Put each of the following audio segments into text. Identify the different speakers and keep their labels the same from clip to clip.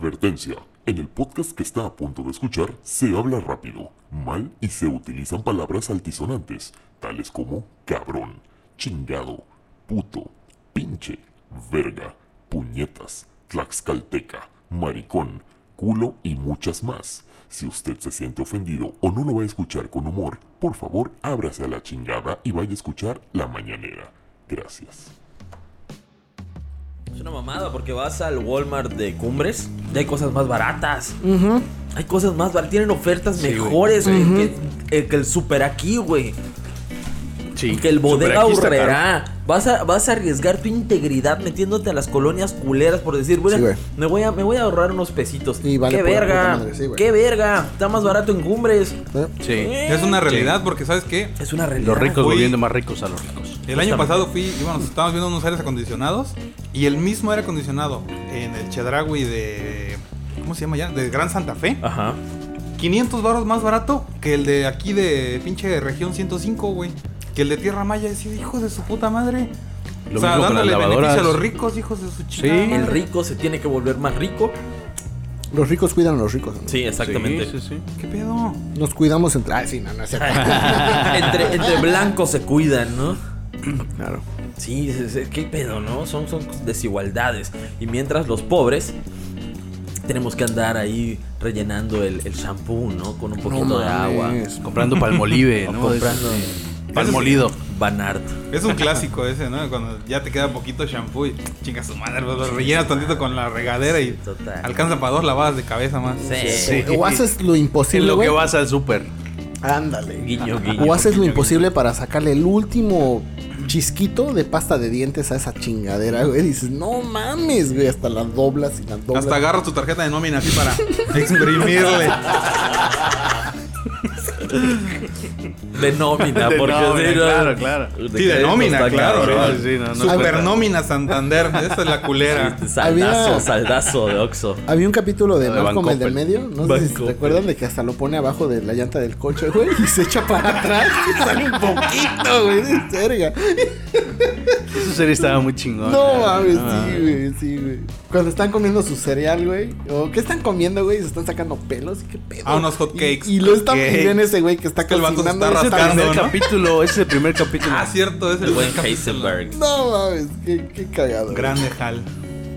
Speaker 1: Advertencia. En el podcast que está a punto de escuchar se habla rápido, mal y se utilizan palabras altisonantes, tales como cabrón, chingado, puto, pinche, verga, puñetas, tlaxcalteca, maricón, culo y muchas más. Si usted se siente ofendido o no lo va a escuchar con humor, por favor ábrase a la chingada y vaya a escuchar La Mañanera. Gracias.
Speaker 2: Es una mamada porque vas al Walmart de Cumbres y hay cosas más baratas. Hay cosas más baratas. Tienen ofertas mejores güey, que, eh, que el super aquí, güey.
Speaker 3: Sí.
Speaker 2: Que el bodega
Speaker 3: Super aquí está
Speaker 2: ahorrerá. Vas a, vas a arriesgar tu integridad metiéndote a las colonias culeras por decir, güey,
Speaker 4: Sí, güey.
Speaker 2: me, voy a, me voy a ahorrar unos pesitos.
Speaker 4: Y vale
Speaker 2: ¡Qué
Speaker 4: por la
Speaker 2: verga!
Speaker 4: puta madre, sí, güey.
Speaker 2: ¡Qué verga! Está más barato en Cumbres.
Speaker 4: ¿Eh?
Speaker 3: caro. Sí.
Speaker 5: Es una realidad porque, ¿sabes qué?
Speaker 2: Es una realidad.
Speaker 3: Los ricos
Speaker 5: Fui-
Speaker 3: volviendo más ricos a los ricos.
Speaker 5: El año pasado fui, íbamos, estábamos viendo unos aires acondicionados y el mismo aire acondicionado en el Chedragui de... ¿Cómo se llama ya? De Gran Santa Fe.
Speaker 3: Ah.
Speaker 2: Ajá.
Speaker 5: 500 baros más barato que el de aquí de pinche región 105, güey. Que el de Tierra Maya, es hijos de su puta madre.
Speaker 3: Lo
Speaker 5: o sea,
Speaker 3: mismo con las
Speaker 5: dándole beneficio a
Speaker 3: lavadoras.
Speaker 5: los ricos, hijos de su chica.
Speaker 3: Sí.
Speaker 2: El rico se tiene que volver más rico.
Speaker 4: Los ricos cuidan a los ricos. ¿no?
Speaker 2: Sí, exactamente.
Speaker 3: Sí, sí, sí.
Speaker 5: ¿Qué pedo?
Speaker 4: Nos cuidamos entre. Ay, sí, no, no es cierto.
Speaker 2: entre, entre blancos se cuidan, ¿no?
Speaker 4: claro.
Speaker 2: Sí, es- es- qué pedo, ¿no? Son, son desigualdades. Y mientras los pobres tenemos que andar ahí rellenando el, el shampoo, ¿no? Con un poquito de agua.
Speaker 4: mames.
Speaker 3: Comprando palmolive,
Speaker 2: O
Speaker 3: ¿no?
Speaker 2: comprando
Speaker 3: Palmolido.
Speaker 2: Banart.
Speaker 5: Es un clásico ese, ¿no? Cuando ya te queda poquito shampoo y chinga su madre, lo lo rellenas tantito con la regadera y
Speaker 2: Total.
Speaker 5: alcanza para dos lavadas de cabeza más.
Speaker 2: Sí.
Speaker 3: Sí.
Speaker 4: O haces lo
Speaker 3: En
Speaker 4: imposible.
Speaker 3: lo que
Speaker 4: güey.
Speaker 3: vas al súper.
Speaker 4: Ándale.
Speaker 2: Guiño,
Speaker 4: O
Speaker 2: guiño.
Speaker 4: haces lo imposible para sacarle el último chisquito de pasta de dientes a esa chingadera, güey. Dices, no mames, güey. Hasta la doblas y la doblas.
Speaker 5: Hasta agarras tu tarjeta de nómina así para exprimirle.
Speaker 2: De nómina,
Speaker 3: De
Speaker 2: porque
Speaker 3: nómina,
Speaker 2: sí, no-
Speaker 3: claro, claro.
Speaker 5: Sí, de
Speaker 2: esto
Speaker 5: nómina,
Speaker 2: está
Speaker 5: claro.
Speaker 2: cabrón.
Speaker 5: ¿no?
Speaker 3: Sí, sí, no, no
Speaker 5: Super
Speaker 3: cuenta.
Speaker 5: nómina Santander. Esa es la culera.
Speaker 2: Saldazo,
Speaker 4: Había-
Speaker 2: saldazo de Oxxo.
Speaker 4: Había un capítulo de
Speaker 3: La de
Speaker 4: Malcolm
Speaker 3: Van
Speaker 4: el del
Speaker 3: Coppel.
Speaker 4: medio, no sé si
Speaker 2: Van
Speaker 4: se recuerdan de que hasta lo pone abajo de la llanta del coche, güey, y se echa para atrás y sale un poquito, güey, de verga.
Speaker 3: Esa serie estaba muy chingona.
Speaker 4: No mames, sí, güey, sí, güey. Cuando están comiendo su cereal, güey, o qué están comiendo, güey, y se están sacando pelos, qué pedo.
Speaker 5: Ah, unos hot
Speaker 4: Y-
Speaker 5: cakes.
Speaker 4: Y, lo está
Speaker 5: Hot cakes.
Speaker 4: pidiendo ese güey que está
Speaker 5: que el vato se
Speaker 4: cocinando.
Speaker 5: está
Speaker 4: ese
Speaker 3: Ese
Speaker 5: rascando.
Speaker 4: también.
Speaker 3: primer
Speaker 5: ¿no?
Speaker 3: capítulo, ese es el primer capítulo.
Speaker 5: Ah, cierto, es el
Speaker 2: El buen
Speaker 5: capítulo.
Speaker 2: Heisenberg.
Speaker 4: No mames, qué, qué cagado. güey.
Speaker 5: Grande Hal.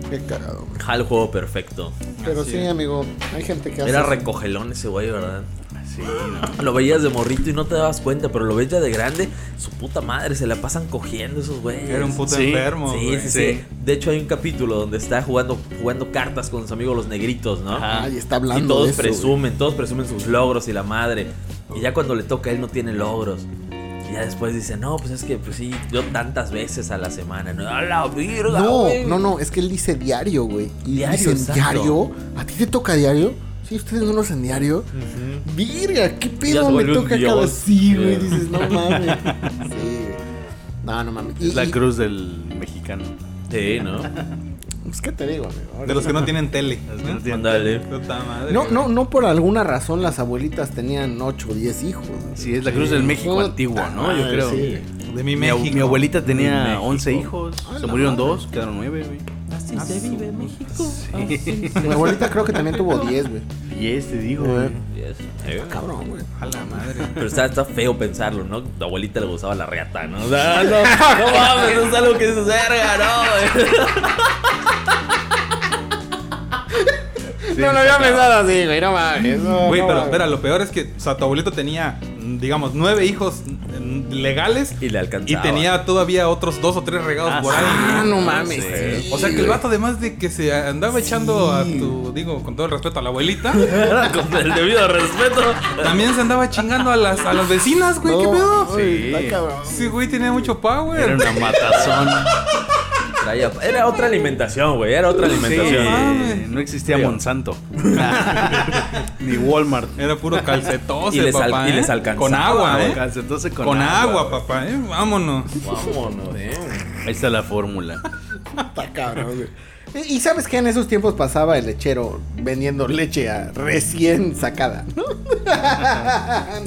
Speaker 4: Qué cagado, güey.
Speaker 2: Al juego perfecto.
Speaker 4: Pero
Speaker 5: Así
Speaker 4: sí,
Speaker 5: es.
Speaker 4: amigo, hay gente que hace.
Speaker 2: Era
Speaker 4: eso.
Speaker 2: recogelón ese güey, ¿verdad?
Speaker 3: Sí, no.
Speaker 2: Lo veías de morrito y no te dabas cuenta, pero lo ves ya de grande, su puta madre, se la pasan cogiendo esos güeyes.
Speaker 5: Era un puto
Speaker 3: Sí.
Speaker 5: enfermo.
Speaker 2: Sí,
Speaker 5: güey.
Speaker 2: sí,
Speaker 3: Sí.
Speaker 2: sí. De hecho, hay un capítulo donde está jugando, jugando cartas con sus amigos los negritos, ¿no?
Speaker 3: Ajá.
Speaker 4: Ah, y está hablando
Speaker 2: Y todos
Speaker 4: de eso, güey.
Speaker 2: presumen, todos presumen sus logros y la madre. Y ya cuando le toca, él no tiene logros. Y ya después dice, no, pues es que, pues sí, yo tantas veces a la semana, ¿no? ¡A la virga,
Speaker 3: Ah,
Speaker 4: No,
Speaker 2: güey!
Speaker 4: no, no, es que él dice diario, güey. Y
Speaker 2: Diario,
Speaker 4: dicen
Speaker 2: exacto.
Speaker 4: diario. ¿A ti te toca diario? Sí, ustedes no lo hacen diario. Virga, ¿qué pedo me
Speaker 2: vuelve un
Speaker 4: toca
Speaker 2: dios.
Speaker 4: cada sí, güey?
Speaker 2: Sí.
Speaker 4: Dices, no mames. Sí. No, no mames. Y-
Speaker 3: Es la
Speaker 4: y-
Speaker 3: cruz del mexicano.
Speaker 2: Sí, ¿no?
Speaker 4: Pues, ¿qué te digo, amigo? Ahora
Speaker 5: De los
Speaker 4: sí.
Speaker 5: que no tienen tele.
Speaker 3: Los que no
Speaker 5: ¿no?
Speaker 3: tienen-
Speaker 2: Ándale.
Speaker 5: Puta madre.
Speaker 4: No, no, no por alguna razón las abuelitas tenían 8 o 10 hijos. güey.
Speaker 3: Sí, es la cruz del México
Speaker 4: Puta
Speaker 3: antiguo, ¿no?
Speaker 4: madre,
Speaker 3: Yo creo.
Speaker 4: sí.
Speaker 5: De mi
Speaker 3: Mi, abu-
Speaker 5: México.
Speaker 3: mi abuelita
Speaker 2: Mi
Speaker 3: tenía
Speaker 2: México.
Speaker 3: 11 hijos. se murieron dos, quedaron nueve, güey.
Speaker 2: Así se vive México.
Speaker 4: Mi abuelita creo que también tuvo 10, güey.
Speaker 3: Diez, te digo,
Speaker 4: Eh.
Speaker 3: güey.
Speaker 4: Cabrón, güey.
Speaker 5: A la madre.
Speaker 2: Pero está, está feo pensarlo, ¿no? Tu abuelita le gustaba la reata, ¿no? O sea, no, no mames, es algo que es verga, ¿no? güey?
Speaker 4: No lo había pensado así, güey. No mames. no,
Speaker 5: Güey,
Speaker 4: no
Speaker 5: pero
Speaker 4: mames.
Speaker 5: espera, lo peor es que, o sea, tu abuelito tenía, mm, digamos, nueve hijos mm, legales
Speaker 2: Y le
Speaker 5: y
Speaker 2: alcanzaba.
Speaker 5: tenía todavía otros dos o tres regados por ahí.
Speaker 4: Ah, no mames.
Speaker 5: O sea que el vato, además de que se andaba echando a tu, digo, con todo el respeto a la abuelita,
Speaker 2: Con el debido respeto.
Speaker 5: también se andaba chingando a las, a las vecinas, güey, ¿qué
Speaker 4: No,
Speaker 5: pedo?
Speaker 4: ay,
Speaker 3: Sí.
Speaker 4: Está cabrón.
Speaker 5: Sí, güey, tenía mucho
Speaker 3: Era
Speaker 5: power.
Speaker 3: una matazón.
Speaker 2: Traía- Era otra alimentación, güey. Era otra alimentación.
Speaker 3: Sí,
Speaker 5: mames.
Speaker 3: no existía
Speaker 2: Digo.
Speaker 3: Monsanto. Ni Walmart.
Speaker 5: Era puro calcetose,
Speaker 2: Y les al-
Speaker 5: papá.
Speaker 2: y
Speaker 5: ¿eh?
Speaker 2: les alcanzaba,
Speaker 5: Con agua, ¿eh?
Speaker 3: Calcetose
Speaker 5: Con, agua, papá, ¿eh? Vámonos.
Speaker 2: Vámonos, eh.
Speaker 3: Ahí está la fórmula.
Speaker 4: Está cabrón, güey. Y y sabes que en esos tiempos pasaba el lechero vendiendo leche a- recién sacada. ¿no?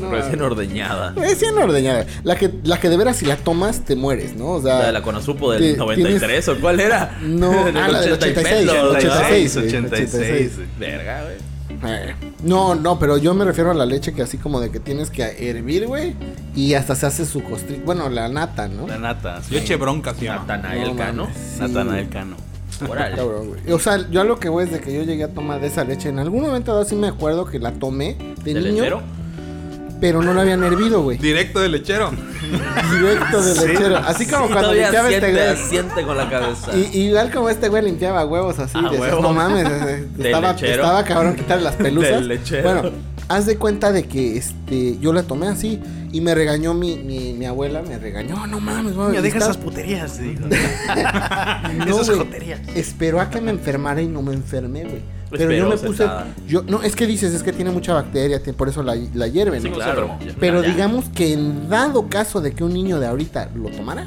Speaker 4: No,
Speaker 2: Recién ordeñada.
Speaker 4: recién ordeñada. La que, la que de veras si la tomas te mueres, ¿no? O sea,
Speaker 2: La de la Conasupo del
Speaker 4: Ti-
Speaker 2: 93 o cuál era?
Speaker 4: No, ah, la del 86,
Speaker 2: pelos,
Speaker 4: del
Speaker 2: ¿no?
Speaker 4: 86, güey,
Speaker 3: 86.
Speaker 4: 86.
Speaker 3: güey.
Speaker 2: Verga, güey.
Speaker 4: Eh, No, no, pero yo me refiero a la leche que así como de que tienes que hervir, güey, y hasta se hace su costrito, bueno, la nata, ¿no?
Speaker 3: La nata. sí.
Speaker 5: Leche bronca se llama.
Speaker 2: Natanael
Speaker 4: No
Speaker 2: Cano.
Speaker 4: mames, sí,
Speaker 3: Natanael
Speaker 4: güey.
Speaker 3: Cano.
Speaker 2: Órale.
Speaker 4: Cabrón, güey. O sea, yo a lo que voy es de que yo llegué a tomar de esa leche. En algún momento dado sí me acuerdo que la tomé de
Speaker 2: ¿Del
Speaker 4: niño,
Speaker 2: lechero?
Speaker 4: pero no la habían hervido, güey.
Speaker 5: Directo de lechero.
Speaker 4: Directo del lechero. Así como
Speaker 2: Sí,
Speaker 4: cuando
Speaker 2: todavía
Speaker 4: limpiaba este
Speaker 2: siente,
Speaker 4: güey.
Speaker 2: siente con la cabeza.
Speaker 4: Y, y igual como este güey limpiaba huevos así,
Speaker 2: Ah,
Speaker 4: decías,
Speaker 2: huevo.
Speaker 4: no mames, eh,
Speaker 2: Del
Speaker 4: estaba,
Speaker 2: lechero.
Speaker 4: estaba cabrón quitarle las pelusas.
Speaker 2: Del lechero.
Speaker 4: Bueno, haz de cuenta de que este yo la tomé así y me regañó mi, mi, mi abuela, me regañó, no mames, mames.
Speaker 3: Niño, deja
Speaker 4: está-
Speaker 3: esas puterías, te digo.
Speaker 4: no,
Speaker 3: esas
Speaker 4: güey.
Speaker 3: joterías.
Speaker 4: Esperó a que me enfermara y no me enfermé, güey. Pero
Speaker 2: Esperó
Speaker 4: yo me puse.
Speaker 2: sentada.
Speaker 4: Yo, no, es que dices, es que tiene mucha bacteria, te- por eso la, la hierven.
Speaker 2: Sí,
Speaker 4: ¿no?
Speaker 2: claro.
Speaker 4: Pero
Speaker 2: Ya, ya.
Speaker 4: digamos que en dado caso de que un niño de ahorita lo tomara,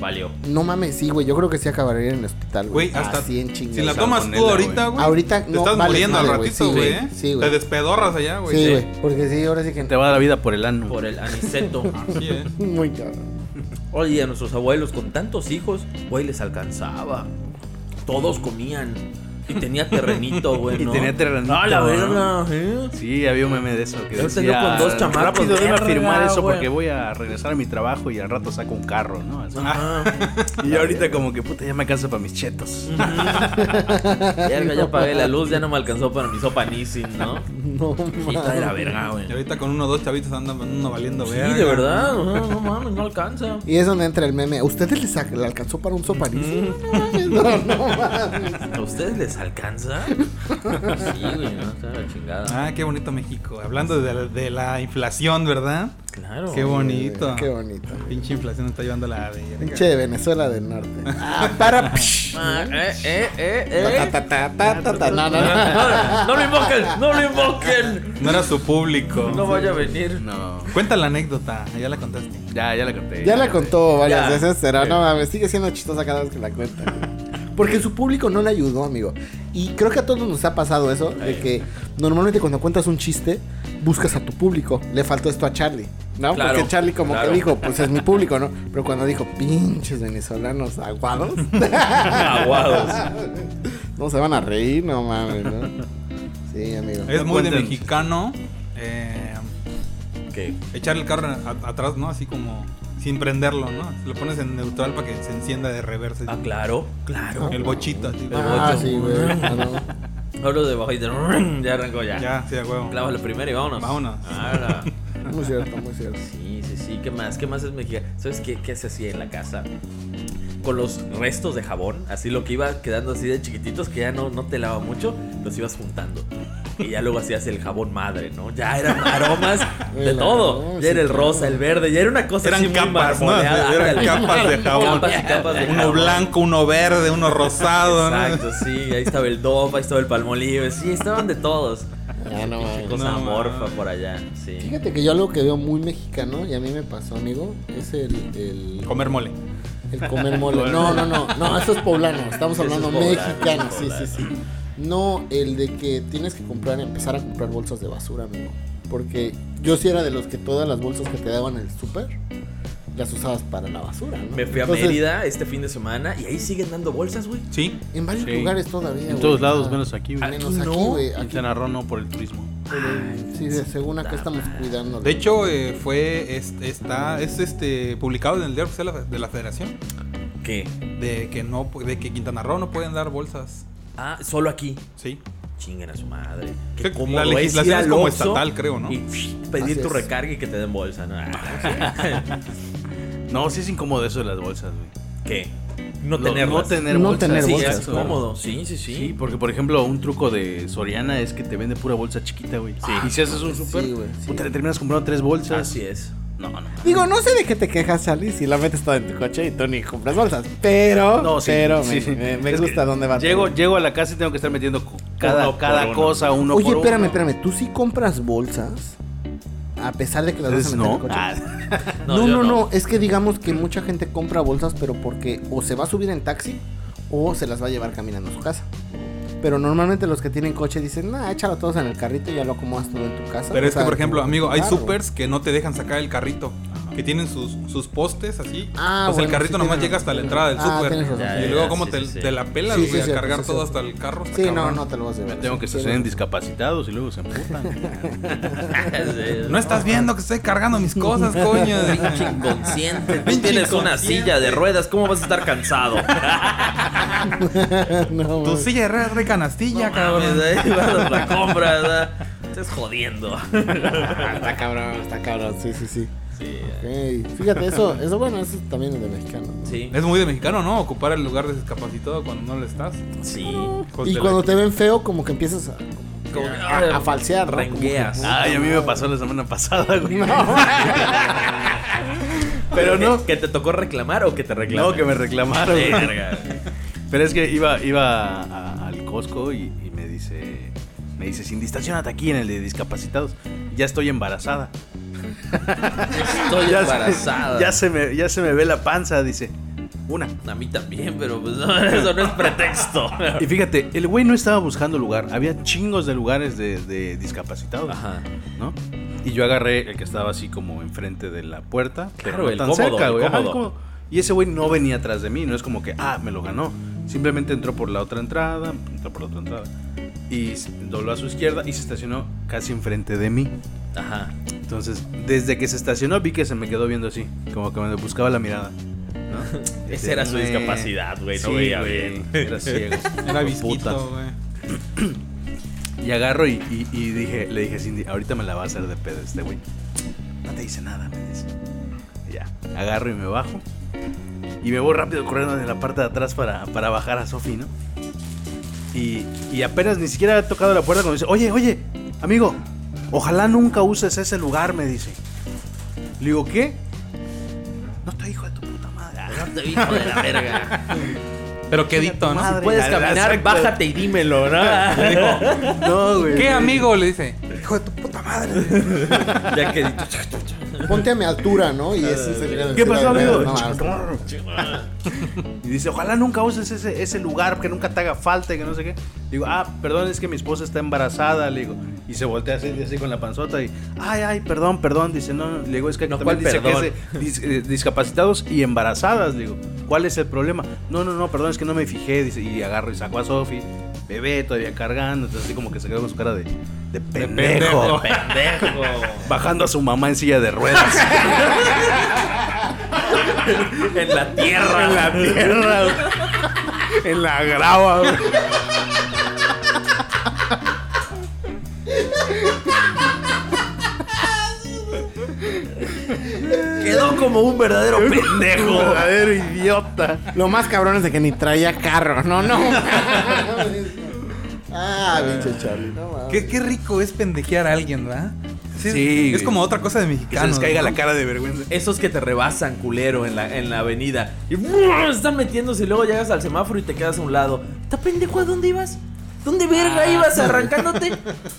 Speaker 2: Valió.
Speaker 4: no mames, sí, güey. Yo creo que sí acabaría en el hospital, güey.
Speaker 5: Güey, hasta.
Speaker 4: Así en chingas.
Speaker 5: si la
Speaker 4: Sí,
Speaker 5: tomas tú
Speaker 3: Salmonella,
Speaker 5: ahorita, güey.
Speaker 4: Ahorita
Speaker 5: Te
Speaker 4: no,
Speaker 5: estás
Speaker 4: vale
Speaker 5: muriendo al
Speaker 4: madre, güey,
Speaker 5: ratito,
Speaker 4: sí,
Speaker 5: güey.
Speaker 4: güey,
Speaker 5: ¿eh?
Speaker 4: sí, güey.
Speaker 5: Te despedorras allá, güey.
Speaker 4: Sí, güey. Porque sí, ahora sí que.
Speaker 3: Te va a la vida por el ano.
Speaker 2: Por el aniceto.
Speaker 5: Sí, ¿eh?
Speaker 4: Muy cabrón.
Speaker 2: Oye, a nuestros abuelos con tantos hijos, güey, les alcanzaba. Todos comían. Y tenía terrenito, güey.
Speaker 3: Y
Speaker 2: ¿no?
Speaker 3: tenía terrenito,
Speaker 2: Ah, la
Speaker 3: ¿no?
Speaker 2: verga. ¿eh?
Speaker 3: Sí, había un meme de eso que
Speaker 2: Yo tenía con dos chamacos,
Speaker 3: rápido debe
Speaker 2: verga,
Speaker 3: firmar eso
Speaker 2: güey".
Speaker 3: porque voy a regresar a mi trabajo y al rato saco un carro, ¿no? Así.
Speaker 2: Ajá.
Speaker 3: Ah, y yo ahorita como que puta, Ah, ya me canso para mis chetos.
Speaker 2: Verga, ya pagué la luz, ya no me alcanzó para mi sopa Nissin, ¿no?
Speaker 4: No
Speaker 2: Quita de la
Speaker 4: mames.
Speaker 2: verga, güey.
Speaker 5: Y ahorita con uno o dos chavitos andan uno valiendo
Speaker 2: Sí,
Speaker 5: verga.
Speaker 2: de verdad. ajá, No mames, no alcanza.
Speaker 4: Y es donde entra el meme. ¿A ustedes les ac- le alcanzó para un soparísimo? No, mames, no, no mames.
Speaker 2: ¿A ustedes les alcanza? Sí, güey, no, está de la chingada.
Speaker 5: Ah, qué bonito México. Hablando de la, de la inflación, ¿verdad?
Speaker 2: Claro.
Speaker 5: Qué bonito.
Speaker 4: Qué bonito.
Speaker 5: Pinche inflación está llevando la verga.
Speaker 4: Pinche de Venezuela del Norte. Ah, para.
Speaker 2: Ah, eh, eh, eh,
Speaker 4: Ta,
Speaker 2: eh.
Speaker 4: ta, ta, ta, ta, ta. No, no, no.
Speaker 2: No, no lo invoquen, no lo invoquen.
Speaker 5: No era su público.
Speaker 2: No vaya a venir.
Speaker 3: No,
Speaker 5: Cuenta la anécdota, ya la contaste.
Speaker 3: ya, ya la conté.
Speaker 4: Ya la contó varias
Speaker 2: Ya.
Speaker 4: veces, pero no mames, sigue siendo chistosa cada vez que la cuenta. güey. Porque su público no la ayudó, amigo. Y creo que a todos nos ha pasado eso, de que normalmente cuando cuentas un chiste, buscas a tu público. Le faltó esto a Charlie, ¿no?
Speaker 2: Claro,
Speaker 4: Porque Charlie como
Speaker 2: claro.
Speaker 4: que dijo, pues es mi público, ¿no? Pero cuando dijo, pinches venezolanos aguados,
Speaker 2: Aguados.
Speaker 4: no se van a reír, no mames, ¿no? Sí, amigo.
Speaker 5: Es muy de
Speaker 3: cuéntenos.
Speaker 5: mexicano eh,
Speaker 2: ¿Qué?
Speaker 5: echar el carro a- atrás, ¿no? Así como sin prenderlo, ¿no? Lo pones en neutral para que se encienda de reversa.
Speaker 2: Ah, claro, claro.
Speaker 5: El bochito, así.
Speaker 4: Ah,
Speaker 2: bocho.
Speaker 4: sí, güey. ah, no.
Speaker 2: Hablo de bajo y de. Ya arrancó ya.
Speaker 5: Ah, Ya, sí, a huevo.
Speaker 2: Clavas la primera y vámonos.
Speaker 5: Vámonos.
Speaker 2: Ala.
Speaker 4: Muy cierto, muy cierto.
Speaker 2: Sí, sí, sí. ¿Qué más? ¿Qué más es mexicano? ¿Sabes qué, qué se hacía en la casa? Con los restos de jabón, así lo que iba quedando así de chiquititos, que ya no, no te lava mucho, los ibas juntando. Y ya luego hacías el jabón madre, ¿no? Ya eran aromas de
Speaker 4: El
Speaker 2: todo.
Speaker 4: aroma,
Speaker 2: Ya era
Speaker 4: sí,
Speaker 2: el rosa, el verde, ya era una cosa
Speaker 5: Eran
Speaker 2: así muy
Speaker 5: capas, ¿no?
Speaker 2: marmoleada.
Speaker 5: Eran
Speaker 2: Ándale.
Speaker 5: capas de jabón.
Speaker 2: Capas y capas de
Speaker 5: Uno
Speaker 2: jabón.
Speaker 5: blanco, uno verde, uno rosado, ¿no?
Speaker 2: Exacto, sí. Ahí estaba el Dove, ahí estaba el Palmolive, sí, estaban de todos.
Speaker 4: Ya, Ah, no mames.
Speaker 2: Cosa
Speaker 5: No,
Speaker 2: amorfa
Speaker 5: mames.
Speaker 2: por allá, sí.
Speaker 4: Fíjate que yo algo que veo muy mexicano y a mí me pasó, amigo, es el, el,
Speaker 5: Comer mole.
Speaker 4: el comer mole. No, no, no, no, eso es poblano, estamos
Speaker 2: Eso es
Speaker 4: hablando
Speaker 2: poblano,
Speaker 4: mexicano, sí,
Speaker 2: poblano.
Speaker 4: sí, sí. No, el de que tienes que comprar, empezar a comprar bolsas de basura, amigo. Porque yo sí era de los que todas las bolsas que te daban en el súper las usabas para la basura, ¿no?
Speaker 2: Me fui a
Speaker 4: Entonces,
Speaker 2: Mérida este fin de semana y ahí siguen dando bolsas, güey.
Speaker 5: Sí.
Speaker 4: En varios
Speaker 3: Sí.
Speaker 4: lugares todavía.
Speaker 3: En
Speaker 4: güey.
Speaker 3: todos lados,
Speaker 4: Ah,
Speaker 3: menos aquí, güey.
Speaker 4: menos
Speaker 2: Aquí
Speaker 4: aquí,
Speaker 2: no.
Speaker 4: güey.
Speaker 3: En
Speaker 4: aquí,
Speaker 3: Quintana Roo no por el turismo.
Speaker 4: pero sí, de- según acá estamos cuidando.
Speaker 5: De hecho, eh, fue, es- está, es este, publicado en el diario oficial de la- de la federación,
Speaker 2: ¿Qué?
Speaker 5: de que no, de que Quintana Roo no pueden dar bolsas.
Speaker 2: Ah, solo aquí.
Speaker 5: Sí.
Speaker 2: Chinguen a su madre.
Speaker 5: Creo
Speaker 2: Qué
Speaker 5: que
Speaker 2: cómodo
Speaker 5: la legislación
Speaker 2: ir
Speaker 5: es
Speaker 2: al
Speaker 5: como
Speaker 2: Oxxo
Speaker 5: estatal, creo, ¿no?
Speaker 2: Y psh, pedir
Speaker 4: Así
Speaker 2: tu
Speaker 4: es.
Speaker 2: recarga y que te den bolsa, ¿no? Ah,
Speaker 3: No, sí es incómodo eso de las bolsas, güey.
Speaker 2: ¿Qué? No
Speaker 3: Lo-
Speaker 2: tener
Speaker 3: No tener
Speaker 4: No
Speaker 3: bolsas.
Speaker 4: tener
Speaker 2: Sí,
Speaker 4: bolsas,
Speaker 2: es cómodo. Sí, sí, sí.
Speaker 3: Sí, porque por ejemplo, un truco de Soriana es que te vende pura bolsa chiquita, güey.
Speaker 2: Sí.
Speaker 3: Y si haces un súper,
Speaker 4: Sí, güey, sí.
Speaker 3: puta, le terminas comprando tres bolsas.
Speaker 2: Así es.
Speaker 3: No, no.
Speaker 4: Digo, no sé de qué te quejas, Charlie, si la metes toda en tu coche y tú ni compras bolsas. Pero,
Speaker 3: No, sí,
Speaker 4: pero
Speaker 3: Oh, sí,
Speaker 4: me,
Speaker 3: sí.
Speaker 4: me- me
Speaker 3: Es que
Speaker 4: gusta dónde va.
Speaker 3: Llego,
Speaker 4: todo.
Speaker 3: llego a la casa y tengo que estar metiendo co- cada,
Speaker 2: Uno por
Speaker 3: cada
Speaker 2: uno.
Speaker 3: cosa uno
Speaker 4: Oye,
Speaker 3: por uno.
Speaker 4: espérame, espérame. ¿Tú sí compras bolsas? A pesar de que las vas a
Speaker 3: Entonces,
Speaker 4: meter en
Speaker 3: no.
Speaker 4: el
Speaker 3: Ah,
Speaker 4: coche. no, no,
Speaker 2: yo
Speaker 4: no, Es que digamos que mucha gente compra bolsas, pero porque o se va a subir en taxi o se las va a llevar caminando a su casa. Pero normalmente los que tienen coche dicen, nah, échalo todos en el carrito y ya lo acomodas todo en tu casa.
Speaker 5: Pero
Speaker 4: O
Speaker 5: es que,
Speaker 4: sea,
Speaker 5: por ejemplo,
Speaker 4: como-
Speaker 5: amigo, hay
Speaker 4: claro.
Speaker 5: supers que no te dejan sacar el carrito. Que tienen sus, sus postes así.
Speaker 4: Ah,
Speaker 5: pues
Speaker 4: bueno,
Speaker 5: el carrito
Speaker 4: sí
Speaker 5: nomás
Speaker 4: tienen-
Speaker 5: llega hasta la entrada del
Speaker 4: Ah, tienes
Speaker 5: súper.
Speaker 4: razón.
Speaker 2: Ya,
Speaker 5: Y
Speaker 2: ya,
Speaker 5: luego,
Speaker 2: ya,
Speaker 5: ¿cómo
Speaker 2: sí,
Speaker 5: te,
Speaker 2: sí, sí.
Speaker 5: te la pelas,
Speaker 4: Sí,
Speaker 5: güey?
Speaker 4: sí,
Speaker 5: a
Speaker 4: sí,
Speaker 5: cargar
Speaker 4: sí,
Speaker 5: todo
Speaker 4: sí.
Speaker 5: hasta el carro. está
Speaker 4: Sí, no,
Speaker 5: cabrón.
Speaker 4: no te lo vas a llevar.
Speaker 3: Tengo que
Speaker 4: Sí,
Speaker 3: se
Speaker 4: no.
Speaker 3: ven discapacitados y luego se emputan.
Speaker 5: No estás viendo que estoy cargando mis cosas, coño.
Speaker 2: Pinche inconsciente. Tú
Speaker 5: Pinche
Speaker 2: tienes una
Speaker 5: inconsciente.
Speaker 2: silla de ruedas. ¿Cómo vas a estar cansado?
Speaker 4: No,
Speaker 5: Tu silla de ruedas de canastilla, cabrón.
Speaker 2: Ahí vas a la compra, ¿verdad? Estás jodiendo.
Speaker 4: está cabrón, está cabrón. Sí, sí, sí.
Speaker 2: Sí,
Speaker 4: Ok, Fíjate, eso, eso bueno, eso también es de mexicano.
Speaker 2: sí.
Speaker 5: Es muy de mexicano, ¿no? Ocupar el lugar de discapacitado cuando no lo estás.
Speaker 2: sí.
Speaker 5: Hijos Pues de
Speaker 4: Y
Speaker 5: la-
Speaker 4: cuando te ven feo, como que empiezas a,
Speaker 5: Como que,
Speaker 2: Ah,
Speaker 4: a- a falsear, ¿no?
Speaker 2: Rengueas.
Speaker 3: Ay, a mí me pasó la semana pasada, güey.
Speaker 2: Pero no. ¿Que te tocó reclamar o que te reclamó
Speaker 3: No, que me reclamaron. güey.
Speaker 2: Verga.
Speaker 3: Pero es que iba, iba a- al Costco y, y me dice, me dice, sin distacionate aquí en el de discapacitados. Ya estoy embarazada.
Speaker 2: Estoy
Speaker 3: Ya se-
Speaker 2: embarazada.
Speaker 3: ya se me, ya se me ve la panza, dice. Una.
Speaker 2: A mí también, pero pues no, eso no es pretexto.
Speaker 3: Y fíjate, el güey no estaba buscando lugar. Había chingos de lugares de, de discapacitados,
Speaker 2: Ajá.
Speaker 3: ¿no? Y yo agarré el que estaba así como enfrente de la puerta, pero
Speaker 2: Claro,
Speaker 3: no
Speaker 2: el
Speaker 3: tan
Speaker 2: cómodo,
Speaker 3: cerca,
Speaker 2: el
Speaker 3: güey. Ajá,
Speaker 2: cómodo.
Speaker 3: el cómodo. Y ese güey no venía atrás de mí, no es como que, ah, me lo ganó. Simplemente entró por la otra entrada, entró por la otra entrada. Y s- dobló a su izquierda y se estacionó casi enfrente de mí.
Speaker 2: Ajá.
Speaker 3: Entonces, desde que se estacionó, vi que se me quedó viendo así, como que me buscaba la mirada. ¿no?
Speaker 2: Esa era su
Speaker 3: Güey.
Speaker 2: discapacidad, güey. No
Speaker 3: Sí,
Speaker 2: veía
Speaker 3: güey,
Speaker 2: bien.
Speaker 3: Era ciego.
Speaker 5: Era
Speaker 3: Puta.
Speaker 5: visquito, güey.
Speaker 3: Y agarro y, y- y dije, le dije a Cindy, ahorita me la va a hacer de pedo este güey. No te dice nada, me dice. Y ya, agarro y me bajo. Y me voy rápido corriendo de la parte de atrás para, para bajar a Sofi, ¿no? Y, y apenas ni siquiera ha tocado la puerta cuando dice, oye, oye, amigo, ojalá nunca uses ese lugar, me dice. Le digo, ¿qué? No estoy hijo de tu puta madre.
Speaker 2: Agarrate, hijo de la verga.
Speaker 5: Pero quedito, ¿no?
Speaker 3: Madre.
Speaker 2: Puedes
Speaker 3: Ya,
Speaker 2: caminar,
Speaker 3: exacto.
Speaker 2: bájate y dímelo, ¿no?
Speaker 5: Le dijo,
Speaker 3: No, güey.
Speaker 5: ¿qué amigo? Le dice.
Speaker 2: Ya que
Speaker 4: Ponte a mi altura, ¿no? Y ese es el-
Speaker 3: ¿Qué pasó, amigo?
Speaker 4: No, no, no.
Speaker 3: Y dice, ojalá nunca uses ese, ese lugar, que nunca te haga falta y que no sé qué. Digo, ah, perdón, es que mi esposa está embarazada, le digo. Y se voltea así, así con la panzota y, ay, ay, perdón, perdón. Dice, no, no. le digo, es que
Speaker 2: No,
Speaker 3: también
Speaker 2: ¿cuál
Speaker 3: dice que
Speaker 2: perdón?
Speaker 3: es de dis- eh, discapacitados y embarazadas, le digo. ¿Cuál es el problema? No, no, no, perdón, es que no me fijé, dice. Y agarro y saco a Sofi, bebé todavía cargando, entonces así como que se quedó con su cara de, de pendejo.
Speaker 5: pendejo.
Speaker 2: pendejo.
Speaker 3: Bajando a su mamá en silla de ruedas.
Speaker 2: En la tierra.
Speaker 3: en la tierra, güey. en la grava. güey.
Speaker 2: Quedó como un verdadero
Speaker 3: Un
Speaker 2: pendejo.
Speaker 3: verdadero idiota.
Speaker 4: Lo más cabrón es de que ni traía carro, no, no. ah, pinche Charlie, no mames.
Speaker 5: Qué, qué rico es pendejear a alguien, ¿verdad? Sí.
Speaker 3: Sí,
Speaker 5: es
Speaker 3: güey.
Speaker 5: como otra cosa de
Speaker 3: Que se
Speaker 5: mexicano.
Speaker 3: les caiga la cara de vergüenza.
Speaker 2: Esos que te rebasan, culero, en la, en la avenida. Y ¡buah! están metiéndose y luego llegas al semáforo y te quedas a un lado. ¿Está pendejo a dónde ibas? ¿Dónde verga ibas arrancándote?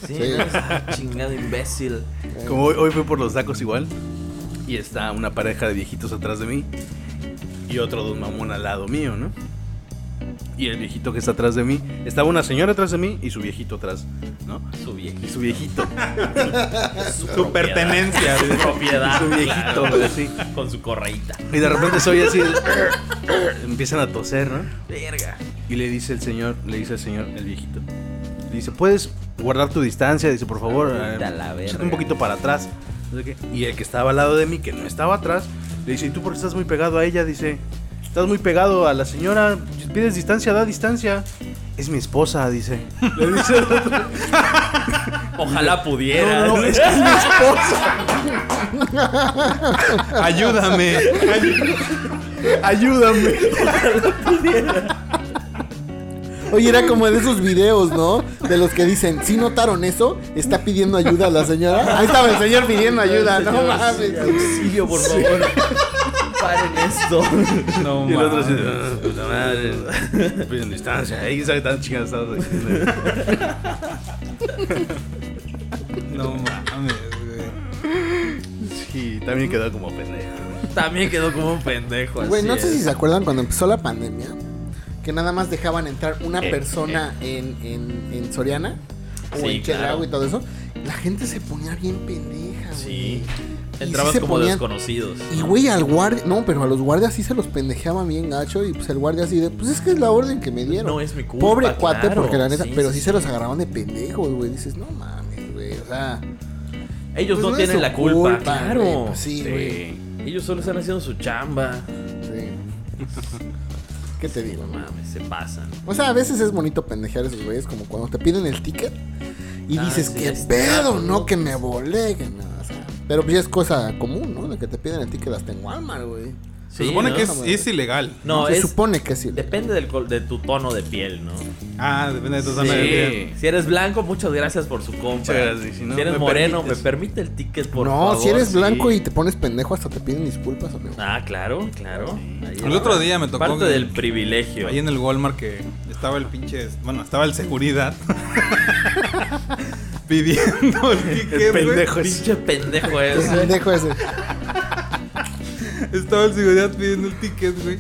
Speaker 2: Sí,
Speaker 4: Sí.
Speaker 2: no, esa chingado imbécil.
Speaker 3: Como hoy, hoy fui por los tacos igual. Y está una pareja de viejitos atrás de mí. Y otro de un mamón al lado mío, ¿no? Y el viejito que está atrás de mí. Estaba una señora atrás de mí y su viejito atrás, ¿no?
Speaker 2: Su viejito.
Speaker 3: Y su viejito.
Speaker 5: Su pertenencia.
Speaker 2: Su propiedad.
Speaker 3: Su viejito,
Speaker 2: claro.
Speaker 3: güey, así.
Speaker 2: Con su correíta.
Speaker 3: Y de repente soy así. el- Empiezan a toser, ¿no?
Speaker 2: Verga.
Speaker 3: Y le dice el señor, le dice el señor, el viejito. Le dice, ¿puedes guardar tu distancia? Dice, por favor,
Speaker 2: Ah,
Speaker 3: eh,
Speaker 2: da la
Speaker 3: échate
Speaker 2: verga.
Speaker 3: un poquito para atrás. No sé qué. Y el que estaba al lado de mí, que no estaba atrás, le dice, ¿y tú por qué estás muy pegado a ella? Dice, estás muy pegado a la señora, pides distancia, da distancia. Es mi esposa, dice. Le dice el otro,
Speaker 2: Ojalá pudiera.
Speaker 3: no, no, es que es mi esposa.
Speaker 5: Ayúdame.
Speaker 3: Ayúdame.
Speaker 4: Oye, era como de esos videos, ¿no? De los que dicen, si notaron eso? Está pidiendo ayuda a la señora. Ahí estaba el señor pidiendo ayuda, no mames.
Speaker 2: Auxilio, por favor. Paren esto.
Speaker 5: No,
Speaker 3: Y el otro así,
Speaker 5: mames.
Speaker 3: "Ah, puta madre, piden distancia. Ella sabe tan chingada estaba diciendo.
Speaker 5: No mames, güey.
Speaker 3: Sí, también quedó como pendejo.
Speaker 2: También quedó como un pendejo.
Speaker 4: Güey,
Speaker 2: así
Speaker 4: no sé
Speaker 2: Pues es.
Speaker 4: si se acuerdan cuando empezó la pandemia. que nada más dejaban entrar una persona en, en- en Soriana o
Speaker 2: Eh, Sí,
Speaker 4: en Chedraui
Speaker 2: claro.
Speaker 4: y todo eso, la gente se ponía bien pendeja, güey.
Speaker 2: Sí.
Speaker 4: Y
Speaker 2: Entrabas
Speaker 4: sí se
Speaker 2: como
Speaker 4: ponían-
Speaker 2: desconocidos.
Speaker 4: Y güey, al guardia, no, pero a los guardias sí se los pendejeaban bien gacho y pues el guardia así de, pues es que es la orden que me dieron.
Speaker 2: No es mi culpa,
Speaker 4: Pobre cuate,
Speaker 2: claro,
Speaker 4: porque la neta,
Speaker 2: sí,
Speaker 4: pero
Speaker 2: sí,
Speaker 4: sí se los agarraban de pendejos, güey. Dices, no mames, güey, o sea.
Speaker 2: Ellos
Speaker 4: pues
Speaker 2: no,
Speaker 4: no es
Speaker 2: tienen
Speaker 4: su
Speaker 2: la culpa.
Speaker 4: culpa, güey,
Speaker 2: claro.
Speaker 4: pues sí.
Speaker 3: Sí.
Speaker 2: Ellos solo están haciendo su chamba.
Speaker 4: sí. ¿Qué te digo,
Speaker 2: No
Speaker 4: man?
Speaker 2: mames, se pasan.
Speaker 4: O sea, a veces es bonito pendejear a esos güeyes, como cuando te piden el ticket y
Speaker 2: Ah,
Speaker 4: dices,
Speaker 2: sí,
Speaker 4: qué
Speaker 2: es
Speaker 4: pedo,
Speaker 2: trato,
Speaker 4: ¿no?
Speaker 2: ¿no?
Speaker 4: Que me volé, que no, o sea. Pero pues ya es cosa común, ¿no? De que te piden el ticket hasta en Walmart, güey.
Speaker 5: Se
Speaker 2: Sí,
Speaker 5: supone
Speaker 2: ¿no?
Speaker 5: que es,
Speaker 4: Como-
Speaker 5: es ilegal.
Speaker 2: No,
Speaker 4: Se
Speaker 2: es.
Speaker 4: supone que sí.
Speaker 2: Depende del col- de tu tono de piel, ¿no?
Speaker 5: Ah, depende de tu zona de vida.
Speaker 3: Sí.
Speaker 2: Si eres blanco, muchas gracias por su compra.
Speaker 3: Muchas gracias, si no,
Speaker 2: eres
Speaker 3: me
Speaker 2: moreno,
Speaker 3: permites.
Speaker 2: me permite el ticket, por
Speaker 4: no,
Speaker 2: favor.
Speaker 4: si eres
Speaker 2: sí.
Speaker 4: blanco y te pones pendejo, hasta te piden disculpas, amigo.
Speaker 2: Ah, claro, claro. Ahí
Speaker 5: El
Speaker 2: es
Speaker 5: otro día me tocó
Speaker 2: Parte
Speaker 5: que-
Speaker 2: del privilegio.
Speaker 5: Ahí en el Walmart que estaba el pinche. Bueno, estaba el seguridad. pidiendo el ticket. güey.
Speaker 3: pendejo ese.
Speaker 2: Pinche pendejo ese.
Speaker 4: Pendejo ese.
Speaker 5: Estaba el seguridad pidiendo el ticket, güey.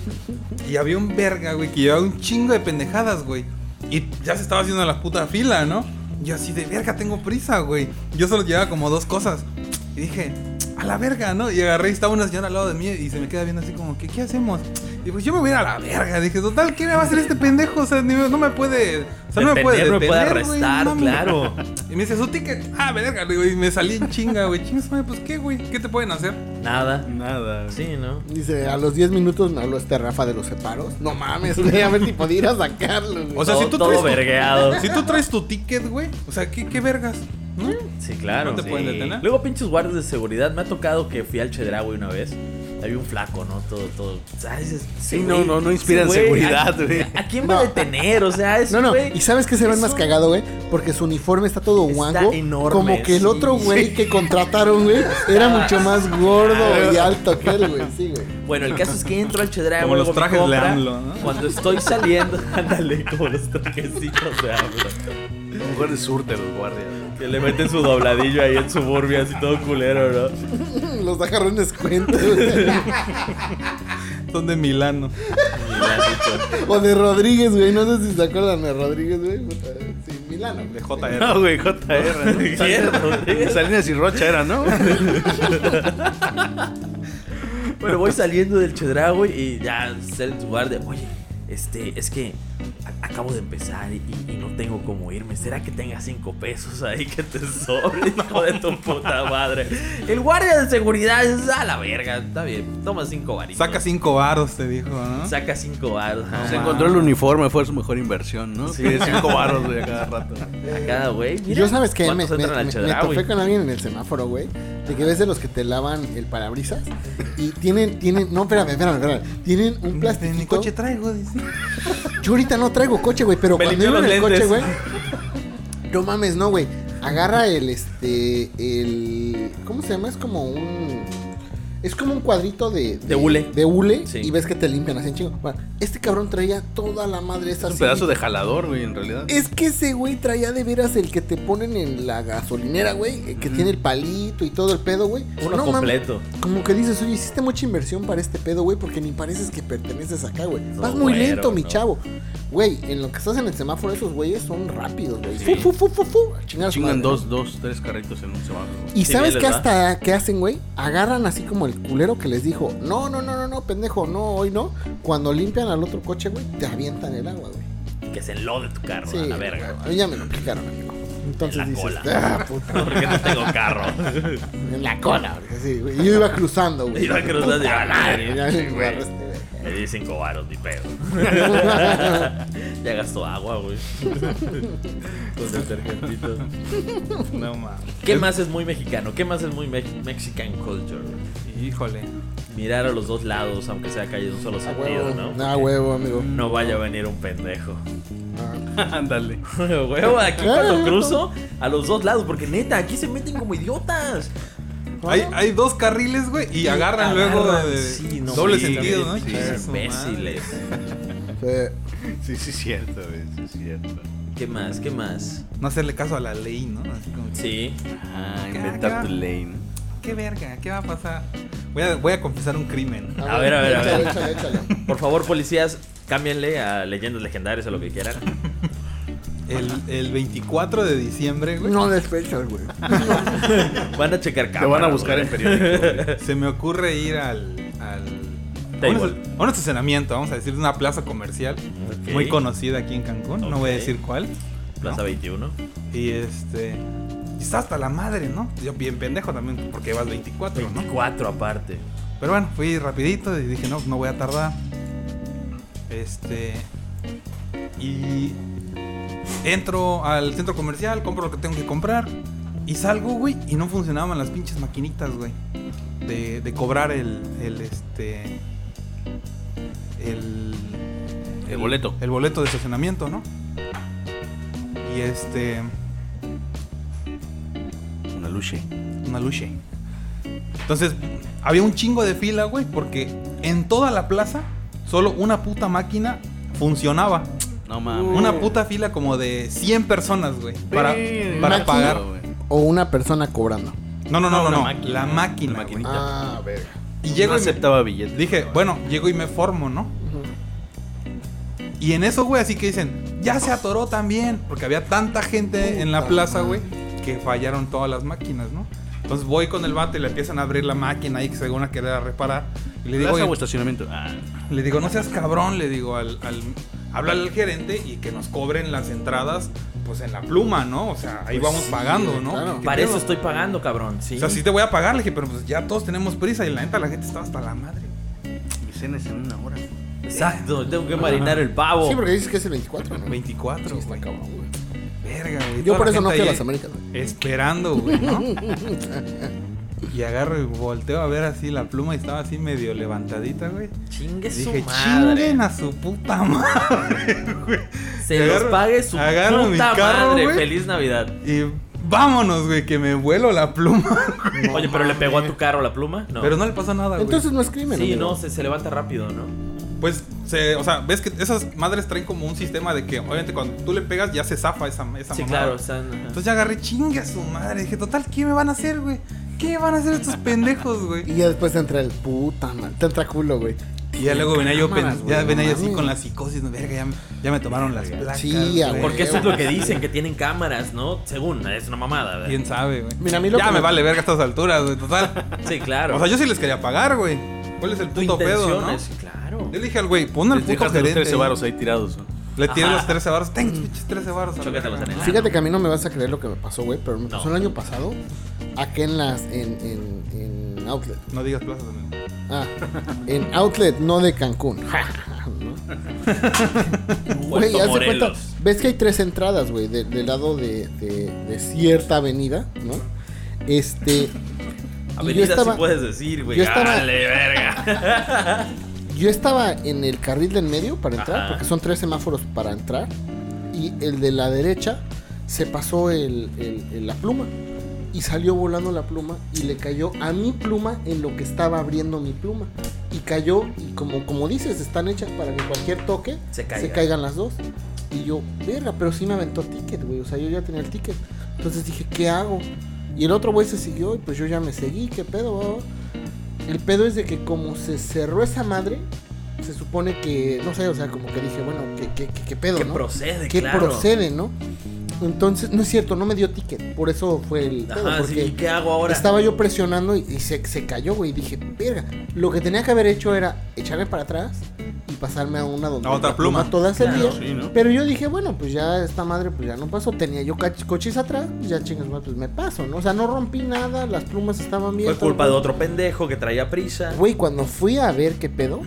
Speaker 5: Y había un verga, güey, que llevaba un chingo de pendejadas, güey. Y ya se estaba haciendo la puta fila, ¿no? Yo así de verga, tengo prisa, güey. Yo solo llevaba como dos cosas. Y dije, a la verga, ¿no? Y agarré y estaba una señora al lado de mí y se me queda viendo así como, ¿qué, qué hacemos? Y pues yo me voy a ir a la verga. Dije, total, ¿qué me va a hacer este pendejo? O sea, ni me- no me puede. O sea, no me
Speaker 2: Detener,
Speaker 5: puede.
Speaker 2: no me puede
Speaker 5: detener, güey,
Speaker 2: arrestar,
Speaker 5: no mames.
Speaker 2: claro.
Speaker 5: Y me dice, su ticket. Ah, verga, le digo, y me salí en chinga, güey. Chingas, madre, pues qué, güey. ¿Qué te pueden hacer?
Speaker 2: Nada.
Speaker 3: Nada.
Speaker 2: Sí, ¿no?
Speaker 4: Dice, a los 10 minutos me habló este Rafa de los separos. No mames, güey, a ver si podía ir a sacarlo, güey.
Speaker 5: O sea,
Speaker 2: todo,
Speaker 5: si tú
Speaker 2: todo
Speaker 5: traes tu-
Speaker 2: vergueado.
Speaker 5: Si tú traes tu ticket, güey, o sea, ¿qué, qué vergas? ¿No?
Speaker 2: Sí, claro.
Speaker 5: ¿No te
Speaker 2: sí.
Speaker 5: pueden detener?
Speaker 2: Luego pinches guardias de seguridad. Me ha tocado que fui al Chedraui una vez. Había un flaco, ¿no? Todo, todo.
Speaker 3: Sí, no, no, no inspiran seguridad, güey.
Speaker 2: ¿A, quién va a
Speaker 4: No.
Speaker 2: detener? O sea, es
Speaker 4: No, no,
Speaker 2: güey,
Speaker 4: y ¿sabes qué se ven más
Speaker 2: eso-
Speaker 4: cagado, güey? Porque su uniforme está todo
Speaker 2: Está
Speaker 4: guango.
Speaker 2: enorme,
Speaker 4: como que el
Speaker 2: sí.
Speaker 4: otro güey que contrataron, güey, era mucho más gordo y alto que él, güey. Sí, güey.
Speaker 2: Bueno, el caso es que entro al Chedraui.
Speaker 5: Como los
Speaker 2: hago mi
Speaker 5: trajes de
Speaker 2: compra,
Speaker 5: AMLO, ¿no?
Speaker 2: Cuando estoy saliendo, ándale, como los trajecitos de AMLO.
Speaker 3: A lo mejor es surte los guardias.
Speaker 2: Que le meten su dobladillo ahí en suburbia, así todo culero, ¿no?
Speaker 4: Los agarró en descuento, güey.
Speaker 5: Son de Milano.
Speaker 2: Y le han dicho,
Speaker 4: O de Rodríguez, güey. No sé si se acuerdan de Rodríguez, güey. Puta, Sí, Milano.
Speaker 5: De JR.
Speaker 3: No, güey, JR.
Speaker 2: Cierto.
Speaker 3: Salinas- Salinas y Rocha era, ¿no?
Speaker 2: Bueno, voy saliendo del Chedraui y ya está el guardia. Oye, este, es que a- acabo de empezar y, y no tengo cómo irme. ¿Será que tenga cinco pesos ahí que te sobre, hijo de tu puta madre? El guardia de seguridad es a la verga. Está bien, toma cinco varitos.
Speaker 5: Saca cinco varos, te dijo, ¿no?
Speaker 2: Saca cinco varos.
Speaker 3: Se encontró el uniforme, fue su mejor inversión, ¿no?
Speaker 2: Sí.
Speaker 3: Sí, cinco baros, güey, a cada rato.
Speaker 2: A cada güey. mira
Speaker 4: Yo sabes que me,
Speaker 2: cuántos
Speaker 4: me,
Speaker 2: entran al
Speaker 4: me- me
Speaker 2: Chedraui.
Speaker 4: topé con alguien en el semáforo, güey. De que ves de los que te lavan el parabrisas. Y tienen, tienen, no, espérame, espérame, espérame. Tienen un
Speaker 5: En mi
Speaker 4: plastiquito.
Speaker 5: Este, coche traigo, dice.
Speaker 4: Yo ahorita no traigo coche, güey, pero
Speaker 2: Me
Speaker 4: cuando
Speaker 2: limpió
Speaker 4: iba en
Speaker 2: los
Speaker 4: el coche,
Speaker 2: lentes.
Speaker 4: güey. No mames, no, güey. Agarra el este. el. ¿Cómo se llama? Es como un. Es como un cuadrito de.
Speaker 2: De hule.
Speaker 4: De hule.
Speaker 2: Sí.
Speaker 4: Y ves que te limpian así en chingo. Bueno, este cabrón traía toda la madre esa
Speaker 3: Es un
Speaker 4: así.
Speaker 3: pedazo de jalador, güey, en realidad.
Speaker 4: Es que ese güey traía de veras el que te ponen en la gasolinera, güey. eh, Que tiene el palito y todo el pedo, güey.
Speaker 2: Uno
Speaker 4: No mames.
Speaker 2: completo.
Speaker 4: Como que dices, oye, hiciste mucha inversión para este pedo, güey, porque ni pareces que perteneces acá, güey.
Speaker 2: No,
Speaker 4: Vas muy
Speaker 2: güero,
Speaker 4: lento, mi
Speaker 2: no.
Speaker 4: chavo. Güey, en lo que estás en el semáforo, esos güeyes son rápidos, güey.
Speaker 2: Sí. Ah,
Speaker 4: Fu, fu, fu, fu, fu. a chingar a su
Speaker 3: Chingan
Speaker 4: madre.
Speaker 3: dos, dos, tres carritos en un semáforo.
Speaker 4: Y
Speaker 2: Sí,
Speaker 4: sabes
Speaker 2: bien
Speaker 4: qué
Speaker 2: les va.
Speaker 4: hasta qué hacen, güey? Agarran así como el culero que les dijo, no, no, no, no, no, pendejo, no, hoy no. Cuando limpian al otro coche, güey, te avientan el agua, güey.
Speaker 2: Que se enlode tu carro, a la verga.
Speaker 4: A mí ya me lo explicaron, amigo. Entonces
Speaker 2: En la
Speaker 4: dices,
Speaker 2: cola.
Speaker 4: ah, puta,
Speaker 2: Porque no tengo carro.
Speaker 4: en la cola, güey. Sí, güey. Y Yo iba cruzando, güey.
Speaker 2: Iba cruzando,
Speaker 4: Puta
Speaker 2: ya,
Speaker 4: madre, ya,
Speaker 2: sí,
Speaker 4: me
Speaker 2: güey.
Speaker 4: arrastré, güey.
Speaker 2: Le di cinco varos, ni pedo. ya gastó agua, güey. Con detergentito.
Speaker 5: No mames.
Speaker 2: ¿Qué más es muy mexicano? ¿Qué más es muy mex- Mexican culture?
Speaker 5: Híjole.
Speaker 2: Mirar a los dos lados, aunque sea calle de un solo
Speaker 4: A
Speaker 2: sentido,
Speaker 4: huevo,
Speaker 2: ¿no?
Speaker 4: a huevo, amigo.
Speaker 2: No vaya a venir un pendejo.
Speaker 3: Ándale.
Speaker 2: Huevo, aquí cuando
Speaker 4: Claro.
Speaker 2: cruzo, a los dos lados, porque neta, aquí se meten como idiotas.
Speaker 5: Hay, hay dos carriles, güey, y agarran luego
Speaker 2: Agarran,
Speaker 5: de
Speaker 2: sí, no,
Speaker 5: doble
Speaker 2: sí,
Speaker 5: sentido, ¿no?
Speaker 2: sí,
Speaker 5: Chinga su madre.
Speaker 2: imbéciles.
Speaker 4: Eh,
Speaker 3: Sí, sí, cierto, güey, sí, cierto.
Speaker 2: ¿Qué más? ¿Qué más?
Speaker 5: No hacerle caso a la ley, ¿no? Así como,
Speaker 2: Sí.
Speaker 3: Ah,
Speaker 5: inventar
Speaker 3: inventar
Speaker 5: tu
Speaker 3: tu lane.
Speaker 5: ¿Qué verga? ¿Qué va a pasar? Voy a, voy a confesar un crimen.
Speaker 2: A ver, a ver, a ver.
Speaker 4: Échale, échale, échale.
Speaker 2: Por favor, policías, Cámbienle a leyendas legendarias o lo que quieran.
Speaker 5: El, el 24 de diciembre, güey.
Speaker 4: No despechas, güey.
Speaker 2: Van a checar
Speaker 3: Te van a
Speaker 2: cámaras,
Speaker 3: buscar
Speaker 2: güey.
Speaker 3: en periódico. güey.
Speaker 5: Se me ocurre ir al. al a,
Speaker 2: Da
Speaker 5: un,
Speaker 2: igual.
Speaker 5: a un estacionamiento, vamos a decir, de una plaza comercial
Speaker 2: Ok.
Speaker 5: muy conocida aquí en Cancún. No voy a
Speaker 2: Ok.
Speaker 5: decir cuál.
Speaker 2: Plaza 21.
Speaker 5: Y este. Y está hasta la madre, ¿no? Yo bien pendejo también, porque vas 24, ¿no?
Speaker 2: 24 aparte.
Speaker 5: Pero bueno, fui rapidito y dije, no, no voy a tardar. Este. Y. Entro al centro comercial, compro lo que tengo que comprar. Y salgo, güey, y no funcionaban las pinches maquinitas, güey. De, de cobrar el. El este. El.
Speaker 3: El boleto.
Speaker 5: El boleto de estacionamiento, ¿no? Y este.
Speaker 3: Una luche.
Speaker 5: Una luche. Entonces, había un chingo de fila, güey, porque en toda la plaza solo una puta máquina funcionaba.
Speaker 3: No
Speaker 2: Uh.
Speaker 3: mames.
Speaker 5: Una puta fila como de 100 personas, güey, para,
Speaker 3: Verga,
Speaker 5: para
Speaker 3: güey.
Speaker 5: pagar.
Speaker 4: O una persona cobrando.
Speaker 5: No, no,
Speaker 3: No,
Speaker 5: no, no,
Speaker 3: una
Speaker 5: no,
Speaker 3: máquina.
Speaker 5: la máquina.
Speaker 3: La
Speaker 5: güey.
Speaker 3: maquinita.
Speaker 4: Ah, verga.
Speaker 5: Y llego
Speaker 3: no
Speaker 5: y me-
Speaker 3: aceptaba billetes.
Speaker 5: dije, bueno, llego y me formo, ¿no? Y en eso, güey, así que dicen, ya se atoró también. Porque había tanta gente en la
Speaker 4: Puta
Speaker 5: plaza, güey, que fallaron todas las máquinas, ¿no? Entonces voy con el vato y le empiezan a abrir la máquina ahí que según a querer a reparar. Y le digo,
Speaker 3: Plaza
Speaker 5: "Oye,
Speaker 3: o estacionamiento. Ah,
Speaker 5: le digo, no seas cabrón, le digo al, al háblale al gerente y que nos cobren las entradas, pues en la pluma, ¿no? O sea, ahí vamos pagando, ¿no?
Speaker 4: Pues claro.
Speaker 5: ¿Qué
Speaker 2: Para
Speaker 5: pedo?
Speaker 2: eso estoy pagando, cabrón. Sí.
Speaker 5: O sea, sí te voy a pagar, le dije, pero pues ya todos tenemos prisa y la neta la gente estaba hasta la madre.
Speaker 3: mi cena es en una hora.
Speaker 2: Exacto, tengo
Speaker 5: Ah.
Speaker 2: que marinar el pavo.
Speaker 4: Sí, porque dices que es el 24, ¿no?
Speaker 5: 24,
Speaker 4: Sí, está
Speaker 5: güey.
Speaker 4: cabrón, güey.
Speaker 5: Verga, güey.
Speaker 4: Yo
Speaker 5: Toda
Speaker 4: por
Speaker 5: la
Speaker 4: eso no
Speaker 5: gente
Speaker 4: fui a
Speaker 5: ahí
Speaker 4: las Américas, güey.
Speaker 5: Esperando, güey, ¿no? Y agarro y volteo a ver así la pluma y estaba así medio levantadita, güey.
Speaker 2: Chingue su
Speaker 5: Dije,
Speaker 2: madre.
Speaker 5: chinguen a su puta madre, güey.
Speaker 2: Se los
Speaker 5: Agarro-
Speaker 2: pague su
Speaker 5: agarro mi
Speaker 2: puta
Speaker 5: carro,
Speaker 2: madre.
Speaker 5: güey.
Speaker 2: Feliz Navidad.
Speaker 5: Y vámonos, güey, que me vuelo la pluma. güey.
Speaker 2: Oye, pero le pegó a tu carro la pluma. No.
Speaker 5: Pero no le pasó nada, Ah, güey.
Speaker 4: Entonces no es crimen.
Speaker 2: Sí,
Speaker 4: amigo.
Speaker 2: no, se, se levanta rápido, ¿no?
Speaker 5: Pues, se, o sea, ves que esas madres traen como un sistema de que, obviamente, cuando tú le pegas ya se zafa esa, esa
Speaker 2: Sí,
Speaker 5: mamada.
Speaker 2: claro. o sea, ajá.
Speaker 5: Entonces ya agarré chinga a su madre. Dije, total, ¿qué me van a hacer, güey? ¿Qué van a hacer estos pendejos, güey?
Speaker 4: Y ya después te entra el puta, man. Te entra culo, güey.
Speaker 5: Y ya luego venía yo, pen-
Speaker 4: Cámaras, güey,
Speaker 5: ya
Speaker 4: no
Speaker 5: venía yo así
Speaker 4: mames.
Speaker 5: con la psicosis, no, verga, ya, me- ya me tomaron las placas.
Speaker 4: Sí, a huevo.
Speaker 5: güey.
Speaker 2: Porque eso es lo que dicen, que tienen cámaras, ¿no? Según, es una mamada, ¿verdad?
Speaker 5: ¿Quién sabe, güey?
Speaker 4: Mira, a mí lo
Speaker 5: ya
Speaker 4: que
Speaker 5: me
Speaker 4: me-
Speaker 5: vale verga a estas alturas, güey, total.
Speaker 2: Sí, claro.
Speaker 5: O sea, yo sí les quería pagar, güey. ¿Cuál es el
Speaker 2: tu
Speaker 5: puto
Speaker 2: intención
Speaker 5: pedo, no?
Speaker 2: es, claro.
Speaker 5: Yo le dije al güey, pon al
Speaker 3: Les
Speaker 5: puto
Speaker 3: dejaste los
Speaker 5: gerente.
Speaker 3: 13
Speaker 5: ahí.
Speaker 3: varos ahí tirados. ¿no?
Speaker 5: Le tiré
Speaker 2: Ajá.
Speaker 5: los 13 baros. Ten, pinches 13 baros. a la
Speaker 2: Chócatelos
Speaker 5: verga.
Speaker 2: en el-
Speaker 4: Fíjate que a mí no me vas a creer lo que me pasó, güey, pero me
Speaker 2: No.
Speaker 4: pasó el año pasado. Aquí en las. En, en, en Outlet.
Speaker 5: No digas plazas, amigo.
Speaker 4: Ah, en Outlet, no de Cancún. ¿No? Güey,
Speaker 2: Puerto
Speaker 4: haz de cuenta.
Speaker 2: Morelos.
Speaker 4: Ves que hay tres entradas, güey, de- del lado de, de- de cierta avenida, ¿no? Este. y
Speaker 2: Avenida sí puedes decir, güey.
Speaker 4: yo estaba-
Speaker 2: Dale, verga.
Speaker 4: Yo estaba en el carril del medio para entrar,
Speaker 2: Ajá.
Speaker 4: porque son tres semáforos para entrar. Y el de la derecha se pasó el- el- el- la pluma. Y salió volando la pluma y le cayó a mi pluma en lo que estaba abriendo mi pluma. Y cayó, y como, como dices, están hechas para que cualquier toque
Speaker 2: Se caiga.
Speaker 4: caigan las dos. Y yo, verga, pero sí me aventó ticket, güey. O sea, yo ya tenía el ticket. Entonces dije, ¿qué hago? Y el otro güey se siguió y pues yo ya me seguí, ¿qué pedo? va, va, va? El pedo es de que como se cerró esa madre, se supone que, no sé, o sea, como que dije, bueno, ¿qué, qué, qué, qué pedo?
Speaker 2: Que
Speaker 4: ¿no?
Speaker 2: procede,
Speaker 4: ¿Qué
Speaker 2: claro.
Speaker 4: procede, no? Entonces, no es cierto, no me dio ticket. Por eso fue el pedo.
Speaker 2: Ajá, sí,
Speaker 4: porque
Speaker 2: ¿y qué hago ahora?
Speaker 4: estaba yo presionando y, y se, se cayó, güey. Y dije, verga, lo que tenía que haber hecho era echarme para atrás y pasarme a una donde
Speaker 5: A otra
Speaker 4: la pluma,
Speaker 5: pluma.
Speaker 4: toda
Speaker 2: Claro,
Speaker 4: servía.
Speaker 3: sí, ¿no?
Speaker 4: Pero yo dije, bueno, pues ya esta madre, pues ya no pasó. Tenía yo cach- coches atrás, pues ya chingas, pues me paso, ¿no? O sea, no rompí nada, las plumas estaban bien.
Speaker 2: Fue
Speaker 4: todo
Speaker 2: culpa de
Speaker 4: bien.
Speaker 2: otro pendejo que traía prisa.
Speaker 4: Güey, cuando fui a ver qué pedo,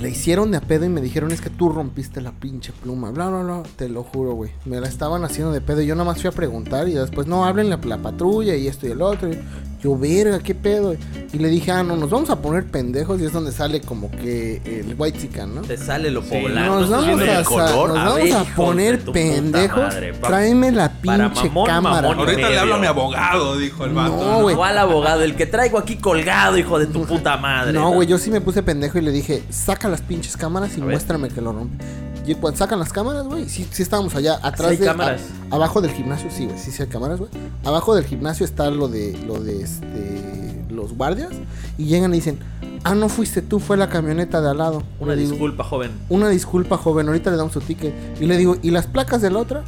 Speaker 4: le hicieron de a pedo y me dijeron es que tú rompiste la pinche pluma. Bla, bla, bla. Te lo juro, güey. Me la estaban haciendo de pedo. y Yo nada más fui a preguntar y después, no, hablen la, la patrulla y esto y el otro. Y yo, verga, qué pedo. Y le dije, ah, no, nos vamos a poner pendejos y es donde sale como que el white chican, ¿no?
Speaker 2: Te sale lo poblano. pues,
Speaker 4: Nos vamos,
Speaker 3: sale
Speaker 4: a,
Speaker 3: el color.
Speaker 4: nos
Speaker 2: A
Speaker 4: vamos
Speaker 2: ver,
Speaker 4: a
Speaker 2: hijos de tu
Speaker 4: poner
Speaker 2: puta
Speaker 4: pendejos.
Speaker 2: madre, pa-
Speaker 4: Tráeme la
Speaker 2: para
Speaker 4: pinche
Speaker 2: mamón,
Speaker 4: cámara.
Speaker 2: mamón,
Speaker 5: Ahorita le
Speaker 2: medio.
Speaker 5: hablo a mi abogado, dijo el vato.
Speaker 4: No, güey.
Speaker 2: ¿Cuál abogado? El que traigo aquí colgado, hijo de tu puta madre.
Speaker 4: No, güey, yo sí me puse pendejo y le dije, saca las pinches cámaras y
Speaker 2: A ver.
Speaker 4: muéstrame que lo rompe. Y cuando sacan las cámaras, güey, sí, sí estábamos allá atrás
Speaker 2: hay
Speaker 4: de a-
Speaker 2: cámaras.
Speaker 4: abajo del gimnasio, sí, güey, sí, sí hay cámaras, güey. Abajo del gimnasio está lo de lo de este los guardias y llegan y dicen, Ah, no fuiste tú, fue la camioneta de al lado.
Speaker 2: Una
Speaker 4: Le digo,
Speaker 2: disculpa, joven.
Speaker 4: Una disculpa, joven, ahorita le damos su ticket. Y le digo, ¿y las placas de la otra?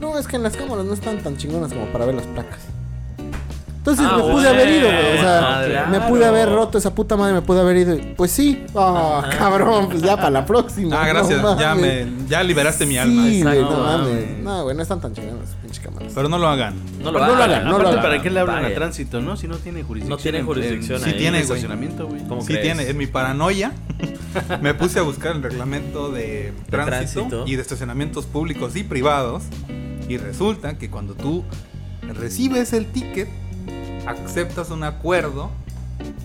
Speaker 4: No, es que en las cámaras no están tan chingonas como para ver las placas. Entonces
Speaker 2: Ah,
Speaker 4: me pude
Speaker 2: bueno,
Speaker 4: haber ido, güey. O sea,
Speaker 2: madre.
Speaker 4: me pude haber
Speaker 2: Claro.
Speaker 4: roto esa puta madre, me pude haber ido. Y, Pues sí, oh, cabrón, pues ya para la próxima.
Speaker 5: Ah, gracias.
Speaker 4: no
Speaker 5: ya,
Speaker 4: mames.
Speaker 5: me, ya liberaste mi alma.
Speaker 4: Sí, güey,
Speaker 2: Exacto. ah,
Speaker 4: no
Speaker 2: No
Speaker 4: mames.
Speaker 2: mames.
Speaker 4: No, güey, no están tan chingonas las pinches cámaras.
Speaker 5: Pero no lo hagan.
Speaker 2: No lo
Speaker 4: No lo hagan,
Speaker 2: hagan.
Speaker 4: no lo
Speaker 2: aparte,
Speaker 3: Aparte,
Speaker 4: hagan.
Speaker 3: ¿para qué le hablan a
Speaker 2: Vayan.
Speaker 3: tránsito, no? Si no tiene jurisdicción.
Speaker 2: No tiene
Speaker 3: en- en-
Speaker 2: jurisdicción
Speaker 3: Sí
Speaker 5: ahí.
Speaker 3: tiene,
Speaker 5: güey.
Speaker 3: estacionamiento, güey.
Speaker 2: ¿Cómo
Speaker 5: Sí
Speaker 2: crees?
Speaker 5: tiene. En mi paranoia me puse a buscar el reglamento de tránsito,
Speaker 2: tránsito.
Speaker 5: y de estacionamientos públicos y privados. Y resulta que cuando tú recibes el ticket, aceptas un acuerdo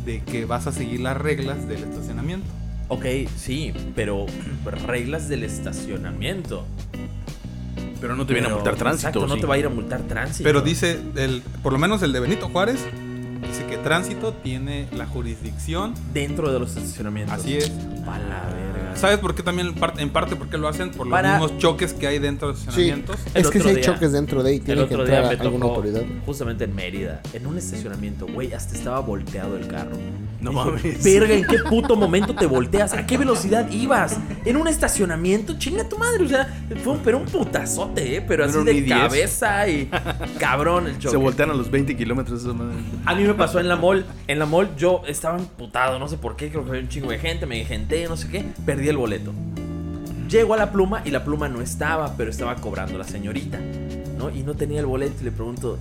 Speaker 5: de que vas a seguir las reglas del estacionamiento.
Speaker 2: Ok, sí, pero reglas del estacionamiento.
Speaker 3: Pero no te viene a
Speaker 2: Pero-
Speaker 3: multar tránsito.
Speaker 2: Exacto, no
Speaker 3: sí.
Speaker 2: te va a ir a multar tránsito.
Speaker 5: Pero dice, el, por lo menos el de Benito Juárez, dice que tránsito tiene la jurisdicción.
Speaker 2: Dentro de los estacionamientos.
Speaker 5: Así es.
Speaker 2: Pa' la verga.
Speaker 5: ¿Sabes por qué también, en parte, en parte por qué lo hacen? Por los
Speaker 2: Para-
Speaker 5: mismos choques que hay dentro de los
Speaker 4: Sí,
Speaker 5: estacionamientos.
Speaker 4: es
Speaker 2: El
Speaker 4: que si
Speaker 2: otro
Speaker 4: hay
Speaker 2: día-
Speaker 4: choques dentro de ahí,
Speaker 2: El
Speaker 4: tiene que
Speaker 2: otro día
Speaker 4: entrar
Speaker 2: me
Speaker 4: alguna
Speaker 2: tocó
Speaker 4: autoridad.
Speaker 2: justamente en Mérida, en un estacionamiento, güey, hasta estaba volteado el carro.
Speaker 3: No
Speaker 2: Dije,
Speaker 3: mames.
Speaker 2: Verga, ¿en qué puto momento te volteas? ¿A qué velocidad ibas? ¿En un estacionamiento? Chinga tu madre, o sea, fue un, pero un putazote, ¿eh? Pero así
Speaker 3: Pero ni
Speaker 2: de
Speaker 3: 10.
Speaker 2: cabeza y cabrón el choque.
Speaker 3: Se voltean a los 20 kilómetros. eso, madre.
Speaker 2: A mí me pasó en la mall. En la mall yo estaba emputado, no sé por qué, creo que había un chingo de gente, me gente, no sé qué. Perdí el boleto. Llego a la pluma y la pluma no estaba, pero estaba cobrando la señorita, ¿no? Y no tenía el boleto y le pregunto,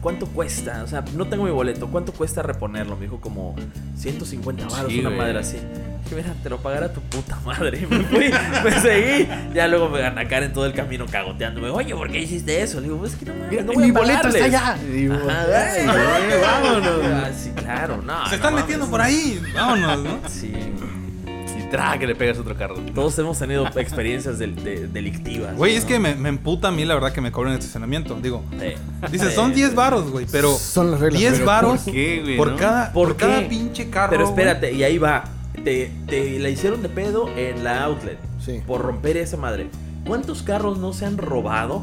Speaker 2: ¿cuánto cuesta? O sea, no tengo mi boleto, ¿cuánto cuesta reponerlo? Me dijo como 150 baros,
Speaker 3: Sí,
Speaker 2: una
Speaker 3: güey.
Speaker 2: madre así. Dije, mira, te lo pagará tu puta madre. Me fui, me seguí. Ya luego me gané cara en todo el camino cagoteándome. Oye, ¿por qué hiciste eso? Le digo, pues es que no mames, no voy a
Speaker 3: mi boleto está
Speaker 2: pagarles".
Speaker 3: allá. Y,
Speaker 2: Ajá,
Speaker 3: ay,
Speaker 2: ay,
Speaker 3: güey,
Speaker 2: Ah, sí, claro, no.
Speaker 5: Se están
Speaker 2: no
Speaker 5: metiendo por
Speaker 2: mames.
Speaker 5: ahí. Vámonos, ¿no?
Speaker 2: Sí.
Speaker 3: Y tra, que le pegas otro carro.
Speaker 2: Todos hemos tenido experiencias del- de- delictivas.
Speaker 5: Güey, es
Speaker 2: ¿no?
Speaker 5: que me, me emputa a mí la verdad que me cobren estacionamiento. Digo,
Speaker 2: Sí.
Speaker 5: dice,
Speaker 2: Sí,
Speaker 5: son
Speaker 2: sí.
Speaker 5: 10 varos, güey, pero
Speaker 4: Son las reglas.
Speaker 5: 10
Speaker 4: pero
Speaker 5: varos
Speaker 3: ¿por qué, güey,
Speaker 5: por
Speaker 3: no?
Speaker 5: cada
Speaker 2: ¿Por
Speaker 5: por,
Speaker 2: qué?
Speaker 5: cada pinche carro.
Speaker 2: Pero espérate, y ahí va. Te, te la hicieron de pedo en la outlet.
Speaker 4: Sí.
Speaker 2: Por romper esa madre. ¿Cuántos carros no se han robado?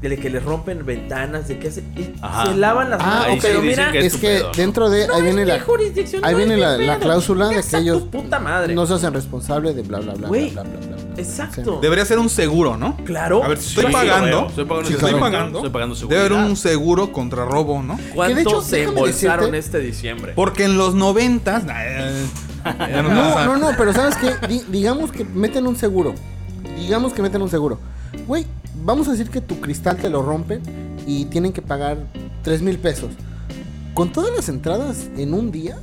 Speaker 2: De que les rompen ventanas, de que se, y
Speaker 3: Ajá.
Speaker 2: se lavan las
Speaker 4: Ah,
Speaker 2: manos.
Speaker 4: ok,
Speaker 2: pero
Speaker 4: sí,
Speaker 2: mira,
Speaker 3: dicen que
Speaker 4: Es
Speaker 3: tu
Speaker 4: que
Speaker 3: pedo, ¿no?
Speaker 4: dentro de. Ahí viene la.
Speaker 2: jurisdicción.
Speaker 4: Ahí
Speaker 2: no
Speaker 4: viene
Speaker 2: es mi
Speaker 4: la, la
Speaker 2: pedo.
Speaker 4: cláusula de
Speaker 2: Ves
Speaker 4: que
Speaker 2: a tu
Speaker 4: ellos
Speaker 2: puta madre.
Speaker 4: no se hacen responsables de bla, bla, bla.
Speaker 2: Güey,
Speaker 4: bla, bla, bla, bla, bla.
Speaker 2: Exacto.
Speaker 5: Debería ser un seguro, ¿no?
Speaker 2: Claro.
Speaker 5: A ver, si estoy
Speaker 2: Sí,
Speaker 5: pagando,
Speaker 3: veo. Estoy pagando
Speaker 5: si
Speaker 3: seguro.
Speaker 5: estoy pagando,
Speaker 3: Estoy pagando
Speaker 5: debe haber
Speaker 3: seguridad.
Speaker 5: un seguro contra robo, ¿no?
Speaker 2: ¿Cuánto
Speaker 4: Que de hecho,
Speaker 2: se
Speaker 4: déjame
Speaker 2: embolsaron
Speaker 4: decirte-
Speaker 2: este diciembre?
Speaker 5: Porque en los 90 no,
Speaker 4: No, no, no, pero ¿sabes qué? Di- digamos que meten un seguro. Digamos que meten un seguro. Güey, vamos a decir que tu cristal te lo rompen y tienen que pagar 3 mil pesos. Con todas las entradas en un día,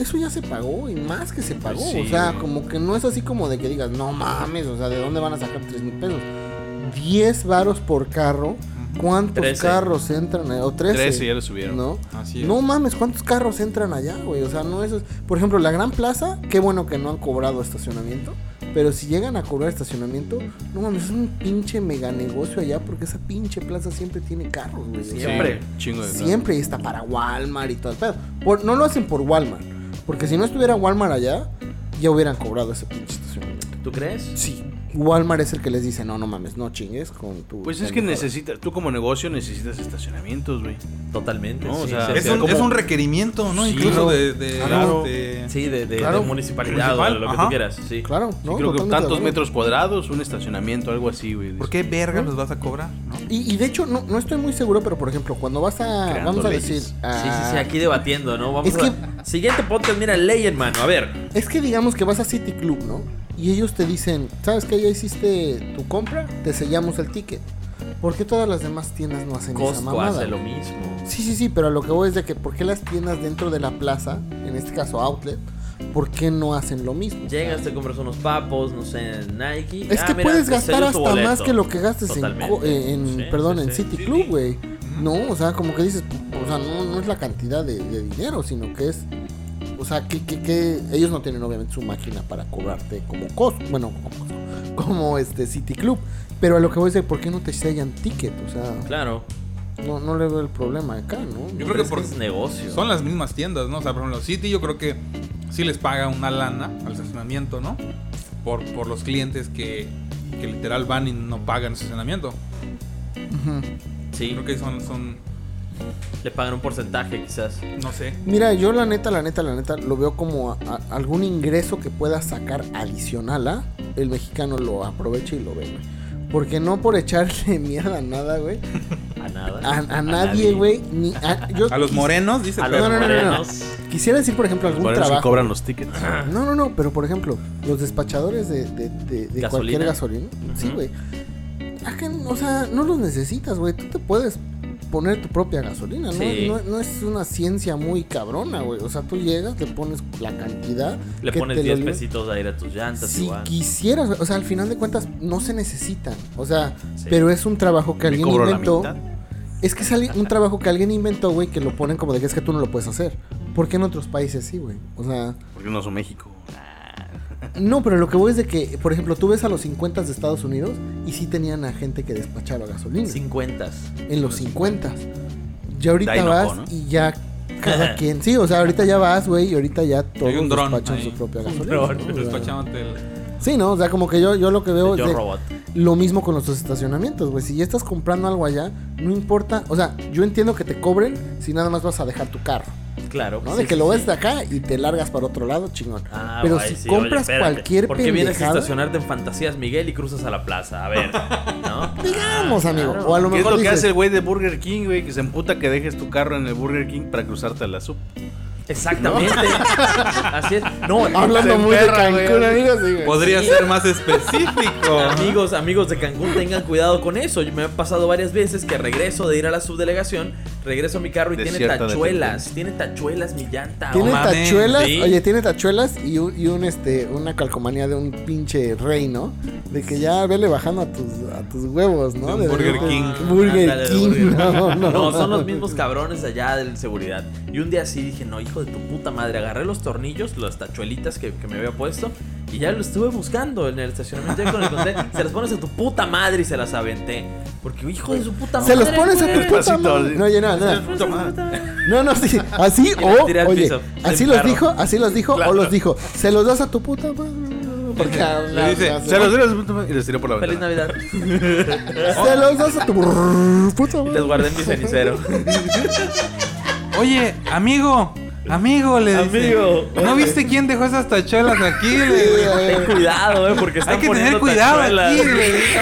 Speaker 4: eso ya se pagó y más que se pagó.
Speaker 3: Pues sí,
Speaker 4: o sea,
Speaker 3: güey.
Speaker 4: como que no es así como de que digas, no mames, o sea, ¿de dónde van a sacar 3 mil pesos? 10 varos por carro. ¿Cuántos
Speaker 2: Trece.
Speaker 4: carros entran? eh? O 13.
Speaker 3: 13 ya lo subieron.
Speaker 4: ¿No?
Speaker 5: Así es.
Speaker 4: No mames, ¿cuántos carros entran allá, güey? O sea, no eso es... Por ejemplo, la Gran Plaza, qué bueno que no han cobrado estacionamiento. Pero si llegan a cobrar estacionamiento, no mames, es un pinche mega negocio allá porque esa pinche plaza siempre tiene carros, güey.
Speaker 3: Sí,
Speaker 2: Siempre.
Speaker 3: güey, chingo de carro.
Speaker 4: Siempre y está para Walmart y todo el pedo. Por- no lo hacen por Walmart. Porque si no estuviera Walmart allá, ya hubieran cobrado ese pinche estacionamiento.
Speaker 2: ¿Tú crees?
Speaker 4: Sí. Walmart es el que les dice, no, no mames, no chingues con tu...
Speaker 3: Pues es que
Speaker 4: pendejada".
Speaker 3: necesitas, tú como negocio necesitas estacionamientos, güey.
Speaker 2: Totalmente.
Speaker 3: No, o
Speaker 2: sí,
Speaker 3: sea,
Speaker 2: sí,
Speaker 5: Es
Speaker 2: sí,
Speaker 5: un,
Speaker 2: como-
Speaker 5: es un requerimiento, ¿no?
Speaker 3: Sí,
Speaker 5: Incluso
Speaker 4: ¿no?
Speaker 5: de, de- este,
Speaker 4: Claro.
Speaker 5: de-
Speaker 2: Sí, de, de,
Speaker 4: Claro.
Speaker 2: de municipalidad
Speaker 5: Municipal,
Speaker 2: o lo que
Speaker 5: ajá.
Speaker 2: tú quieras. Sí.
Speaker 4: Claro,
Speaker 3: Sí,
Speaker 4: ¿no?
Speaker 3: creo que
Speaker 4: Totalmente de
Speaker 3: tantos
Speaker 4: acuerdo.
Speaker 3: metros cuadrados, un estacionamiento, algo así, güey.
Speaker 5: ¿Por qué verga los vas a cobrar? no?
Speaker 4: Y, y de hecho, no, no estoy muy seguro, pero por ejemplo, cuando vas a.
Speaker 3: Creando
Speaker 4: vamos a
Speaker 3: leyes.
Speaker 4: decir. a-
Speaker 2: Sí, sí, sí, aquí debatiendo, ¿no? Vamos
Speaker 4: Es que-
Speaker 2: a... Siguiente podcast, mira, ley, hermano. A ver.
Speaker 4: Es que digamos que vas a City Club, ¿no? Y ellos te dicen, ¿sabes qué? Ya hiciste tu compra, te sellamos el ticket. ¿Por qué todas las demás tiendas no hacen esa
Speaker 2: Costco
Speaker 4: mamada?
Speaker 2: hace lo mismo.
Speaker 4: Sí, sí, sí, pero a lo que voy es de que, ¿por qué las tiendas dentro de la plaza, en este caso outlet, ¿por qué no hacen lo mismo?
Speaker 2: Llegas, te compras unos papos, no sé, en Nike.
Speaker 4: Es
Speaker 2: Ah,
Speaker 4: que
Speaker 2: mira,
Speaker 4: puedes
Speaker 2: te
Speaker 4: gastar
Speaker 2: sello tu
Speaker 4: hasta más
Speaker 2: boleto.
Speaker 4: que lo que gastes en,
Speaker 2: Totalmente.
Speaker 4: co- eh, en-
Speaker 2: Sí,
Speaker 4: perdón,
Speaker 2: sí,
Speaker 4: en
Speaker 2: sí.
Speaker 4: City Club, güey. No, o sea, como que dices, o sea, no, no es la cantidad de, de dinero, sino que es, o sea, que, que, que ellos no tienen obviamente su máquina para cobrarte como costo, bueno, como, Costco, como este City Club. Pero a lo que voy a decir, ¿por qué no te sellan ticket? O sea,
Speaker 2: Claro.
Speaker 4: no, no le veo el problema acá,
Speaker 5: Yo
Speaker 4: ¿no?
Speaker 5: creo
Speaker 2: Pero
Speaker 5: que
Speaker 2: es
Speaker 5: por-
Speaker 2: es negocio.
Speaker 5: Son las mismas tiendas, ¿no? O sea, por ejemplo, City yo creo que sí les paga una lana al estacionamiento, ¿no? Por, por los clientes que, que literal van y no pagan estacionamiento.
Speaker 4: Ujú.
Speaker 2: Sí.
Speaker 5: Creo que son, son
Speaker 2: Le pagan un porcentaje, quizás.
Speaker 5: No sé.
Speaker 4: Mira, yo la neta, la neta, la neta, lo veo como a- a- algún ingreso que pueda sacar adicional a el mexicano lo aprovecha y lo ve, güey. Porque no por echarle mierda a nada, güey.
Speaker 2: A nada.
Speaker 4: A, a nadie, güey. ni A, yo
Speaker 5: A los
Speaker 4: quis-
Speaker 5: morenos, dice.
Speaker 2: A
Speaker 5: pero-
Speaker 2: los
Speaker 4: No, no, no, no, no.
Speaker 2: morenos.
Speaker 4: Quisiera decir, por ejemplo, algún
Speaker 3: Por eso que
Speaker 4: trabajo.
Speaker 3: cobran los tickets.
Speaker 4: No, no, no, pero por ejemplo, los despachadores de, de- de- de
Speaker 2: Gasolina.
Speaker 4: cualquier gasolina, sí,
Speaker 2: Ujú.
Speaker 4: güey. Hagan- O sea, no los necesitas, güey. Tú te puedes poner tu propia gasolina, ¿no?
Speaker 2: Sí.
Speaker 4: No, no es una ciencia muy cabrona, güey. O sea, tú llegas, te pones la cantidad.
Speaker 2: Le
Speaker 4: que te
Speaker 2: pones
Speaker 4: lo
Speaker 2: 10
Speaker 4: libra-
Speaker 2: pesitos de aire a tus llantas,
Speaker 4: Si
Speaker 2: igual.
Speaker 4: quisieras, güey, o sea, al final de cuentas no se necesitan. O sea,
Speaker 2: Sí.
Speaker 4: pero es un trabajo que
Speaker 3: Me
Speaker 4: alguien
Speaker 3: cobro la
Speaker 4: inventó.
Speaker 3: mitad.
Speaker 4: Es que es alguien- un trabajo que alguien inventó, güey, que lo ponen como de que es que tú no lo puedes hacer. ¿Por qué en otros países sí, güey? O sea,
Speaker 3: Porque no son México.
Speaker 4: no, pero lo que voy es de que, por ejemplo, tú ves a los 50 de Estados Unidos y sí tenían a gente que despachaba gasolina.
Speaker 2: 50.
Speaker 4: En los 50. Ya ahorita
Speaker 3: Dinoco,
Speaker 4: vas
Speaker 3: ¿no?
Speaker 4: y ya cada quien. Sí, o sea, ahorita ya vas, güey, y ahorita ya todos
Speaker 5: Hay un dron
Speaker 4: despachan
Speaker 5: ahí.
Speaker 4: su propia
Speaker 2: Un
Speaker 4: gasolina.
Speaker 2: dron,
Speaker 4: ¿no?
Speaker 2: un
Speaker 4: O sea,
Speaker 5: Despachándote el-
Speaker 4: sí, no, o sea, como que yo, yo lo que veo es
Speaker 2: Yo
Speaker 4: de-
Speaker 2: robot.
Speaker 4: lo mismo con los estacionamientos, güey. Si ya estás comprando algo allá, no importa. O sea, yo entiendo que te cobren si nada más vas a dejar tu carro,
Speaker 2: Claro.
Speaker 4: ¿no?
Speaker 2: sí,
Speaker 4: de que
Speaker 2: sí,
Speaker 4: lo
Speaker 2: sí.
Speaker 4: ves de acá y te largas para otro lado, chingón.
Speaker 2: Ah,
Speaker 4: Pero
Speaker 2: guay,
Speaker 4: si
Speaker 2: sí, oye,
Speaker 4: compras
Speaker 2: espérate,
Speaker 4: cualquier
Speaker 2: ¿Por qué vienes a
Speaker 4: pendejada-
Speaker 2: estacionarte en Fantasías Miguel y cruzas a la plaza? A ver, ¿no?
Speaker 4: Digamos, amigo.
Speaker 2: claro.
Speaker 4: O a lo
Speaker 3: ¿Qué es
Speaker 4: mejor
Speaker 3: lo que
Speaker 4: dices,
Speaker 3: hace el güey de Burger King, güey? Que se emputa que dejes tu carro en el Burger King para cruzarte a la sub.
Speaker 2: Exactamente. Así es. No,
Speaker 4: hablando muy de Cancún, amigos, sí, güey.
Speaker 5: Podría
Speaker 2: Sí.
Speaker 5: ser más específico.
Speaker 2: Amigos, amigos de Cancún, tengan cuidado con eso. Yo- Me ha pasado varias veces que regreso de ir a la subdelegación, regreso a mi carro y
Speaker 3: De
Speaker 2: tiene
Speaker 3: cierta
Speaker 2: tachuelas. Tiene tachuelas mi llanta.
Speaker 4: Tiene
Speaker 5: No
Speaker 2: Omar.
Speaker 5: mames,
Speaker 4: tachuelas,
Speaker 5: sí.
Speaker 4: oye, tiene tachuelas y un, y un, este una calcomanía de un pinche rey, ¿no? De que ya vele bajando a tus a tus huevos, ¿no?
Speaker 5: De un
Speaker 4: De-
Speaker 5: Burger
Speaker 4: de-
Speaker 5: King.
Speaker 4: Burger
Speaker 2: Ándale, de
Speaker 4: King.
Speaker 2: Burger King.
Speaker 4: No, no,
Speaker 2: No, son los mismos cabrones de allá de seguridad. Y un día sí dije, no, hijo de tu puta madre, agarré los tornillos, las tachuelitas que, que me había puesto y ya lo estuve buscando en el estacionamiento. Ya cuando encontré, se las pones a tu puta madre y se las aventé. Porque hijo de su puta madre.
Speaker 4: Se los pones a
Speaker 2: güey.
Speaker 4: tu puta
Speaker 3: Despacito,
Speaker 4: madre.
Speaker 3: así.
Speaker 4: No, ya no, no.
Speaker 2: Se los pones a tu puta madre.
Speaker 4: No, no, sí. Así
Speaker 2: Y la
Speaker 4: o.
Speaker 2: tiré al
Speaker 4: Oye,
Speaker 2: piso.
Speaker 4: así
Speaker 2: Del
Speaker 4: los
Speaker 2: carro.
Speaker 4: dijo, así los dijo, o los dijo. Se los das a tu puta madre. Porque
Speaker 5: Le dice,
Speaker 3: Se los dio a su puta- y les tiró por la
Speaker 2: Feliz
Speaker 3: ventana.
Speaker 2: Navidad.
Speaker 4: Se los das a tu puta
Speaker 2: Y les
Speaker 4: madre.
Speaker 2: guardé en mi cenicero.
Speaker 5: Oye, amigo, amigo, le dice.
Speaker 2: Amigo.
Speaker 5: ¿No viste quién dejó esas tachuelas aquí? le dice.
Speaker 2: Ten cuidado, eh, porque están
Speaker 5: Hay que tener
Speaker 2: poniendo
Speaker 5: cuidado
Speaker 2: tachuelas.
Speaker 5: aquí. le dice.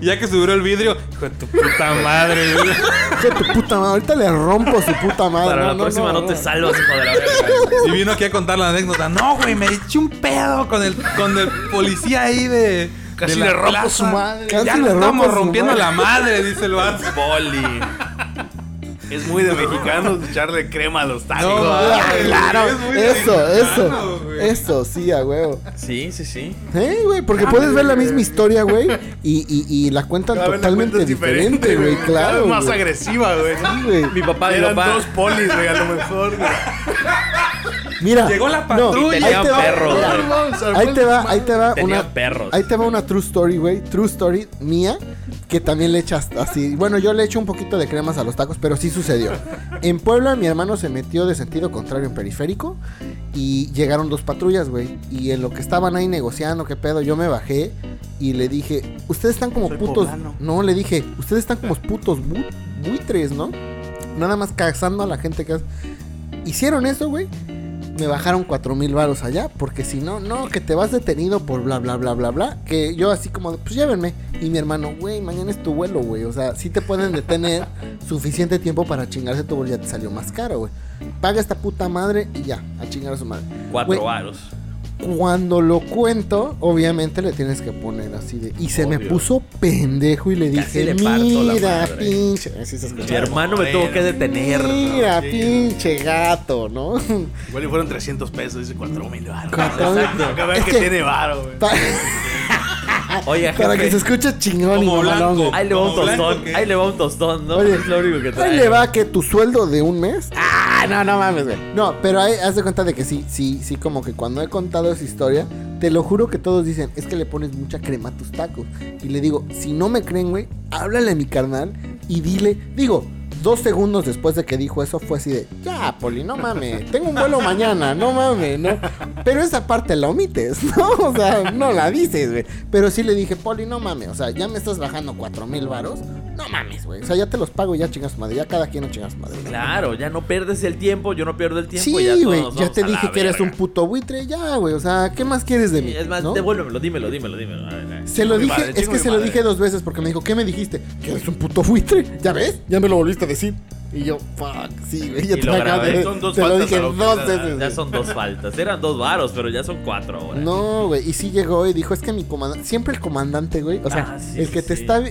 Speaker 5: Ya que subió el vidrio, hijo de tu puta madre. güey.
Speaker 4: Hijo de tu puta madre. Ahorita le rompo su puta madre.
Speaker 2: Para
Speaker 4: No,
Speaker 2: la
Speaker 4: no,
Speaker 2: próxima no, te salvas, hijo de la verga.
Speaker 5: Y vino aquí a contar la anécdota. No, güey, me eché un pedo con el, con el policía ahí de.
Speaker 3: Casi
Speaker 5: de la
Speaker 3: le rompo
Speaker 5: plaza.
Speaker 3: su madre.
Speaker 4: Casi
Speaker 5: ya
Speaker 4: le
Speaker 5: le
Speaker 4: rompo
Speaker 5: estamos
Speaker 4: su
Speaker 5: rompiendo
Speaker 4: madre.
Speaker 5: la madre, dice el vato.
Speaker 3: Poli. Es muy de mexicanos echarle crema a los tacos.
Speaker 5: No,
Speaker 4: Ah,
Speaker 5: Ay,
Speaker 4: claro,
Speaker 5: es muy
Speaker 4: eso,
Speaker 5: americano,
Speaker 4: eso, Eh,
Speaker 5: güey.
Speaker 4: eso, sí, a huevo.
Speaker 2: Sí, sí, sí.
Speaker 4: Eh, güey, porque puedes ver la misma historia, güey, y, y, y la cuentan
Speaker 3: Cada vez la
Speaker 4: totalmente
Speaker 3: cuenta es
Speaker 4: diferente, güey,
Speaker 3: Cada vez
Speaker 4: claro.
Speaker 3: más
Speaker 4: güey.
Speaker 3: agresiva, güey.
Speaker 4: Sí, güey.
Speaker 2: Mi papá, mi
Speaker 3: Eran
Speaker 2: papá.
Speaker 3: dos polis, güey, a lo mejor, güey.
Speaker 4: Mira,
Speaker 5: Llegó la
Speaker 4: no,
Speaker 5: patrulla.
Speaker 4: ahí
Speaker 2: Tenían
Speaker 4: te va,
Speaker 2: perros,
Speaker 4: mira,
Speaker 2: güey.
Speaker 4: Ahí te va, ahí te va
Speaker 2: Tenían
Speaker 4: una
Speaker 2: perros.
Speaker 4: Ahí te va una true story, güey, true story mía que también le echas así. Bueno, yo le echo un poquito de cremas a los tacos, pero sí sucedió. En Puebla mi hermano se metió de sentido contrario en periférico y llegaron dos patrullas, güey, y en lo que estaban ahí negociando, qué pedo, yo me bajé y le dije, "Ustedes están como
Speaker 3: Soy
Speaker 4: putos."
Speaker 3: poblano.
Speaker 4: No, le dije, "Ustedes están como putos bu- buitres, ¿no?" Nada más cazando a la gente que hace hicieron eso, güey. Me bajaron cuatro mil varos allá, porque si no, no, que te vas detenido por bla, bla, bla, bla, bla. Que yo así como, de, pues llévenme. Y mi hermano, güey, mañana es tu vuelo, güey. O sea, sí te pueden detener suficiente tiempo para chingarse tu vuelo, ya te salió más caro, güey. Paga esta puta madre y ya, a chingar a su madre.
Speaker 2: Cuatro
Speaker 4: Güey,
Speaker 2: varos.
Speaker 4: Cuando lo cuento, obviamente le tienes que poner así de... Y se me
Speaker 3: Obvio.
Speaker 4: puso pendejo y le
Speaker 2: Casi
Speaker 4: dije,
Speaker 2: le parto la
Speaker 4: mira,
Speaker 2: madre".
Speaker 4: pinche... Así se escucha.
Speaker 2: Mi hermano me tuvo que detener.
Speaker 4: Mira, pinche gato, ¿no?
Speaker 3: Igual y fueron 300 pesos, dice 4 mil baros.
Speaker 4: Cuatro mil.
Speaker 3: Acá vean
Speaker 4: Es
Speaker 3: que,
Speaker 4: que-
Speaker 3: tiene varo, güey.
Speaker 4: Pa-
Speaker 2: Oiga,
Speaker 4: Para que se
Speaker 2: jefe.
Speaker 4: escuche chingón y
Speaker 5: Como
Speaker 4: mamalón,
Speaker 5: blanco.
Speaker 4: güey.
Speaker 2: Ahí le va un
Speaker 5: Como blanco,
Speaker 2: tostón.
Speaker 5: ¿qué?
Speaker 2: Ahí le va un tostón, ¿no?
Speaker 4: Oye,
Speaker 2: es lo único que trae.
Speaker 4: Ahí le va que tu sueldo de un mes. Ah, no, no mames, güey. No, pero ahí haz de cuenta de que sí, sí, sí, como que cuando he contado esa historia, te lo juro que todos dicen, es que le pones mucha crema a tus tacos. Y le digo, si no me creen, güey, háblale a mi carnal y dile, digo, dos segundos después de que dijo eso fue así de, ya, Poli, no mames, tengo un vuelo mañana, no mames, ¿no? Pero esa parte la omites, ¿no? O sea, no la dices, güey. Pero sí le dije, Poli, no mames, o sea, ya me estás bajando cuatro mil varos No mames, güey. O sea, ya te los pago y ya chingas madre. Ya cada quien a chingas madre. ¿no?
Speaker 2: Claro, ya no pierdes el tiempo, yo no pierdo el tiempo. y
Speaker 4: Sí,
Speaker 2: todos
Speaker 4: güey.
Speaker 2: nos
Speaker 4: Ya
Speaker 2: vamos
Speaker 4: te
Speaker 2: a la
Speaker 4: dije que eres un
Speaker 2: verga.
Speaker 4: puto buitre. Ya, güey. O sea, ¿qué más quieres de mí?
Speaker 2: Es más,
Speaker 4: ¿no?
Speaker 2: devuélvemelo, dímelo, dímelo, dímelo. A ver, a ver.
Speaker 4: Se lo
Speaker 3: Mi
Speaker 4: dije,
Speaker 3: madre,
Speaker 4: es
Speaker 3: chingo
Speaker 4: que
Speaker 3: mi
Speaker 4: se lo
Speaker 3: madre.
Speaker 4: dije dos veces porque me dijo, ¿qué me dijiste? Que eres un puto buitre. ¿Ya ves? Ya me lo volviste a decir. Y yo, fuck, sí, güey. Ya
Speaker 2: Y
Speaker 4: te
Speaker 2: lo
Speaker 4: lo acabo
Speaker 2: grabé.
Speaker 4: de-
Speaker 3: Son dos
Speaker 4: Te lo
Speaker 3: faltas
Speaker 4: dije
Speaker 3: a la
Speaker 4: dos
Speaker 3: autoridad.
Speaker 4: veces.
Speaker 2: Ya
Speaker 4: güey.
Speaker 2: son dos faltas. Eran dos varos, pero ya son cuatro ahora.
Speaker 4: No, güey. Y sí llegó y dijo, es que mi comandante. Siempre el comandante, güey. O sea,
Speaker 2: Ah, sí,
Speaker 4: el que
Speaker 2: sí,
Speaker 4: te
Speaker 2: sí.
Speaker 4: está.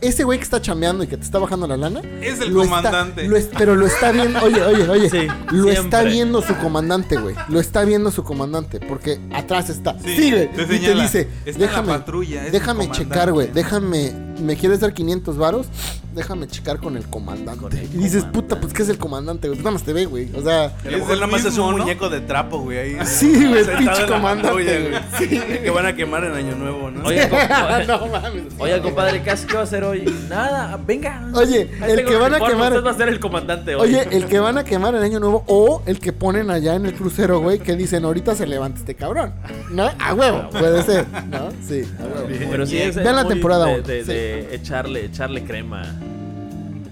Speaker 4: Ese güey que está chambeando y que te está bajando la lana.
Speaker 5: Es el
Speaker 4: lo está-
Speaker 5: comandante.
Speaker 4: lo es- pero lo está viendo. Oye, oye, oye.
Speaker 2: Sí,
Speaker 4: lo está
Speaker 2: siempre.
Speaker 4: viendo su comandante, güey. Lo está viendo su comandante. Porque atrás está.
Speaker 5: Sí,
Speaker 4: Sigue.
Speaker 5: te
Speaker 4: y te
Speaker 5: señala,
Speaker 4: dice.
Speaker 5: está en la
Speaker 4: déjame.
Speaker 5: patrulla, es el
Speaker 4: déjame
Speaker 5: comandante".
Speaker 4: checar, güey. Déjame. ¿Me quieres dar 500 varos? Déjame checar con el comandante.
Speaker 2: Con el
Speaker 4: y dices,
Speaker 2: comandante.
Speaker 4: puta, pues ¿qué es el comandante, güey? Nada más te ve, güey. O sea.
Speaker 3: Que a lo
Speaker 5: Es
Speaker 3: mejor
Speaker 5: el
Speaker 3: nada más es
Speaker 5: mismo,
Speaker 3: un
Speaker 5: ¿no?
Speaker 3: muñeco de trapo, güey. Ahí.
Speaker 4: Sí, güey,
Speaker 3: Sentado
Speaker 4: pinche
Speaker 3: en la patrulla,
Speaker 4: comandante,
Speaker 3: güey.
Speaker 4: güey. Sí.
Speaker 3: Que van a quemar en Año Nuevo, ¿no?
Speaker 2: Oye, compadre.
Speaker 4: no mames.
Speaker 2: Oye, compadre, ¿qué, has- qué va a hacer hoy? Nada, venga.
Speaker 4: Oye,
Speaker 2: Ahí
Speaker 4: el
Speaker 2: tengo
Speaker 4: que van a
Speaker 2: uniforme,
Speaker 4: quemar-
Speaker 2: Usted va a ser el comandante hoy.
Speaker 4: Oye, el que van a quemar el año nuevo o el que ponen allá en el crucero, güey, que dicen ahorita se levanta este cabrón. ¿No? A huevo, puede ser, ¿no? Sí, a huevo.
Speaker 2: Pero sí, es, es
Speaker 4: Vean la
Speaker 2: muy
Speaker 4: temporada
Speaker 2: de,
Speaker 4: uno,
Speaker 2: de-
Speaker 4: sí.
Speaker 2: de echarle, echarle crema.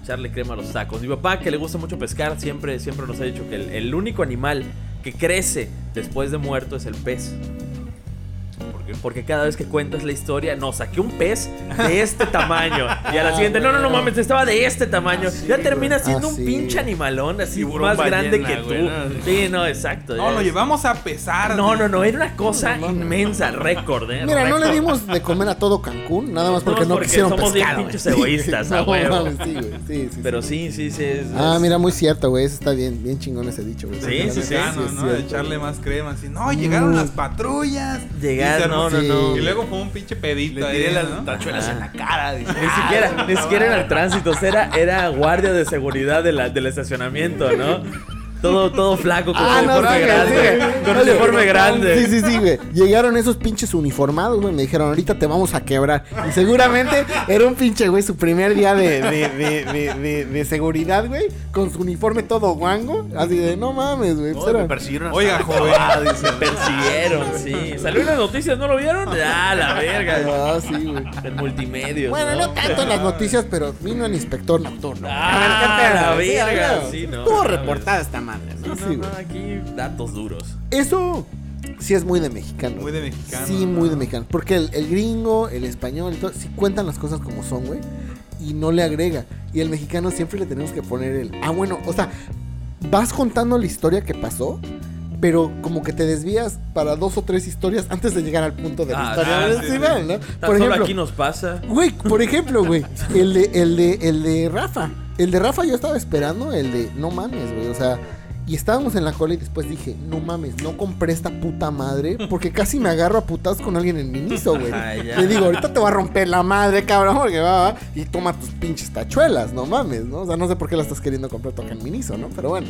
Speaker 2: Echarle crema a los tacos. Mi papá, que le gusta mucho pescar, siempre, siempre nos ha dicho que el, el único animal que crece después de muerto es el pez. Porque cada vez que cuentas la historia, no, saqué un pez de este tamaño. Y a la siguiente, no, no, no mames, estaba de este tamaño. ya termina siendo
Speaker 4: Ah, sí.
Speaker 2: un pinche animalón así
Speaker 3: Tiburón
Speaker 2: más
Speaker 3: ballena,
Speaker 2: grande que
Speaker 3: güey,
Speaker 2: tú.
Speaker 3: ¿no?
Speaker 2: Sí, no, exacto.
Speaker 5: No,
Speaker 2: ya
Speaker 5: lo
Speaker 2: es-
Speaker 5: llevamos a pesar.
Speaker 2: No,
Speaker 5: güey.
Speaker 2: no, no, era una cosa inmensa, récord, eh.
Speaker 4: Mira, no le
Speaker 2: récord.
Speaker 4: dimos de comer a todo Cancún, nada más porque
Speaker 2: Todos
Speaker 4: no
Speaker 2: porque
Speaker 4: quisieron
Speaker 2: somos bien
Speaker 4: pescado. güey.
Speaker 2: pinches egoístas, a
Speaker 4: no,
Speaker 2: huevo.
Speaker 4: mames, sí, güey, sí, sí,
Speaker 2: Pero
Speaker 4: sí.
Speaker 2: sí, sí, sí. es-
Speaker 4: Ah,
Speaker 2: es-
Speaker 4: mira, muy cierto, güey. Eso está bien, bien chingón ese dicho, güey.
Speaker 2: Sí,
Speaker 4: La neta,
Speaker 2: sí, sí.
Speaker 5: Ah, no,
Speaker 4: es
Speaker 5: no,
Speaker 4: cierto.
Speaker 5: echarle más crema. Así, no, llegaron
Speaker 4: Mm.
Speaker 5: las patrullas.
Speaker 2: Llegaron,
Speaker 5: Y se-
Speaker 2: no,
Speaker 4: no, no.
Speaker 5: Y luego fue un pinche pedito
Speaker 3: Le tiré
Speaker 5: ahí,
Speaker 3: las
Speaker 5: ¿no?
Speaker 3: tachuelas en la cara. dice.
Speaker 2: Ni siquiera,
Speaker 4: Ah,
Speaker 2: ni siquiera era el tránsito, era, era guardia de seguridad de la- del estacionamiento, ¿no? Todo, todo flaco, con
Speaker 4: Ah, no,
Speaker 2: uniforme
Speaker 4: sigue,
Speaker 2: grande.
Speaker 4: sigue.
Speaker 2: Con
Speaker 4: Oye,
Speaker 2: uniforme grande.
Speaker 4: Sí, sí, sí, güey. Llegaron esos pinches uniformados, güey. Me dijeron, ahorita te vamos a quebrar. Y seguramente era un pinche, güey, su primer día de, de, de, de, de- de seguridad, güey. Con su uniforme todo guango. Así de, no mames, güey. pues
Speaker 3: No,
Speaker 4: era-
Speaker 3: me persiguieron hasta
Speaker 5: Oiga,
Speaker 3: la
Speaker 5: joven.
Speaker 3: acabada, Ah, dice.
Speaker 2: Persiguieron, sí. Salió en las noticias, ¿no lo vieron? Ah, la verga.
Speaker 4: Ah, sí, güey.
Speaker 2: El multimedia.
Speaker 4: Bueno, no tanto en las noticias, pero vino el inspector nocturno.
Speaker 2: Ah, la
Speaker 4: Sí, a
Speaker 2: verga,
Speaker 4: huevo.
Speaker 2: sí, no,
Speaker 4: Estuvo
Speaker 2: mames.
Speaker 4: reportada esta madre, ¿no? Sí, güey.
Speaker 2: aquí datos duros.
Speaker 4: Eso sí es muy de mexicano.
Speaker 5: Muy de mexicano,
Speaker 4: Sí,
Speaker 5: ¿no?
Speaker 4: muy de mexicano. Porque el, el gringo, el español, todo, sí cuentan las cosas como son, güey. Y no le agrega. Y el mexicano siempre le tenemos que poner el. Ah, bueno, o sea, vas contando la historia que pasó. Pero como que te desvías para dos o tres historias antes de llegar al punto de la
Speaker 2: Ah,
Speaker 4: historia
Speaker 5: ah, sí,
Speaker 4: principal,
Speaker 5: sí.
Speaker 4: ¿no?
Speaker 2: Tan solo aquí nos pasa.
Speaker 4: Güey, por ejemplo, güey, el de, el de, el de Rafa. El de Rafa yo estaba esperando el de no mames, güey. O sea, y estábamos en la cola y después dije, no mames, no compré esta puta madre porque casi me agarro a putas con alguien en mi niso, güey.
Speaker 2: Ay, ya.
Speaker 4: Le digo, ahorita te va a romper la madre, cabrón, porque va, va, y toma tus pinches tachuelas, no mames, ¿no? O sea, no sé por qué la estás queriendo comprar tú acá en mi niso, ¿no? Pero bueno.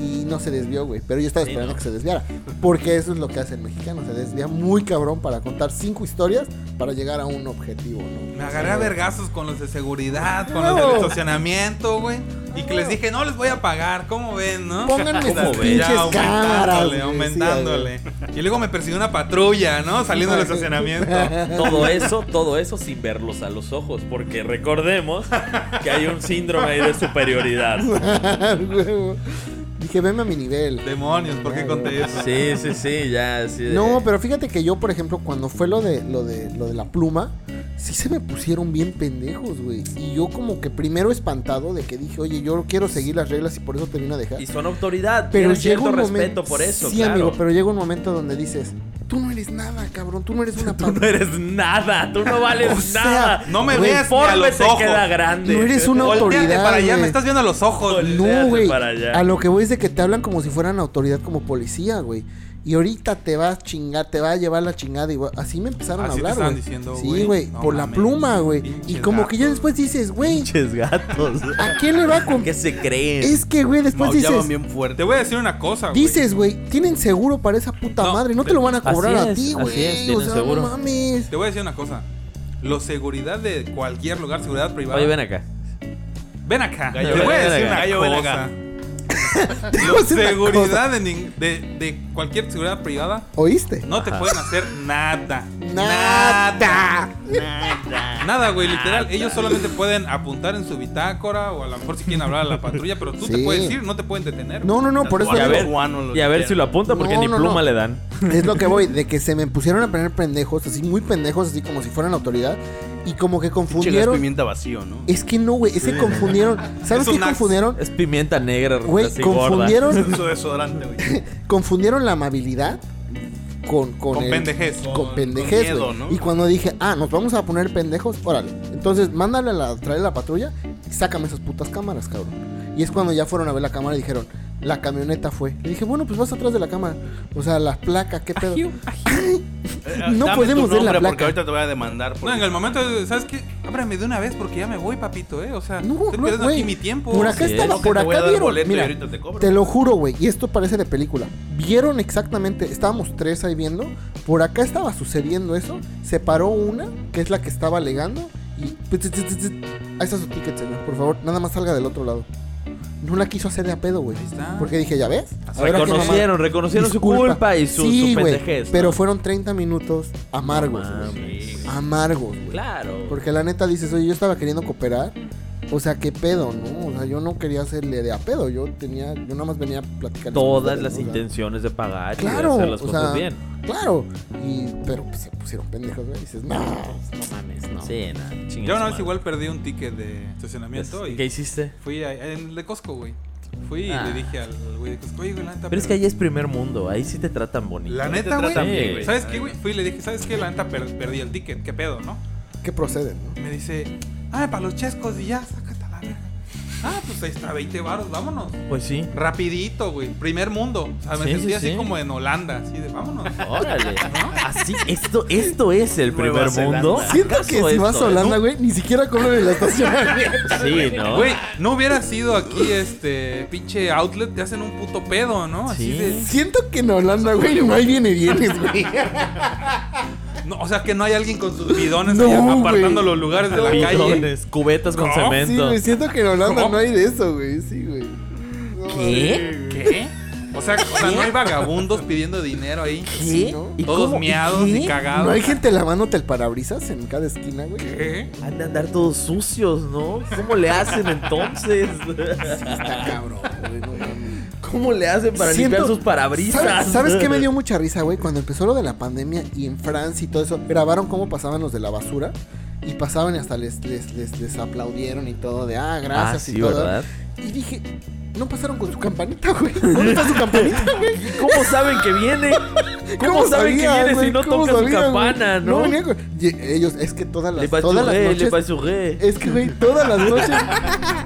Speaker 4: Y no se desvió, güey. Pero yo estaba
Speaker 2: Sí,
Speaker 4: esperando
Speaker 2: ¿no?
Speaker 4: que se desviara. Porque eso es lo que hace el mexicano. Se desvía muy cabrón para contar cinco historias para llegar a un objetivo, ¿no?
Speaker 5: Me agarré a vergazos con los de seguridad, con los
Speaker 4: No.
Speaker 5: del estacionamiento, güey. Y que les dije, no les voy a pagar, ¿cómo ven, no?
Speaker 4: Pónganme
Speaker 5: Como
Speaker 4: sus
Speaker 5: ven,
Speaker 4: pinches
Speaker 5: ya,
Speaker 4: cámaras, güey,
Speaker 5: Aumentándole,
Speaker 4: sí,
Speaker 5: aumentándole. y luego me persiguió una patrulla, ¿no? Saliendo del estacionamiento.
Speaker 2: Todo eso, todo eso sin verlos a los ojos, porque recordemos que hay un síndrome ahí de superioridad.
Speaker 4: Huevo. Dije, venme a mi nivel.
Speaker 5: Demonios, ¿por qué conté eso?
Speaker 2: Sí, sí, sí, ya, sí.
Speaker 4: No, pero fíjate que yo, por ejemplo, cuando fue lo de lo de lo de la pluma, sí se me pusieron bien pendejos, güey. Y yo como que primero espantado de que dije, oye, yo quiero seguir las reglas y por eso te vine a dejar.
Speaker 2: Y son autoridad,
Speaker 4: Pero
Speaker 2: pero
Speaker 4: llega
Speaker 2: cierto
Speaker 4: un
Speaker 2: respeto
Speaker 4: momento.
Speaker 2: por eso,
Speaker 4: sí,
Speaker 2: claro.
Speaker 4: amigo, pero llega un momento donde dices, tú no eres nada, cabrón, tú no eres una
Speaker 2: Tú no eres nada, tú no vales
Speaker 4: O sea,
Speaker 2: nada.
Speaker 5: no me
Speaker 2: Tu
Speaker 5: veas ni a
Speaker 2: uniforme
Speaker 5: los
Speaker 2: te
Speaker 5: ojos.
Speaker 2: queda grande.
Speaker 4: No eres una
Speaker 5: Volteate
Speaker 4: autoridad,
Speaker 5: para allá,
Speaker 4: güey.
Speaker 5: me estás viendo a los ojos.
Speaker 2: Híjole.
Speaker 5: güey.
Speaker 4: No,
Speaker 2: Volteate
Speaker 4: güey.
Speaker 2: para allá.
Speaker 4: A lo que voy es de que te hablan como si fueran autoridad como policía, güey. Y ahorita te va a chingar, te va a llevar la chingada. Y va- así me empezaron
Speaker 5: Así te
Speaker 4: a hablar,
Speaker 5: estaban
Speaker 4: güey.
Speaker 5: diciendo,
Speaker 4: Sí,
Speaker 5: güey.
Speaker 4: güey,
Speaker 5: No
Speaker 4: por la
Speaker 5: mames.
Speaker 4: pluma, güey. Y
Speaker 5: Pinches
Speaker 4: como que ya
Speaker 5: gatos.
Speaker 4: después dices, güey,
Speaker 2: Pinches gatos.
Speaker 4: ¿a quién le va a comprar?
Speaker 2: ¿Qué se creen?
Speaker 4: Es que, güey, después
Speaker 3: Maullaban
Speaker 4: dices,
Speaker 3: bien
Speaker 5: Te
Speaker 3: fuerte.
Speaker 5: voy a decir una cosa, güey.
Speaker 4: dices, güey, tienen seguro para esa puta
Speaker 5: No,
Speaker 4: madre. No te
Speaker 5: te-
Speaker 4: lo van a cobrar
Speaker 2: así
Speaker 4: a
Speaker 2: es,
Speaker 4: ti,
Speaker 2: así es,
Speaker 4: güey. O
Speaker 2: tienen
Speaker 4: sea,
Speaker 2: seguro.
Speaker 4: no mames.
Speaker 5: Te voy a decir una cosa. Los seguridad de cualquier lugar, seguridad privada.
Speaker 2: Oye, ven acá.
Speaker 5: Ven acá.
Speaker 2: Gallo,
Speaker 5: te
Speaker 2: ven
Speaker 5: voy a
Speaker 2: acá.
Speaker 5: decir una
Speaker 3: Gallo, ven
Speaker 5: cosa.
Speaker 3: acá.
Speaker 5: Los
Speaker 4: decir una cosa.
Speaker 5: seguridad de, nin- de, de cualquier seguridad privada
Speaker 4: ¿Oíste?
Speaker 5: no te pueden hacer nada.
Speaker 4: Nada.
Speaker 5: Nada. Nada, güey, literal. Ellos solamente pueden apuntar en su bitácora o a lo mejor si quieren hablar a la patrulla, pero tú te
Speaker 4: Sí.
Speaker 5: puedes ir, no te pueden detener.
Speaker 4: No, no, no, por eso
Speaker 3: Y a
Speaker 4: digo-
Speaker 3: ver, guano, lo
Speaker 2: Y a
Speaker 3: que
Speaker 2: ver
Speaker 3: quieran.
Speaker 2: si lo apunta porque
Speaker 4: No,
Speaker 2: ni
Speaker 4: no,
Speaker 2: pluma
Speaker 4: no.
Speaker 2: le dan.
Speaker 4: Es lo que voy, de que se me pusieron a poner pendejos, así muy pendejos, así como si fueran la autoridad. Y como que
Speaker 3: Pinche gas
Speaker 4: confundieron.
Speaker 3: pimienta vacío, ¿no?
Speaker 4: Es que no, güey, es que confundieron. ¿Sabes
Speaker 5: Es
Speaker 4: qué
Speaker 5: un Axe.
Speaker 4: confundieron?
Speaker 2: Es pimienta negra,
Speaker 4: Güey,
Speaker 2: así
Speaker 4: confundieron,
Speaker 3: Eso desodorante, güey.
Speaker 4: confundieron la amabilidad con, con,
Speaker 5: Con
Speaker 4: el-
Speaker 5: pendejez.
Speaker 4: Con pendejez,
Speaker 3: miedo,
Speaker 4: güey.
Speaker 3: ¿no?
Speaker 4: Y cuando dije, ah, nos vamos a poner pendejos, órale. Entonces, mándale a la, trae a la patrulla y sácame esas putas cámaras, cabrón. Y es cuando ya fueron a ver la cámara y dijeron, la camioneta fue. Le dije, bueno, pues vas atrás de la cámara. O gorda. O sea, la placa, qué pedo.
Speaker 3: Eh,
Speaker 4: No
Speaker 3: dame
Speaker 4: podemos
Speaker 3: tu
Speaker 4: ver la
Speaker 3: nombre
Speaker 4: placa.
Speaker 3: Porque ahorita te voy a demandar. por-
Speaker 5: No, en el momento, de- ¿sabes qué? Ábreme de una vez porque ya me voy, papito, ¿eh? O sea,
Speaker 4: No,
Speaker 5: estoy
Speaker 4: no,
Speaker 5: perdiendo
Speaker 4: güey.
Speaker 5: aquí mi tiempo.
Speaker 4: Por acá
Speaker 2: Sí,
Speaker 4: estaba,
Speaker 2: es
Speaker 3: que
Speaker 4: por
Speaker 3: te voy a
Speaker 4: acá
Speaker 3: dar
Speaker 4: vieron.
Speaker 3: boleto y
Speaker 4: Mira,
Speaker 3: ahorita te cobro.
Speaker 4: te lo juro, güey. Y esto parece de película. Vieron exactamente, estábamos tres ahí viendo. Por acá estaba sucediendo eso. Se paró una, que es la que estaba alegando. Y. tut, tut, tut, tut. Ahí está su ticket, señor. Por favor, nada más salga del otro lado. No la quiso hacer de a pedo, güey.
Speaker 5: Ahí está.
Speaker 4: Porque dije, ¿ya ves? Ahora que mamá-
Speaker 2: Reconocieron, reconocieron su
Speaker 4: Disculpa.
Speaker 2: culpa y su,
Speaker 4: Sí,
Speaker 2: su
Speaker 4: güey,
Speaker 2: pendejez. ¿no?
Speaker 4: Pero fueron 30 minutos amargos.
Speaker 2: No
Speaker 4: güey.
Speaker 2: mames.
Speaker 4: amargos, güey.
Speaker 2: Claro.
Speaker 4: Porque la neta dices, oye, yo estaba queriendo cooperar. O sea, qué pedo, ¿no? O sea, yo no quería hacerle de a pedo. Yo tenía, yo nada más venía a platicar.
Speaker 2: Todas las
Speaker 4: intenciones.
Speaker 2: intenciones de pagar
Speaker 4: Claro,
Speaker 2: y de hacer las
Speaker 4: o
Speaker 2: cosas
Speaker 4: sea,
Speaker 2: bien.
Speaker 4: claro. Y, pero pues, se pusieron pendejos, güey. Dices, no, no mames, no.
Speaker 2: Sí, nada.
Speaker 5: Yo una vez igual perdí un ticket de estacionamiento y
Speaker 2: ¿Qué hiciste?
Speaker 5: fui a, en el de Costco, güey. Fui
Speaker 2: Ah.
Speaker 5: y le dije al al güey de Costco, oye, güey, la neta.
Speaker 2: Pero es que ahí es primer mundo, ahí sí te tratan bonito.
Speaker 5: La
Speaker 3: No
Speaker 5: neta,
Speaker 3: te tratan
Speaker 2: bien,
Speaker 5: güey.
Speaker 2: güey.
Speaker 5: ¿Sabes qué, güey? Fui y le dije, ¿sabes qué? La neta per- perdí el ticket, ¿qué pedo, no?
Speaker 4: ¿Qué proceden, no?
Speaker 5: Me dice, ah, para los chescos y ya, sácate a la verga. Ah, pues ahí está, 20 baros, vámonos.
Speaker 2: Pues sí.
Speaker 5: Rapidito, güey. Primer mundo. O sea, me
Speaker 2: Sí,
Speaker 5: sentí
Speaker 2: sí,
Speaker 5: así
Speaker 2: sí.
Speaker 5: como en Holanda, así de vámonos.
Speaker 2: Órale. Así, esto, esto es el
Speaker 3: Nueva
Speaker 2: primer
Speaker 3: Zelanda.
Speaker 2: mundo.
Speaker 4: Siento
Speaker 2: ¿Acaso
Speaker 4: que si
Speaker 2: esto eh?
Speaker 4: vas a
Speaker 2: es?
Speaker 4: Holanda, güey, ni siquiera cobran en la estación.
Speaker 2: Sí, ¿no?
Speaker 5: Güey, no hubiera sido aquí este pinche outlet, te hacen un puto pedo, ¿no? Así
Speaker 2: Sí.
Speaker 5: de.
Speaker 4: Siento que en Holanda, güey, no hay viene bienes, güey.
Speaker 5: No, o sea que no hay alguien con sus bidones
Speaker 4: No,
Speaker 5: allá apartando
Speaker 4: güey.
Speaker 5: los lugares de la calle.
Speaker 2: Bidones, cubetas con
Speaker 5: No,
Speaker 4: Sí,
Speaker 2: cemento.
Speaker 4: güey, siento que en Holanda
Speaker 5: ¿Cómo?
Speaker 4: no hay de eso, güey. Sí, güey.
Speaker 2: ¿Qué?
Speaker 5: ¿Qué? O sea, o sea, no hay vagabundos pidiendo dinero ahí.
Speaker 4: Sí,
Speaker 2: ¿Qué?
Speaker 4: ¿no?
Speaker 2: ¿Y
Speaker 5: Todos
Speaker 2: cómo?
Speaker 5: miados y
Speaker 2: qué?
Speaker 5: cagados.
Speaker 4: ¿No hay gente lavándote el parabrisas en cada esquina, güey?
Speaker 5: ¿Qué?
Speaker 2: Han de andar todos sucios, ¿no? ¿Cómo le hacen entonces?
Speaker 4: Está cabrón, güey. No, mames.
Speaker 2: ¿Cómo le hacen para limpiar
Speaker 4: Siento-
Speaker 2: sus parabrisas?
Speaker 4: ¿Sabes, ¿Sabes qué me dio mucha risa, güey? Cuando empezó lo de la pandemia y en Francia y todo eso, grabaron cómo pasaban los de la basura y pasaban y hasta les, les, les, les aplaudieron y todo de, ah,
Speaker 2: Ah,
Speaker 4: gracias y
Speaker 2: sí,
Speaker 4: todo.
Speaker 2: ¿verdad?
Speaker 4: Y dije, no pasaron con su campanita, güey. ¿Dónde está su campanita, güey?
Speaker 2: ¿Cómo saben que viene? ¿Cómo, saben
Speaker 4: sabía,
Speaker 2: que viene
Speaker 4: güey?
Speaker 2: si no
Speaker 4: ¿Cómo
Speaker 2: toca su
Speaker 4: sabía, güey?
Speaker 2: campana, no?
Speaker 4: venía con- Y ellos, es que todas
Speaker 2: Le
Speaker 4: las, todas las
Speaker 2: pasurré, le
Speaker 4: noches...
Speaker 2: pasurré.
Speaker 4: Es que, güey, todas las noches.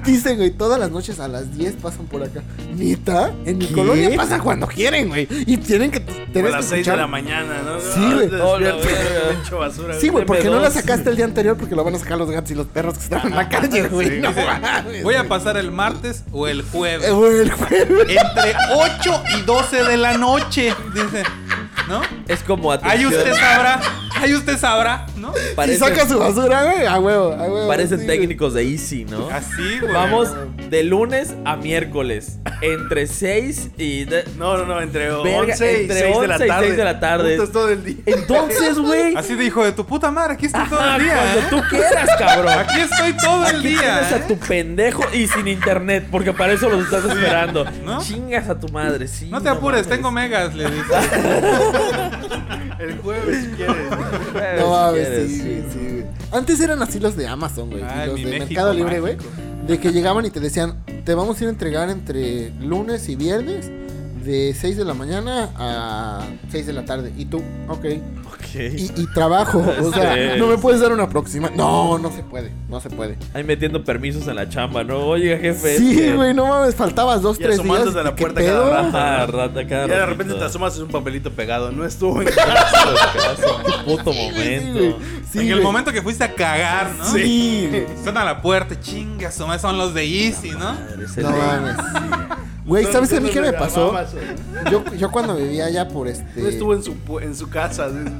Speaker 4: Dicen, güey, todas las noches a las 10 pasan por acá. Neta, en mi
Speaker 2: ¿Qué?
Speaker 4: colonia pasa cuando quieren, güey. Y tienen que.
Speaker 3: Como
Speaker 4: Tener
Speaker 3: a las 6 de la mañana, ¿no?
Speaker 4: Sí, güey.
Speaker 3: Te
Speaker 2: Hola,
Speaker 3: despiertas,
Speaker 2: verga.
Speaker 3: pinche basura,
Speaker 4: Sí, güey, porque no
Speaker 2: M2.
Speaker 4: la sacaste el día anterior porque lo van a sacar los gatos y los perros que estaban en la calle, güey. no mames,
Speaker 5: Voy a
Speaker 4: güey.
Speaker 5: pasar el martes o el
Speaker 4: Eh,
Speaker 5: jueves.
Speaker 4: güey, el jueves.
Speaker 2: eh.
Speaker 5: Entre 8 y 12 de la noche. Dice, ¿no?
Speaker 2: Es como
Speaker 5: Ahí
Speaker 2: atención.
Speaker 5: usted sabrá. Ahí usted sabrá, ¿no?
Speaker 4: Si
Speaker 2: Parecen,
Speaker 4: saca su basura, güey, a huevo, a huevo.
Speaker 2: parecen
Speaker 4: sí, güey.
Speaker 2: técnicos de Easy, ¿no?
Speaker 5: Así, güey.
Speaker 2: Vamos de lunes a miércoles. Entre 6 y. de-
Speaker 3: No, no, no, entre
Speaker 2: Verga,
Speaker 3: 11 y
Speaker 2: entre
Speaker 3: 6 de la
Speaker 2: 11 y
Speaker 3: tarde.
Speaker 2: 6 de la tarde.
Speaker 3: Juntos todo el día.
Speaker 2: Entonces, güey.
Speaker 5: Así de hijo de tu puta madre, aquí estoy todo
Speaker 2: ah,
Speaker 5: el día.
Speaker 2: Cuando
Speaker 5: ¿eh?
Speaker 2: tú quieras, cabrón.
Speaker 5: Aquí estoy todo el
Speaker 2: Aquí tienes
Speaker 5: día. ¿eh?
Speaker 2: a tu pendejo y sin internet, porque para eso los estás esperando.
Speaker 5: ¿no?
Speaker 2: Chingas a Ah, tu madre, sí.
Speaker 5: No te apures,
Speaker 2: mames.
Speaker 5: tengo megas, le dice.
Speaker 3: El jueves, si quieres.
Speaker 2: Jueves,
Speaker 4: No
Speaker 2: si
Speaker 4: mames,
Speaker 2: quieres,
Speaker 4: sí,
Speaker 2: sí.
Speaker 4: güey, sí, güey. Antes eran así los de Amazon, güey.
Speaker 5: Ay,
Speaker 4: y los
Speaker 5: mi
Speaker 4: de
Speaker 5: México
Speaker 4: Mercado Libre, güey.
Speaker 5: mágico.
Speaker 4: De que llegaban y te decían, te vamos a ir a entregar entre lunes y viernes de 6 de la mañana a 6 de la tarde. Y tú, ok.
Speaker 2: Ok.
Speaker 4: Y, y trabajo. O sea,
Speaker 2: Sí.
Speaker 4: no me puedes dar una próxima. No, no se puede. No se puede.
Speaker 2: Ahí metiendo permisos en la chamba, ¿no? Oye, jefe.
Speaker 4: Sí,
Speaker 2: este,
Speaker 4: güey, no mames. Faltabas dos,
Speaker 3: Y
Speaker 4: tres días.
Speaker 3: asomándote a la
Speaker 4: ¿Qué
Speaker 3: puerta cada
Speaker 4: pedo?
Speaker 3: rato.
Speaker 2: Ah, rata,
Speaker 3: Y
Speaker 2: cada
Speaker 3: de
Speaker 2: ratito.
Speaker 3: repente te asomas es un papelito pegado. No estuvo en
Speaker 2: Qué puto
Speaker 4: Sí, güey.
Speaker 2: momento.
Speaker 4: Sí,
Speaker 5: en el
Speaker 4: güey.
Speaker 5: momento que fuiste a cagar, ¿no?
Speaker 4: Sí, güey.
Speaker 5: Están a la puerta, chingas, son los de Easy, ¿no?
Speaker 4: No mames. Güey, ¿sabes a mí qué me pasó? Yo, yo cuando vivía allá por este.
Speaker 3: No estuvo en su, pu- en su casa. No mames.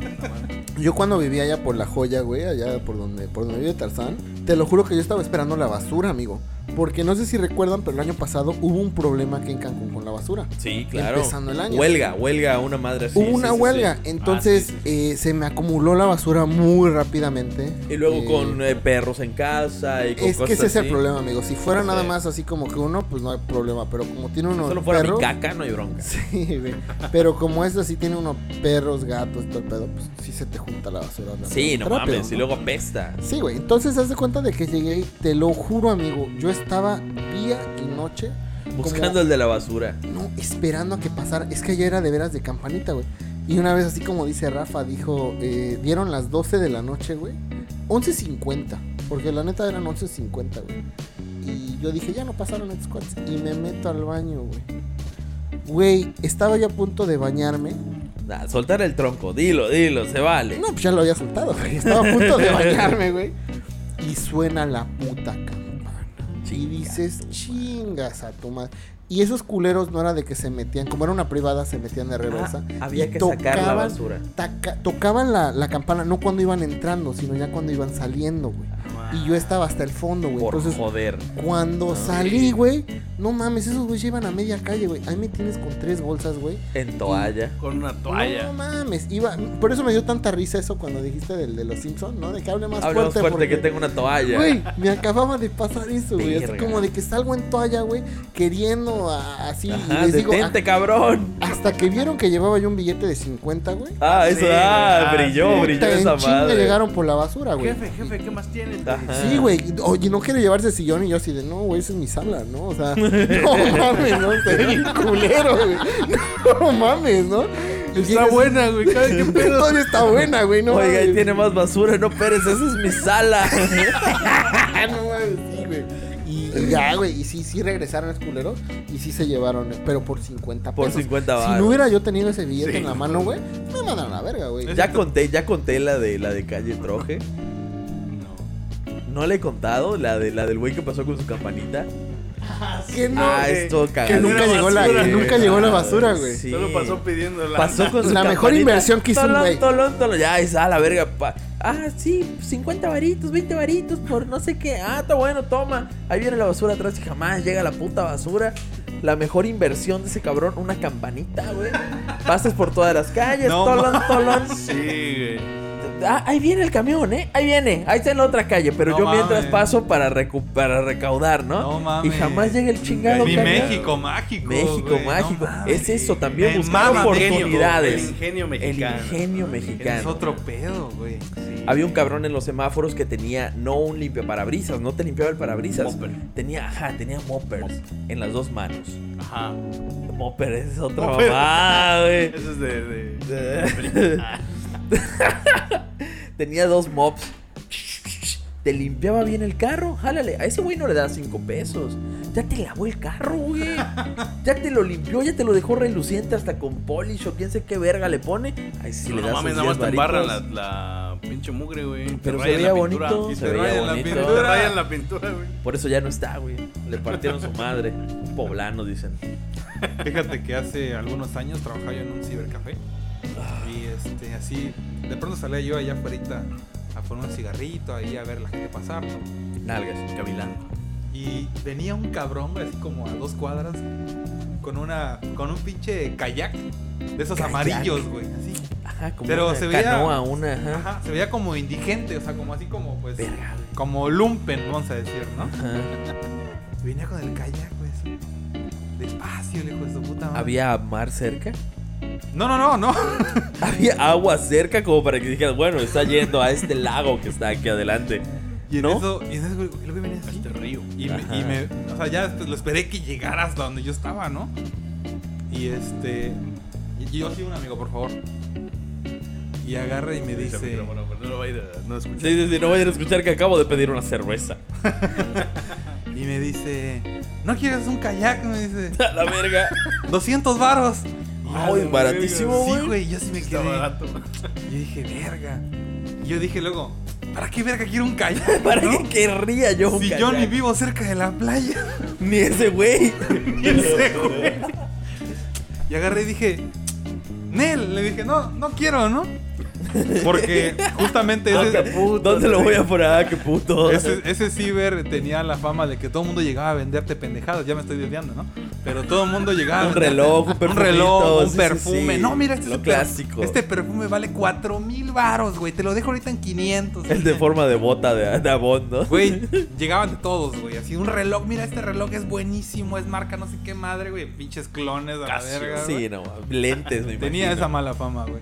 Speaker 4: Yo cuando vivía allá por La Joya, güey, allá por donde, por donde vive Tarzán, Te lo juro que yo estaba esperando la basura, amigo. Porque no sé si recuerdan, pero el año pasado hubo un problema aquí en Cancún con la basura.
Speaker 2: Sí, claro.
Speaker 4: Empezando el año.
Speaker 2: Huelga, huelga, una madre así.
Speaker 4: hubo
Speaker 2: sí,
Speaker 4: una
Speaker 2: sí, Ah, sí.
Speaker 4: huelga, entonces
Speaker 3: sí,
Speaker 4: eh, se me acumuló la basura muy rápidamente.
Speaker 2: Y luego
Speaker 4: Eh,
Speaker 2: con eh, perros en casa y con
Speaker 4: Es que
Speaker 2: cosas
Speaker 4: ese es el
Speaker 2: así.
Speaker 4: problema, amigo. Si fuera
Speaker 2: Sí.
Speaker 4: nada más así como que uno, pues no hay problema. Pero como tiene uno.
Speaker 2: Solo fuera
Speaker 4: perro-
Speaker 2: mi caca, no hay bronca.
Speaker 4: Sí, güey. Pero como es así, tiene uno perros, gatos, todo el pedo, pues sí se te junta la basura. la
Speaker 2: Sí, no
Speaker 4: verdad, rápido,
Speaker 2: mames, y
Speaker 4: ¿no?
Speaker 2: luego apesta.
Speaker 4: Sí, güey. Entonces, haz de cuenta de que llegué y te lo juro, amigo. Yo estaba día y noche
Speaker 2: Buscando el de la basura.
Speaker 4: no, esperando a que pasara. Es que ayer era de veras de campanita, güey. Y una vez, así como dice Rafa, dijo, eh, dieron las 12 de la noche, güey. 11.50, porque la neta eran 11.50, güey. Y yo dije, ya no pasaron estos cuates. Y me meto al baño, güey. Güey, estaba ya a punto de bañarme.
Speaker 2: Nah, soltar el tronco, dilo, dilo, se vale.
Speaker 4: No, pues ya lo había soltado, güey. Estaba a punto de bañarme, güey. Y suena la puta campana. y dices, chingas a tu madre. Y esos culeros no era de que se metían, como era una privada, se metían de reversa.
Speaker 2: Ah, había
Speaker 4: y
Speaker 2: que sacar la basura.
Speaker 4: taca- tocaban la, la campana, no cuando iban entrando, sino ya cuando iban saliendo, güey. Y yo estaba hasta el fondo, güey.
Speaker 2: Por
Speaker 4: Entonces,
Speaker 2: joder.
Speaker 4: cuando salí, güey, no mames, esos güeyes llevan a media calle, güey. Ahí me tienes con tres bolsas, güey.
Speaker 2: En toalla.
Speaker 3: Con una
Speaker 4: No
Speaker 3: toalla.
Speaker 4: mames, iba, por eso me dio tanta risa eso cuando dijiste del de los Simpsons, ¿no? De que hable más
Speaker 2: Hablamos
Speaker 4: fuerte.
Speaker 2: fuerte
Speaker 4: porque-
Speaker 2: que tengo una toalla.
Speaker 4: Güey, me acababa de pasar eso, güey. Así
Speaker 2: Verga.
Speaker 4: como de que salgo en toalla, güey, queriendo a- así.
Speaker 2: Ajá,
Speaker 4: y les digo,
Speaker 2: detente, cabrón.
Speaker 4: "Ah", hasta que vieron que llevaba yo un billete de 50, güey.
Speaker 2: Ah, eso,
Speaker 3: Sí,
Speaker 2: ah,
Speaker 3: ah,
Speaker 2: brilló,
Speaker 3: sí.
Speaker 2: brilló
Speaker 4: puta, en
Speaker 2: esa
Speaker 4: chinga
Speaker 2: madre. Ah.
Speaker 4: llegaron por la basura, güey.
Speaker 3: Jefe, jefe, ¿qué más tienen?
Speaker 2: Ajá.
Speaker 4: Sí, güey. Oye, no quiere llevarse sillón y yo así de, no, güey, esa es mi sala, ¿no? O sea, no mames, no, está bien culero, güey. No mames, ¿no? Y
Speaker 3: Está
Speaker 4: llegas-
Speaker 3: buena, güey. cada- ¿Qué pedo?
Speaker 4: Todavía está buena, güey, no
Speaker 2: Oiga, ahí
Speaker 4: mames.
Speaker 2: tiene más basura. No, Pérez, esa es mi sala.
Speaker 4: Ah, no mames, sí, güey. Y, y ya, güey, y sí, sí regresaron los culeros y sí se llevaron, eh, pero por 50
Speaker 2: Por
Speaker 4: pesos.
Speaker 2: 50
Speaker 4: Si
Speaker 2: varos.
Speaker 4: no hubiera yo tenido ese billete
Speaker 3: Sí,
Speaker 4: en la
Speaker 3: no.
Speaker 4: mano, güey, me mandaron a la verga, güey.
Speaker 2: ya conté, ya conté la de la de calle Troje. No le he contado la de la del güey que pasó con su campanita.
Speaker 4: Que no,
Speaker 2: ah,
Speaker 4: güey.
Speaker 2: esto
Speaker 4: que
Speaker 2: cagado.
Speaker 4: nunca
Speaker 3: era
Speaker 4: llegó la,
Speaker 3: basura,
Speaker 4: que
Speaker 3: güey.
Speaker 4: nunca llegó la basura, güey.
Speaker 2: Sí.
Speaker 3: Solo pasó pidiéndola.
Speaker 2: Pasó con su
Speaker 4: La mejor
Speaker 2: campanita.
Speaker 4: inversión que hizo un
Speaker 2: Tolón,
Speaker 4: güey.
Speaker 2: Tolón, tolón. Ya, es a la verga. pa- Ah, sí, 50 varitos, 20 varitos por no sé qué. Ah, está bueno, toma. Ahí viene la basura atrás y jamás llega la puta basura. La mejor inversión de ese cabrón, una campanita, güey. Pasas por todas las calles,
Speaker 5: No
Speaker 2: tolón, tolón.
Speaker 3: Sí, güey.
Speaker 2: Ah, ahí viene el camión, ¿eh? Ahí viene. Ahí está en la otra calle. Pero
Speaker 5: No
Speaker 2: yo mientras
Speaker 5: mames.
Speaker 2: paso para, recu- para recaudar, ¿no?
Speaker 5: No mames.
Speaker 2: Y jamás llega el chingado
Speaker 5: Mi
Speaker 2: camión.
Speaker 5: México mágico.
Speaker 2: México
Speaker 5: güey, no
Speaker 2: mágico.
Speaker 5: mames.
Speaker 2: es eso también,
Speaker 3: Me
Speaker 2: buscar
Speaker 3: mama México,
Speaker 2: oportunidades.
Speaker 3: el ingenio
Speaker 2: El
Speaker 3: mexicano.
Speaker 2: ingenio
Speaker 5: Es
Speaker 2: mexicano.
Speaker 5: otro pedo, güey.
Speaker 3: Sí.
Speaker 2: Había un cabrón en los semáforos que tenía no un limpiaparabrisas, no te limpiaba el parabrisas.
Speaker 3: Mopper.
Speaker 2: Tenía, ajá, tenía moppers en las dos manos.
Speaker 3: Ajá.
Speaker 2: Mopper es otra
Speaker 3: Mopper.
Speaker 2: mamá, güey.
Speaker 3: Eso es de. de- Ah,
Speaker 2: tenía dos mops. Te limpiaba bien el carro, jálale. A ese güey no le da cinco pesos. Ya te lavó el carro, güey. Ya te lo limpió, ya te lo dejó reluciente hasta con polish o quién sé qué verga le pone. Ahí sí le
Speaker 3: no
Speaker 2: das
Speaker 3: mames,
Speaker 2: sus
Speaker 3: nada más te
Speaker 2: 10
Speaker 3: embarran la,
Speaker 2: varitos.
Speaker 3: la pinche mugre, güey. Te
Speaker 2: Pero se
Speaker 3: rayan
Speaker 2: veía
Speaker 3: la pintura.
Speaker 2: bonito,
Speaker 3: Y
Speaker 2: se
Speaker 3: te
Speaker 2: veía
Speaker 3: rayan la
Speaker 2: bonito.
Speaker 3: pintura. Te rayan la pintura, güey.
Speaker 2: Por eso ya no está, güey. Le partieron su madre. Un poblano, dicen.
Speaker 5: Fíjate que hace algunos años trabajaba yo en un cibercafé. Y este, así, de pronto salía yo allá afuera a poner un cigarrito, ahí a ver la gente pasar, ¿no?
Speaker 2: Nalgas, cavilán.
Speaker 5: Y venía un cabrón, güey, así como a dos cuadras, con una. con un pinche kayak de esos
Speaker 2: Kayak.
Speaker 5: amarillos, güey. Así.
Speaker 2: Ajá, como
Speaker 5: Pero
Speaker 2: una
Speaker 5: se veía-
Speaker 2: canoa, una, ajá.
Speaker 5: Ajá. Se veía como indigente, o sea, como así como pues.
Speaker 2: Verga, güey.
Speaker 5: Como lumpen, vamos a decir, ¿no?
Speaker 2: Ajá.
Speaker 5: Venía con el kayak, güey. así, Despacio, le dijo de su puta madre.
Speaker 2: Había mar cerca.
Speaker 5: No, no, no, no.
Speaker 2: Había agua cerca como para que dijeras, bueno, está yendo a este lago que está aquí adelante.
Speaker 5: Y en
Speaker 2: ¿No?
Speaker 5: eso, y en eso, güey, el güey venía así.
Speaker 3: Este río.
Speaker 5: Y me, y
Speaker 2: Ajá.
Speaker 5: me- o sea, ya pues, lo esperé que llegara hasta donde yo estaba, ¿no? Y este, y yo sí un amigo, por favor. Y agarra y me dice,
Speaker 3: Bueno, pero no lo va a ir a. No escucha.
Speaker 2: Sí, sí, sí, no vayan a escuchar que acabo de pedir una cerveza.
Speaker 5: y me dice, ¿no quieres un kayak? Me dice,
Speaker 2: A la verga.
Speaker 5: 200 varos.
Speaker 2: Ay, baratísimo,
Speaker 5: Sí,
Speaker 2: güey.
Speaker 5: güey, yo sí me
Speaker 3: Está
Speaker 5: quedé.
Speaker 3: barato.
Speaker 5: Yo dije, verga. Y yo dije luego, ¿para qué verga quiero un kayak?
Speaker 2: ¿Para
Speaker 5: no?
Speaker 2: qué querría yo un
Speaker 5: Si yo
Speaker 2: kayak?
Speaker 5: ni vivo cerca de la playa.
Speaker 2: Ni ese güey.
Speaker 5: Ese güey. Y agarré y dije, Nel, le dije, no, no quiero, ¿no? Porque justamente
Speaker 2: Ah, qué
Speaker 5: ese,
Speaker 2: puto, ¿Dónde lo voy a poner? Ah, qué puto.
Speaker 5: ese, ese ciber tenía la fama de que todo el mundo llegaba a venderte pendejadas. Ya me estoy desviando, ¿no? Pero todo el mundo llegaba. a
Speaker 2: Un
Speaker 5: venderte-
Speaker 2: reloj, un
Speaker 5: Un
Speaker 2: perfumito,
Speaker 5: reloj, un
Speaker 2: sí, sí,
Speaker 5: perfume.
Speaker 2: sí.
Speaker 5: No, mira, este,
Speaker 2: Lo
Speaker 5: es el per-
Speaker 2: clásico.
Speaker 5: este perfume vale 4 mil baros, güey. Te lo dejo ahorita en 500.
Speaker 2: El de
Speaker 5: güey.
Speaker 2: forma de bota de, de Avon, ¿no?
Speaker 5: Güey, llegaban de todos, güey. Así un reloj, mira, este reloj es buenísimo, es marca no sé qué madre, güey. Pinches clones a la
Speaker 2: Casio.
Speaker 5: verga. güey.
Speaker 2: Sí, no, lentes, me
Speaker 5: Tenía
Speaker 2: imagino.
Speaker 5: esa mala fama, güey.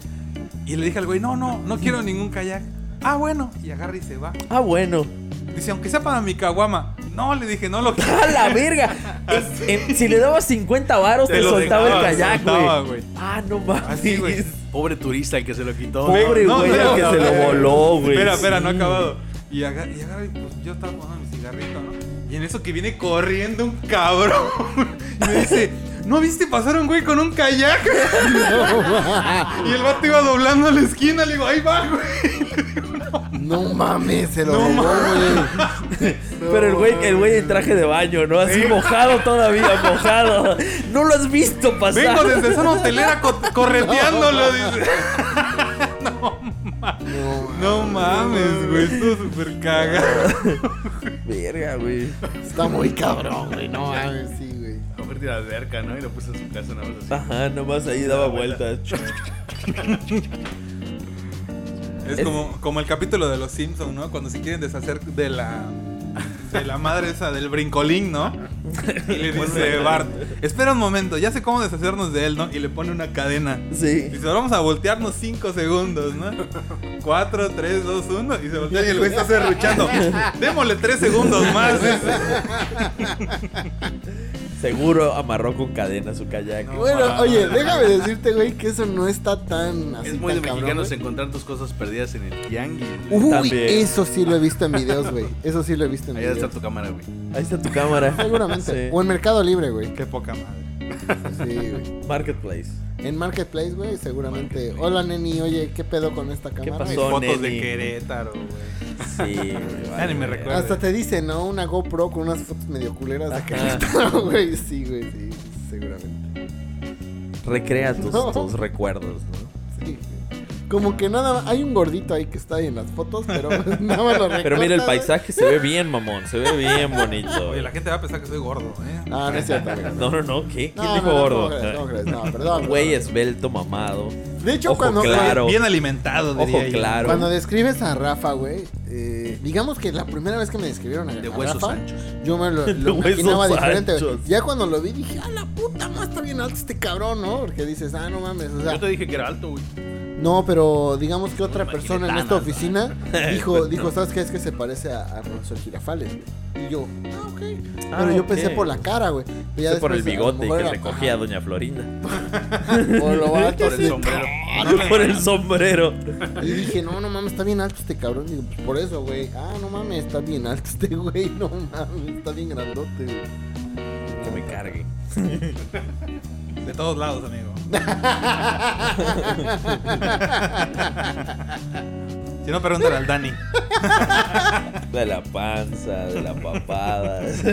Speaker 5: Y le dije al güey, no, no, no quiero ningún kayak. Ah, bueno. Y agarra y se va.
Speaker 2: Ah, bueno.
Speaker 5: Dice, aunque sea para mi caguama. No, le dije, no lo quiero.
Speaker 2: ¡A la verga! En- en- si le dabas 50 varos, te,
Speaker 5: Te lo
Speaker 2: soltaba
Speaker 5: dejaba,
Speaker 2: el
Speaker 5: te
Speaker 2: kayak,
Speaker 5: soltaba,
Speaker 2: güey.
Speaker 5: güey.
Speaker 2: Ah, no mames.
Speaker 5: Así, güey.
Speaker 3: Pobre turista el que se lo quitó.
Speaker 2: Pobre
Speaker 5: No,
Speaker 2: güey,
Speaker 5: no,
Speaker 2: el que
Speaker 5: no,
Speaker 2: se
Speaker 5: no,
Speaker 2: lo
Speaker 5: no.
Speaker 2: voló, güey.
Speaker 5: Espera, espera, no ha
Speaker 2: Sí.
Speaker 5: acabado. Y agarra, y agarra, y pues yo estaba fumando mi cigarrito, ¿no? Y en eso que viene corriendo un cabrón. Y me dice, ¿no viste pasar un güey con un kayak? Y el vato iba doblando la esquina, le digo, ahí va, güey.
Speaker 4: No mames, se lo
Speaker 5: No
Speaker 4: robó,
Speaker 5: mames.
Speaker 4: güey.
Speaker 2: Pero el güey, el güey en traje de baño, ¿no? Así mojado todavía, mojado. No lo has visto pasar.
Speaker 5: Vengo desde esa hotelera co- correteándolo, dice. No mames, güey, esto es súper cagado.
Speaker 2: Verga, güey.
Speaker 4: Está muy cabrón, güey. No mames, sí, güey.
Speaker 3: Convertí la alberca, ¿no? Y lo puse en su casa nada más así.
Speaker 2: Ajá, nomás ahí daba vueltas.
Speaker 5: Es
Speaker 2: Es-
Speaker 5: como, como el capítulo de los Simpsons, ¿no? Cuando se quieren deshacer de la. De la madre esa del brincolín, ¿no? Y le dice Bart, espera un momento, ya sé cómo deshacernos de él, ¿no? Y le pone una cadena.
Speaker 2: Sí.
Speaker 5: Dice, vamos a voltearnos 5 segundos, ¿no? 4, 3, 2, 1. Y se voltea y el güey está serruchando. Démosle 3 segundos más. dice.
Speaker 2: Seguro amarró con cadena su kayak.
Speaker 4: Bueno, oye, déjame decirte, güey, que eso no está tan así.
Speaker 3: Es muy de
Speaker 4: tan cabrón,
Speaker 3: mexicanos
Speaker 4: güey.
Speaker 3: encontrar tus cosas perdidas en el tianguis. güey.
Speaker 4: Uy,
Speaker 2: También.
Speaker 4: eso sí lo he visto en videos, güey. Eso sí lo he visto en
Speaker 3: Ahí debe estar
Speaker 4: videos.
Speaker 3: tu cámara, güey.
Speaker 2: Ahí está tu cámara.
Speaker 4: Seguramente.
Speaker 2: Sí.
Speaker 4: O en Mercado Libre, güey.
Speaker 5: Qué poca madre.
Speaker 4: Sí, güey.
Speaker 2: Marketplace.
Speaker 4: En Marketplace, güey, seguramente. Hola, neni, oye, ¿qué pedo con esta cámara?
Speaker 5: Mis
Speaker 2: pasó? Son
Speaker 5: fotos
Speaker 2: neni.
Speaker 5: de Querétaro, güey.
Speaker 2: Sí, güey.
Speaker 5: Ya ni me recuerdo.
Speaker 4: Hasta te dice, ¿no? Una GoPro con unas fotos medio culeras de Querétaro, güey. Sí, güey, sí, seguramente.
Speaker 2: Recrea tus,
Speaker 4: No.
Speaker 2: tus recuerdos, ¿no?
Speaker 4: Sí. Como que nada más- hay un gordito ahí que está ahí en las fotos, pero pues, nada más lo
Speaker 2: Pero mira, el
Speaker 4: recortas,
Speaker 2: paisaje se ve bien, mamón. Se ve bien bonito.
Speaker 5: Oye, la gente va a pensar que soy gordo, ¿eh?
Speaker 4: güey. Ah, No, no es cierto, güey.
Speaker 2: No, no, no. ¿Qué? ¿Quién
Speaker 4: No,
Speaker 2: dijo
Speaker 4: no, no,
Speaker 2: gordo?
Speaker 4: No, crees, no, crees, no, perdón.
Speaker 2: Güey
Speaker 4: perdón.
Speaker 2: esbelto, mamado.
Speaker 4: De hecho,
Speaker 2: Ojo
Speaker 4: cuando,
Speaker 2: claro.
Speaker 5: Bien alimentado, diría
Speaker 2: Ojo
Speaker 5: yo.
Speaker 2: claro.
Speaker 4: cuando describes a Rafa, güey, eh, digamos que la primera vez que me describieron a,
Speaker 3: De
Speaker 4: a
Speaker 3: huesos
Speaker 4: Rafa,
Speaker 3: anchos.
Speaker 4: yo me lo, lo
Speaker 2: De huesos
Speaker 4: imaginaba diferente. güey.
Speaker 2: anchos.
Speaker 4: Ya cuando lo vi dije, a la puta más está bien alto este cabrón, ¿no? Porque dices, ah, no mames, o sea,
Speaker 3: Yo te dije que era alto, güey.
Speaker 4: no, pero digamos que otra
Speaker 3: me
Speaker 4: persona en
Speaker 3: imaginé
Speaker 4: esta
Speaker 3: tan
Speaker 4: oficina dijo, dijo, ¿sabes qué? Es que se parece a, a Renzo Girafales, güey. Y yo, ah, ok.
Speaker 2: Ah,
Speaker 4: pero yo
Speaker 2: ok.
Speaker 4: pensé por la cara, güey. Pero ya
Speaker 2: Fue por el
Speaker 4: después, a lo
Speaker 2: bigote
Speaker 4: mejor
Speaker 2: que
Speaker 4: era-
Speaker 2: le cogía a Doña Florinda.
Speaker 4: ajá, por lo alto,
Speaker 3: Por el
Speaker 4: sí.
Speaker 3: sombrero.
Speaker 4: Ah,
Speaker 2: Por el sombrero.
Speaker 4: Y dije, no, no mames, está bien alto este cabrón. Digo, pues por eso, güey. Ah, no mames, está bien alto este güey. No mames, está bien grandote, güey.
Speaker 2: Que me cargue.
Speaker 5: De todos lados, amigo. si no, pregúntale al Dani.
Speaker 2: De la panza, de la papada.
Speaker 4: Está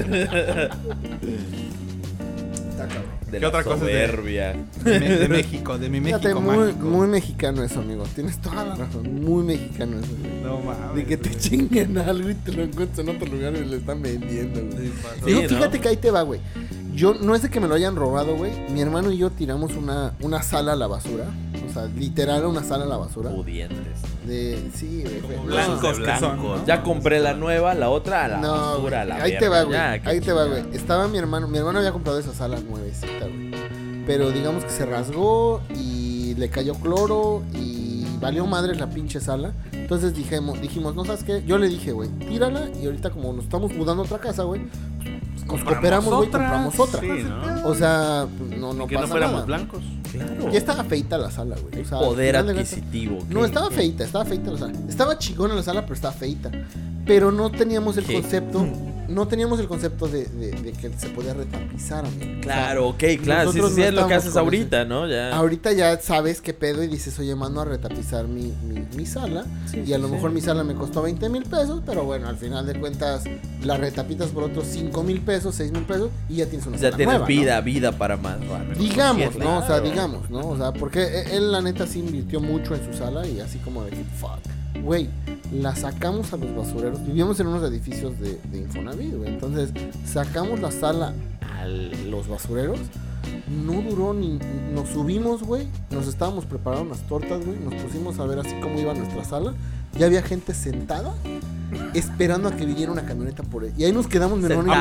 Speaker 4: cabrón.
Speaker 2: De
Speaker 5: ¿Qué
Speaker 2: la
Speaker 5: otra cosa es de-
Speaker 2: soberbia.
Speaker 5: De, me- de México, de mi México.
Speaker 4: Fíjate, muy,
Speaker 5: mágico.
Speaker 4: muy mexicano eso, amigo. Tienes toda la razón. Muy mexicano eso, güey.
Speaker 5: No mames.
Speaker 4: De que te chinguen algo y te lo encuentras en otro lugar y lo están vendiendo, güey.
Speaker 5: güey. Sí, pasó.
Speaker 2: Sí.
Speaker 4: Digo,
Speaker 2: ¿no?
Speaker 4: fíjate que ahí te va, güey. Yo, no es de que me lo hayan robado, güey. Mi hermano y yo tiramos una, una sala a la basura. O sea, literal una sala a la basura.
Speaker 2: Pudientes.
Speaker 4: De, sí, güey. fue-
Speaker 5: Como
Speaker 4: no,
Speaker 5: blancos
Speaker 3: de
Speaker 5: que
Speaker 3: blancos.
Speaker 5: son. ¿no?
Speaker 2: Ya compré la nueva, la otra a la
Speaker 4: No, güey,
Speaker 2: basura, a la
Speaker 4: ahí te
Speaker 2: verga.
Speaker 4: va, güey.
Speaker 2: Ya, qué
Speaker 4: Ahí te va,
Speaker 2: chingada.
Speaker 4: güey. Estaba mi hermano, mi hermano había comprado esa sala nuevecita, güey. Pero digamos que se rasgó y le cayó cloro y valió madre la pinche sala. Entonces dijimos, dijimos, no sabes qué, yo le dije, güey, tírala y ahorita como nos estamos mudando a otra casa, güey, pues nos cooperamos, güey, compramos otra.
Speaker 3: Sí, ¿no?
Speaker 4: O sea, no, no
Speaker 3: que
Speaker 4: pasa
Speaker 3: no fuéramos
Speaker 4: nada.
Speaker 3: blancos.
Speaker 2: Claro.
Speaker 4: Ya estaba feita la sala, güey. O sea, al
Speaker 2: Poder
Speaker 4: final de cuentas-
Speaker 2: adquisitivo.
Speaker 4: no,
Speaker 2: ¿qué?
Speaker 4: estaba
Speaker 2: ¿Qué?
Speaker 4: feita, estaba feita la sala. Estaba chingona la sala, pero estaba feita. Pero no teníamos el
Speaker 2: ¿Qué?
Speaker 4: concepto
Speaker 2: Mm.
Speaker 4: no teníamos el concepto de, de- de que se podía retapizar, amigo. O sea,
Speaker 2: Claro, ok, claro. Sí,
Speaker 4: nosotros
Speaker 2: sí, sí,
Speaker 4: no
Speaker 2: es lo que
Speaker 4: estábamos
Speaker 2: haces
Speaker 4: con
Speaker 2: ahorita, ¿no? Ya.
Speaker 4: Ahorita ya sabes qué pedo y dices, oye, mando a retapizar mi, mi- mi sala.
Speaker 2: Sí,
Speaker 4: y a
Speaker 2: sí,
Speaker 4: lo
Speaker 2: sí.
Speaker 4: mejor mi sala me costó 20 mil pesos, pero bueno, al final de cuentas la retapitas por otros 5 mil pesos, 6 mil pesos y ya tienes una
Speaker 2: Ya
Speaker 4: sala
Speaker 2: tienes
Speaker 4: nueva, ¿no?
Speaker 2: vida, vida para más.
Speaker 4: Digamos, ¿no? O sea,
Speaker 2: Claro.
Speaker 4: digamos, ¿no? O sea, porque e- él la neta sí invirtió mucho en su sala y así como de que, fuck, güey, la sacamos a los basureros. Vivíamos en unos edificios de, de Infonavit, güey. Entonces, sacamos la sala a los basureros. No duró ni. Nos subimos, güey. Nos estábamos preparando unas tortas, güey. Nos pusimos a ver así cómo iba nuestra sala. Ya había gente sentada esperando a que viniera una camioneta por él. Y ahí nos quedamos mi hermano y yo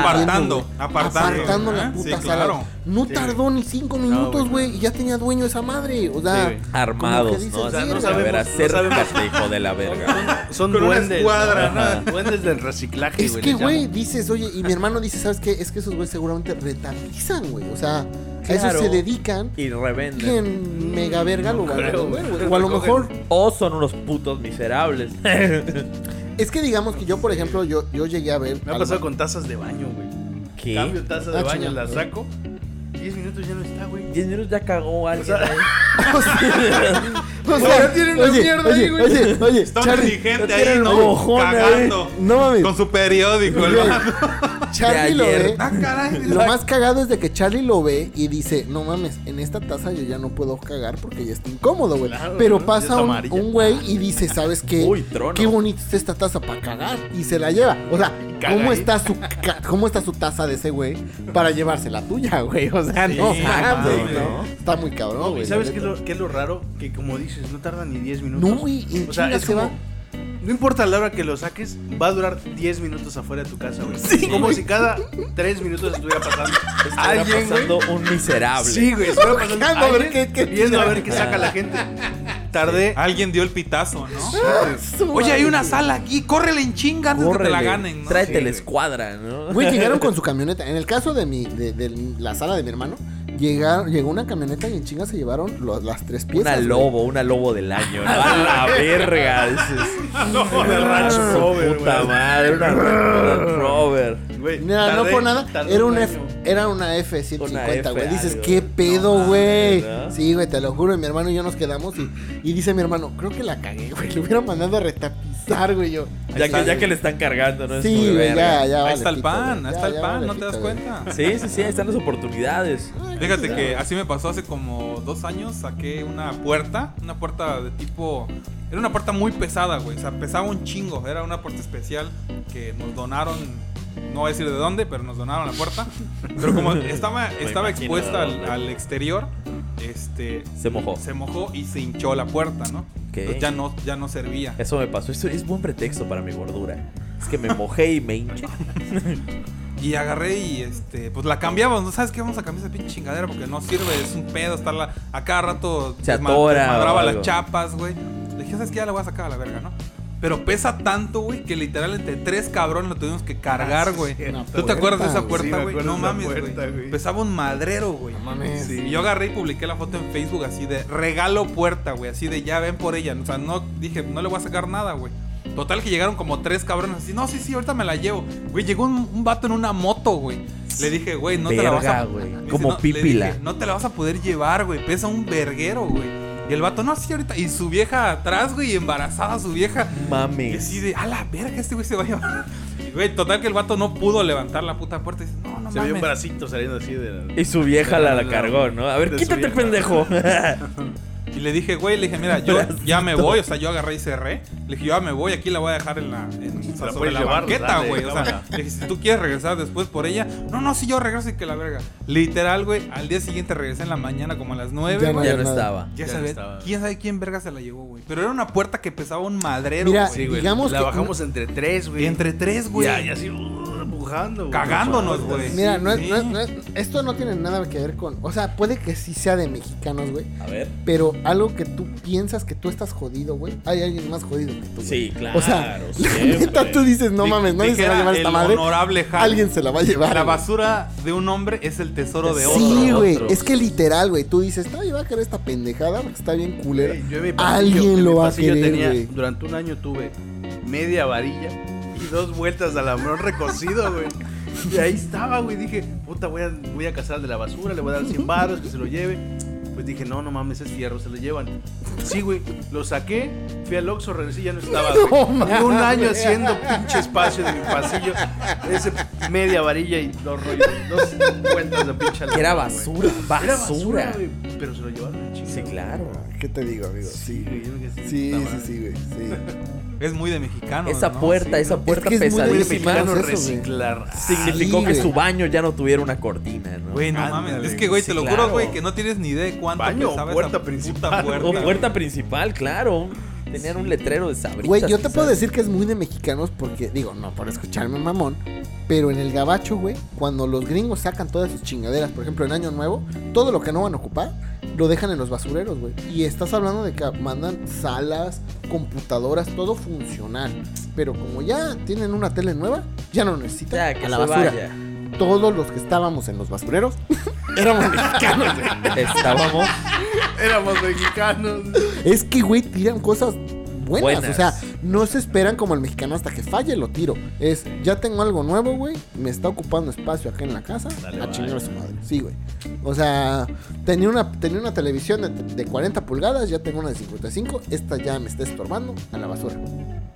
Speaker 4: viendo,
Speaker 5: Apartando,
Speaker 4: güey.
Speaker 5: apartando,
Speaker 4: Apartando
Speaker 5: ¿eh?
Speaker 4: la puta
Speaker 5: Sí,
Speaker 4: sala.
Speaker 5: claro.
Speaker 4: No
Speaker 3: Sí,
Speaker 4: tardó ni cinco minutos,
Speaker 3: güey,
Speaker 4: güey, y ya tenía dueño esa madre. O sea,
Speaker 3: Sí, güey.
Speaker 4: como
Speaker 2: Armados,
Speaker 4: que dices,
Speaker 2: ¿no? O sea,
Speaker 4: "Sí,
Speaker 2: no
Speaker 4: güey".
Speaker 2: sabemos, a ver,
Speaker 3: no sabemos.
Speaker 2: acércate, hijo de la verga.
Speaker 3: Son
Speaker 5: Con una
Speaker 3: duendes. ¿no?
Speaker 5: escuadra, ¿no?
Speaker 3: Ajá. Duendes del reciclaje,
Speaker 4: es
Speaker 3: güey.
Speaker 4: que,
Speaker 3: les
Speaker 4: güey,
Speaker 3: llaman.
Speaker 4: dices, oye, y mi hermano dice, ¿sabes qué? Es que esos güey seguramente retalizan, güey. O sea, a
Speaker 2: Claro.
Speaker 4: eso se dedican.
Speaker 2: Y revenden.
Speaker 4: Bien, mega verga lo van a
Speaker 3: creo,
Speaker 4: vender,
Speaker 3: güey.
Speaker 4: güey. O a lo mejor,
Speaker 2: O son unos putos miserables.
Speaker 4: es que digamos que yo, por ejemplo, yo, yo llegué a ver.
Speaker 3: Me ha
Speaker 4: al-
Speaker 3: pasado con tazas de baño, güey.
Speaker 2: ¿Qué?
Speaker 3: Cambio taza de
Speaker 4: Ah,
Speaker 3: baño,
Speaker 4: chingada.
Speaker 3: la saco. 10 minutos ya no está, güey.
Speaker 2: Diez minutos ya cagó alguien. ¿eh? ahí.
Speaker 4: O sea, o
Speaker 5: Güey, ya tienen una mierda
Speaker 4: oye,
Speaker 5: ahí, güey.
Speaker 4: oye, oye,
Speaker 5: Está un
Speaker 4: Charlie,
Speaker 5: indigente
Speaker 4: no
Speaker 5: ahí,
Speaker 4: tienen
Speaker 5: ¿no?
Speaker 2: mojón ahí.
Speaker 5: Cagando.
Speaker 4: No mames.
Speaker 5: Con su periódico, el
Speaker 4: Güey,
Speaker 5: vato.
Speaker 4: Charlie
Speaker 2: De
Speaker 4: lo
Speaker 2: ayer.
Speaker 4: ve.
Speaker 5: Ah, caray.
Speaker 4: Lo más cagado es de que Charlie lo ve y dice, no mames, en esta taza yo ya no puedo cagar porque ya está incómodo, güey.
Speaker 3: Claro,
Speaker 4: Pero
Speaker 3: ¿no? Ya
Speaker 4: pasa
Speaker 3: está
Speaker 4: un,
Speaker 3: amarilla.
Speaker 4: un güey y dice, ¿sabes qué?
Speaker 2: Uy, trono.
Speaker 4: Qué bonita está esta taza para cagar. Y se la lleva. O sea,
Speaker 3: caga
Speaker 4: ¿cómo
Speaker 3: ahí.
Speaker 4: está, su ca- ¿cómo está su taza de ese güey para llevarse la tuya, güey? O sea,
Speaker 5: Sí,
Speaker 4: no
Speaker 5: no
Speaker 4: mames,
Speaker 5: mames.
Speaker 4: ¿no? Está muy cabrón, güey.
Speaker 3: ¿Y sabes
Speaker 4: Pues, la
Speaker 3: qué es,
Speaker 4: neta.
Speaker 3: lo, qué es lo raro? Que como dices, no tarda ni 10 minutos.
Speaker 4: No, güey, en
Speaker 3: O sea,
Speaker 4: chinga
Speaker 3: es
Speaker 4: se
Speaker 3: como-
Speaker 4: va.
Speaker 3: No importa la hora que lo saques, va a durar 10 minutos afuera de tu casa, güey. como si cada 3 minutos estuviera pasando
Speaker 2: Estaba
Speaker 3: alguien, güey.
Speaker 2: pasando un miserable.
Speaker 3: Sí, güey, estuviera pasando
Speaker 4: Buscando a ver
Speaker 3: alguien,
Speaker 4: qué- Ah, qué
Speaker 3: viendo a
Speaker 4: tira.
Speaker 3: ver qué saca la gente. Tardé.
Speaker 5: Alguien dio el pitazo, ¿no?
Speaker 4: Su
Speaker 5: Oye, hay
Speaker 4: madre,
Speaker 5: una
Speaker 4: güey.
Speaker 5: sala aquí, córrele en chinga antes de que te la
Speaker 2: Córrele,
Speaker 5: ganen, ¿no?
Speaker 2: Tráete
Speaker 3: Sí,
Speaker 2: la
Speaker 3: güey.
Speaker 2: escuadra, ¿no?
Speaker 4: Güey, llegaron con su camioneta. En el caso de mi, de, de la sala de mi hermano, llegaron, llegó una camioneta y en chinga se llevaron lo- las tres piezas.
Speaker 2: Una
Speaker 4: güey.
Speaker 2: lobo, una lobo del año. ¿no? A la verga. Dices,
Speaker 3: de rancho
Speaker 2: "Ah, su
Speaker 3: rover,
Speaker 2: puta
Speaker 3: güey".
Speaker 2: madre, una Range Rover.
Speaker 3: Güey,
Speaker 4: Mira, no
Speaker 3: tardé-
Speaker 4: por nada,
Speaker 3: tardé
Speaker 4: era una,
Speaker 3: año.
Speaker 4: F, era una
Speaker 2: Una
Speaker 4: F-150,
Speaker 2: F
Speaker 4: güey. Dices,
Speaker 2: algo.
Speaker 4: ¿qué pedo,
Speaker 2: No
Speaker 4: güey?
Speaker 2: mames, ¿no?
Speaker 4: sí, güey, te lo juro. Y mi hermano y yo nos quedamos y, y dice mi hermano, creo que la cagué, güey. Le hubiera mandado a retapizar, güey, yo.
Speaker 2: Ya
Speaker 4: Ahí está,
Speaker 2: que, ya
Speaker 4: güey.
Speaker 2: que le están cargando, ¿no? Es como
Speaker 4: Sí,
Speaker 2: de
Speaker 4: güey,
Speaker 2: verga.
Speaker 4: ya, ya.
Speaker 5: Ahí
Speaker 4: vale
Speaker 5: está el
Speaker 4: pito, güey.
Speaker 5: pan, ahí
Speaker 4: Ya,
Speaker 5: está el
Speaker 4: ya
Speaker 5: pan,
Speaker 4: vale
Speaker 5: ¿no te das
Speaker 4: pito, güey.
Speaker 5: cuenta?
Speaker 2: Sí, sí, sí, ahí están las oportunidades.
Speaker 5: Fíjate que así me pasó hace como dos años. Saqué una puerta, una puerta de tipo. Era una puerta muy pesada, güey. O sea, pesaba un chingo. Era una puerta especial que nos donaron. No voy a decir de dónde, pero nos donaron la puerta. Pero como estaba, estaba
Speaker 2: imagino
Speaker 5: expuesta
Speaker 2: de
Speaker 5: al,
Speaker 2: dónde.
Speaker 5: al exterior, este.
Speaker 2: Se mojó.
Speaker 5: Se mojó y se hinchó la puerta, ¿no? Entonces ya no, ya no servía.
Speaker 2: Eso me pasó. Esto es buen pretexto para mi gordura. Es que me mojé y me hinché.
Speaker 5: Y agarré y este, pues la cambiamos, ¿no? ¿Sabes qué? Vamos a cambiar esa pinche chingadera porque no sirve, es un pedo estarla. A cada rato
Speaker 2: Se
Speaker 5: desma-
Speaker 2: atora
Speaker 5: desmadraba
Speaker 2: o algo.
Speaker 5: las chapas, güey. Le dije, ¿sabes qué? Ya la voy a sacar a la verga, ¿no? Pero pesa tanto, güey, que literal entre tres cabrones lo tuvimos que
Speaker 3: Ah,
Speaker 5: cargar, güey.
Speaker 4: Una
Speaker 5: ¿Tú te acuerdas de esa
Speaker 4: güey.
Speaker 5: puerta,
Speaker 3: Sí, me
Speaker 5: güey?
Speaker 3: acuerdo
Speaker 5: no
Speaker 3: de esa
Speaker 5: mames,
Speaker 3: puerta,
Speaker 5: güey.
Speaker 3: güey.
Speaker 5: Pesaba un madrero, güey.
Speaker 4: mames.
Speaker 5: Sí, yo agarré y publiqué la foto en Facebook así de regalo puerta, güey. Así de ya ven por ella. O sea, no dije, no le voy a sacar nada, güey. Total que llegaron como tres cabrones así. No, sí, sí, ahorita me la llevo. Güey, llegó un, un vato en una moto, güey. Le dije, güey, no te la vas
Speaker 2: Verga,
Speaker 5: a.
Speaker 2: güey.
Speaker 5: Me dice,
Speaker 2: Como
Speaker 5: "No", le
Speaker 2: pípila.
Speaker 5: dije, no te la vas a poder llevar, güey. Pesa un verguero, güey. Y el vato, no, sí, ahorita. Y su vieja atrás, güey, embarazada su vieja. Y
Speaker 2: Mames.
Speaker 5: así de, a la verga, este güey se va a llevar. Y, Güey, total que el vato no pudo levantar la puta puerta. Y dice, no, no
Speaker 3: Se
Speaker 5: mames.
Speaker 3: veía un bracito saliendo así de.
Speaker 2: Y su vieja la, la cargó, ¿no? A ver,
Speaker 3: De su
Speaker 2: quítate,
Speaker 3: vieja.
Speaker 2: pendejo.
Speaker 5: Y le dije, güey, le dije, mira, yo ya me voy, o sea, yo agarré y cerré. Le dije, yo ya me voy, aquí la voy a dejar en la, en, o sea,
Speaker 3: la
Speaker 5: sobre
Speaker 3: puedes
Speaker 5: la
Speaker 3: llevar,
Speaker 5: banqueta,
Speaker 3: dale,
Speaker 5: güey. O sea,
Speaker 3: tómala.
Speaker 5: le dije, si tú quieres regresar después por ella, no, no, si yo regreso y que la verga. Literal, güey, al día siguiente regresé en la mañana como a las nueve,
Speaker 4: Ya
Speaker 5: güey.
Speaker 2: ya
Speaker 4: había
Speaker 2: no
Speaker 4: nada.
Speaker 2: estaba.
Speaker 5: Ya,
Speaker 3: Ya
Speaker 5: sabes,
Speaker 3: estaba.
Speaker 5: quién sabe quién verga se la llevó, güey. Pero era una puerta que pesaba un madrero,
Speaker 4: Mira,
Speaker 5: güey.
Speaker 3: güey.
Speaker 4: Digamos
Speaker 3: la
Speaker 4: que-
Speaker 3: bajamos entre tres, güey.
Speaker 5: Y entre tres, güey.
Speaker 3: Ya, ya así, uh, empujando, güey.
Speaker 5: Cagándonos, güey.
Speaker 4: Mira, no es-
Speaker 5: Sí.
Speaker 4: no es- no es- esto no tiene nada que ver con. O sea, puede que sí sea de mexicanos, güey.
Speaker 2: A ver.
Speaker 4: Pero algo que tú piensas que tú estás jodido, güey. Hay alguien más jodido que tú. güey.
Speaker 2: Sí, claro.
Speaker 4: O sea, la
Speaker 2: siempre.
Speaker 4: neta tú dices, no
Speaker 5: Di-
Speaker 4: mames, nadie se va a
Speaker 5: dijera
Speaker 4: llevar esta
Speaker 5: el
Speaker 4: madre.
Speaker 5: honorable Hal,
Speaker 4: Alguien se la va a llevar.
Speaker 5: La
Speaker 4: güey.
Speaker 5: basura de un hombre es el tesoro de otro.
Speaker 4: Sí,
Speaker 2: otro,
Speaker 4: güey.
Speaker 2: otro.
Speaker 4: Es que literal, güey. Tú dices, "Ay, va a querer esta pendejada porque está bien culera.
Speaker 3: Güey, yo en mi pasillo- en
Speaker 4: Alguien
Speaker 3: mi
Speaker 4: lo va a
Speaker 3: pasillo
Speaker 4: querer,
Speaker 3: tenía-
Speaker 4: güey.
Speaker 3: Durante un año tuve media varilla y dos vueltas al hambrón recocido, güey. Y ahí estaba, güey. Dije, puta, voy a, voy a cazar al de la basura, le voy a dar 100 baros, que se lo lleve. Pues dije, no, no mames, es fierro, se lo llevan. Sí, güey, lo saqué, fui al Oxxo, regresé y ya no estaba. güey.
Speaker 4: mames.
Speaker 3: un año haciendo pinche espacio de mi pasillo. Ese media varilla y dos rollos, dos vueltas de pinche
Speaker 2: Que era
Speaker 3: algodón, güey.
Speaker 2: basura,
Speaker 3: Era
Speaker 2: basura.
Speaker 3: basura, güey. Pero se lo llevaron al chingo.
Speaker 2: Sí, claro.
Speaker 4: ¿Qué te digo, amigo? Sí,
Speaker 3: güey, yo me quedé así,
Speaker 4: sí,
Speaker 3: puta
Speaker 4: sí,
Speaker 3: madre.
Speaker 4: sí, güey. Sí.
Speaker 5: Es muy de mexicano.
Speaker 2: Esa puerta, esa puerta
Speaker 4: que es muy
Speaker 3: Muy
Speaker 4: Padrísima.
Speaker 2: pesadísima
Speaker 3: mexicano
Speaker 4: Eso, güey.
Speaker 3: reciclar.
Speaker 2: significó
Speaker 4: Sí,
Speaker 2: que
Speaker 4: güey.
Speaker 2: su baño ya no tuviera una cortina, ¿no?
Speaker 5: Güey, no
Speaker 3: Ándale,
Speaker 5: mames. Es que, güey,
Speaker 2: sí,
Speaker 5: te lo
Speaker 2: claro.
Speaker 5: juro, güey, que no tienes ni idea de cuánto
Speaker 3: Baño o
Speaker 5: pesaba
Speaker 3: puerta
Speaker 5: esa puta
Speaker 3: principal,
Speaker 5: puerta.
Speaker 2: Ah, o puerta
Speaker 5: güey.
Speaker 2: principal, claro. Tenían un letrero de sabritas.
Speaker 4: Güey, yo te
Speaker 2: quizás.
Speaker 4: puedo decir que es muy de mexicanos porque, digo, no por escucharme mamón, pero en el gabacho, güey, cuando los gringos sacan todas sus chingaderas, por ejemplo, en Año Nuevo, todo lo que no van a ocupar, lo dejan en los basureros, güey. Y estás hablando de que mandan salas, computadoras, todo funcional. Pero como ya tienen una tele nueva, ya no necesitan
Speaker 2: Ya, que
Speaker 4: a la
Speaker 2: se
Speaker 4: basura.
Speaker 2: vaya.
Speaker 4: Todos los que estábamos en los basureros éramos mexicanos, güey.
Speaker 2: Estábamos.
Speaker 3: Éramos mexicanos.
Speaker 4: Es que, güey, tiran cosas buenas.
Speaker 2: Buenas.
Speaker 4: O sea, no se esperan como el mexicano hasta que falle lo tiro. Es, ya tengo algo nuevo, güey. Me está ocupando espacio acá en la casa.
Speaker 3: Dale,
Speaker 4: a
Speaker 3: bye.
Speaker 4: chingar a su madre. Sí, güey. O sea, tenía una, tenía una televisión de, de 40 pulgadas. Ya tengo una de 55. Esta ya me está estorbando a la basura.